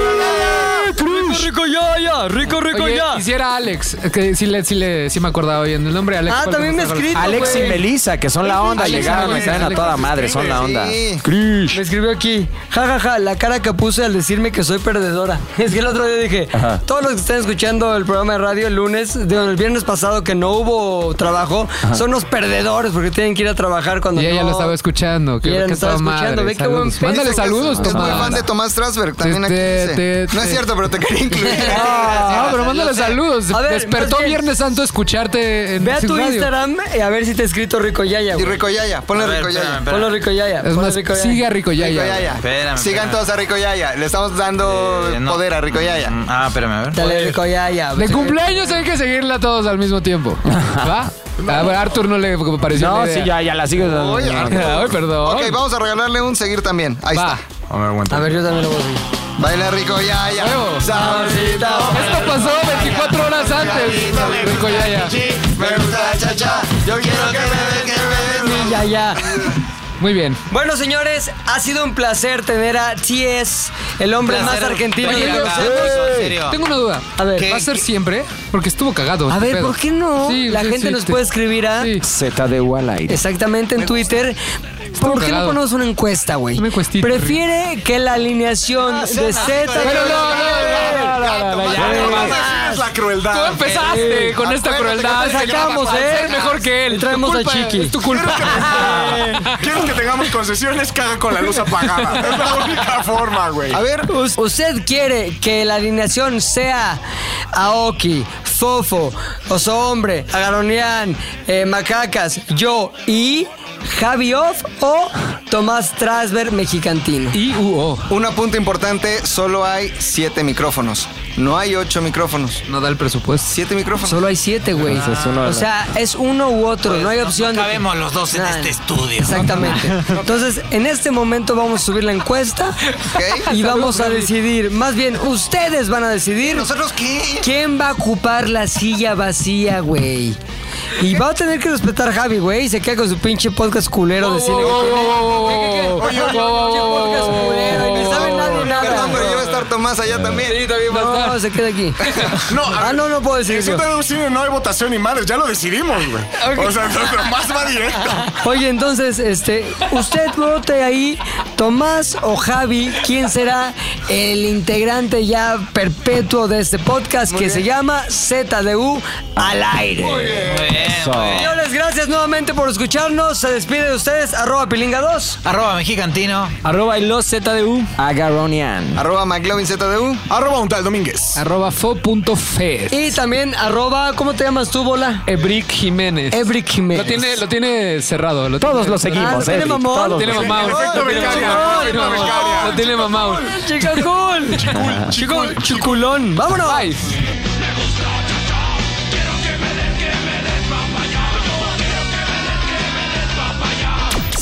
[SPEAKER 14] rico ya, ya, rico, rico
[SPEAKER 4] Oye,
[SPEAKER 14] ya.
[SPEAKER 4] Hiciera Alex, eh, que sí, le, sí, le, sí me acordaba bien el nombre. Alex,
[SPEAKER 2] Ah,
[SPEAKER 4] ¿cuál
[SPEAKER 2] también me
[SPEAKER 4] es?
[SPEAKER 2] escrito,
[SPEAKER 17] Alex y Melissa, que son la onda,
[SPEAKER 4] Alex y
[SPEAKER 17] llegaron, me
[SPEAKER 4] Melissa,
[SPEAKER 17] caen a
[SPEAKER 4] Alex
[SPEAKER 17] toda
[SPEAKER 4] y
[SPEAKER 17] madre, son la onda.
[SPEAKER 2] Me escribió aquí, jajaja, la cara que puse al decirme que soy perdedora. [laughs] Es que el otro día dije,
[SPEAKER 17] Ajá.
[SPEAKER 2] todos los que están escuchando el programa de radio el lunes, digo, el viernes pasado que no hubo trabajo,
[SPEAKER 4] Ajá.
[SPEAKER 2] son los perdedores porque tienen que ir a trabajar cuando
[SPEAKER 4] Y
[SPEAKER 2] no.
[SPEAKER 4] ella lo estaba escuchando. Que,
[SPEAKER 2] Y ella
[SPEAKER 4] que
[SPEAKER 2] lo estaba
[SPEAKER 4] toda
[SPEAKER 2] escuchando,
[SPEAKER 4] madre,
[SPEAKER 2] ve qué
[SPEAKER 4] saludos.
[SPEAKER 2] buen peso
[SPEAKER 4] Mándale
[SPEAKER 2] que
[SPEAKER 4] saludos,
[SPEAKER 2] es. Es muy
[SPEAKER 4] Tomás. Este,
[SPEAKER 2] fan
[SPEAKER 7] de Tomás Strasberg, también aquí
[SPEAKER 4] Te-
[SPEAKER 7] dice.
[SPEAKER 4] te-
[SPEAKER 7] No es
[SPEAKER 4] te-
[SPEAKER 7] cierto, pero te
[SPEAKER 4] [laughs]
[SPEAKER 7] quería incluir. [laughs]
[SPEAKER 2] Ah,
[SPEAKER 4] No, pero mándale
[SPEAKER 7] Lo sé.
[SPEAKER 4] saludos.
[SPEAKER 2] A ver,
[SPEAKER 4] Despertó
[SPEAKER 2] más bien.
[SPEAKER 4] Viernes Santo escucharte en
[SPEAKER 2] Ve a
[SPEAKER 4] Sin
[SPEAKER 2] tu
[SPEAKER 4] Radio.
[SPEAKER 2] Instagram y a ver si te ha escrito Rico Yaya. güey.
[SPEAKER 7] Y Rico Yaya, ponle
[SPEAKER 2] A ver,
[SPEAKER 7] Rico Yaya.
[SPEAKER 2] espérame, espérame. Ponle Rico Yaya.
[SPEAKER 4] Es más, sigue a Rico Yaya.
[SPEAKER 7] Rico Yaya.
[SPEAKER 5] Espérame,
[SPEAKER 7] Sigan
[SPEAKER 5] espérame.
[SPEAKER 7] todos a Rico Yaya. Le estamos dando
[SPEAKER 5] Eh, no.
[SPEAKER 7] poder a Rico Yaya.
[SPEAKER 5] Mm, Ah, espérame, a ver.
[SPEAKER 2] Dale Rico Yaya.
[SPEAKER 4] De cumpleaños hay que seguirla todos al mismo tiempo. ¿Va? A ver, Arthur no le pareció.
[SPEAKER 17] No,
[SPEAKER 4] la idea.
[SPEAKER 17] sí, ya, ya la sigo.
[SPEAKER 7] Oye,
[SPEAKER 4] Ay, perdón.
[SPEAKER 7] Ok, vamos a regalarle un seguir también. Ahí
[SPEAKER 10] A ver, aguanta.
[SPEAKER 2] A ver, yo también lo voy a seguir.
[SPEAKER 7] está. Baila Rico Yaya. Sabrosita.
[SPEAKER 4] Esto pasó 24 horas antes. Rico Yaya.
[SPEAKER 7] Me gusta cha cha. Yo quiero que me den, que me den.
[SPEAKER 2] Ya, ya.
[SPEAKER 4] Muy bien.
[SPEAKER 2] Bueno, señores, ha sido un placer tener a T.S., el hombre
[SPEAKER 4] Placer
[SPEAKER 2] más argentino
[SPEAKER 4] tener
[SPEAKER 2] que
[SPEAKER 4] acá.
[SPEAKER 2] conocemos.
[SPEAKER 4] Sí. Tengo una duda. A ver, ¿va a ser siempre? Porque estuvo cagado.
[SPEAKER 2] A
[SPEAKER 4] este
[SPEAKER 2] ver,
[SPEAKER 4] pedo.
[SPEAKER 2] ¿por qué no?
[SPEAKER 4] Sí,
[SPEAKER 2] La
[SPEAKER 4] sí,
[SPEAKER 2] gente
[SPEAKER 4] sí,
[SPEAKER 2] nos
[SPEAKER 4] te-
[SPEAKER 2] puede escribir a...
[SPEAKER 17] Z de U al aire.
[SPEAKER 2] Exactamente, en Twitter. ¿Por qué no
[SPEAKER 4] cagado.
[SPEAKER 2] ponemos una encuesta, güey?
[SPEAKER 4] encuestita,
[SPEAKER 2] ¿Prefiere que la alineación de Z...
[SPEAKER 4] Ah, Pero no, no, no, no, no, no, ya, no
[SPEAKER 10] Tomás,
[SPEAKER 4] más.
[SPEAKER 10] esa es la crueldad.
[SPEAKER 4] Tú empezaste
[SPEAKER 2] Eh,
[SPEAKER 4] con esta
[SPEAKER 2] acuérdate
[SPEAKER 4] crueldad.
[SPEAKER 2] que te sacamos, ¿eh?
[SPEAKER 4] Ser mejor que él.
[SPEAKER 2] Traemos
[SPEAKER 4] Tu
[SPEAKER 2] a
[SPEAKER 4] culpa,
[SPEAKER 2] Chiqui.
[SPEAKER 4] Es tu culpa.
[SPEAKER 10] ¿Quieres que tengamos concesiones? Caga con la luz apagada. Es la única forma, güey.
[SPEAKER 7] A ver,
[SPEAKER 2] ¿usted quiere que la alineación sea Aoki, Fofo, Oso Hombre, Agaronian, eh, Macacas, yo y Javi Off o Tomás Trasber Mexicantino?
[SPEAKER 4] Y UO.
[SPEAKER 7] Un apunte importante, solo hay siete micrófonos. No hay ocho micrófonos.
[SPEAKER 4] No da el presupuesto.
[SPEAKER 7] Siete micrófonos.
[SPEAKER 2] Solo hay siete, güey.
[SPEAKER 7] Ese es uno de
[SPEAKER 2] o
[SPEAKER 7] los-
[SPEAKER 2] sea, es uno u otro, no hay opción. de que-
[SPEAKER 5] cabemos los dos en este estudio.
[SPEAKER 2] Exactamente. Entonces, en este momento vamos a subir la encuesta y vamos a decidir, más bien, ustedes van a decidir.
[SPEAKER 7] ¿Nosotros qué?
[SPEAKER 2] ¿Quién va a ocupar la silla vacía, güey? Y va a tener que respetar a Javi, güey. y Se queda con su pinche podcast culero de cine. güey.
[SPEAKER 4] Oye, oye,
[SPEAKER 2] podcast culero, y no sabe nadie nada.
[SPEAKER 7] Perdón, pero yo voy a estar Tomás allá también.
[SPEAKER 2] No, se queda aquí.
[SPEAKER 10] No, a
[SPEAKER 2] ah,
[SPEAKER 10] ver,
[SPEAKER 2] no, no puedo decir
[SPEAKER 10] En
[SPEAKER 2] yo.
[SPEAKER 10] Zeta de U Cine no hay votación ni madres, ya lo decidimos, güey. O sea, [laughs] más va directo.
[SPEAKER 2] [laughs] Oye, entonces, este, usted vote ahí, Tomás o Javi, quién será el integrante ya perpetuo de este podcast que se llama ZDU al aire. Señores, gracias nuevamente por escucharnos. Se despide de ustedes, arroba pilinga 2.
[SPEAKER 5] Arroba mexicantino.
[SPEAKER 14] Arroba y los ZDU.
[SPEAKER 17] Agaronian.
[SPEAKER 7] Arroba McLovin ZDU.
[SPEAKER 10] Arroba un tal Domínguez.
[SPEAKER 4] Arroba fo.fed.
[SPEAKER 2] Y también arroba, ¿cómo te llamas tú, bola?
[SPEAKER 4] Ebrick Jiménez.
[SPEAKER 2] Ebrick Jiménez.
[SPEAKER 4] Lo tiene, lo tiene cerrado. Lo tiene-
[SPEAKER 17] Todos lo seguimos,
[SPEAKER 2] Ah, ¿lo tiene
[SPEAKER 17] Eric,
[SPEAKER 2] mamón?
[SPEAKER 17] todos
[SPEAKER 4] Tiene
[SPEAKER 17] lo
[SPEAKER 4] mamá.
[SPEAKER 10] El efecto becaria, el efecto becaria.
[SPEAKER 4] Lo tiene mamá.
[SPEAKER 2] Chica cool. Chico, chiculón. Vámonos.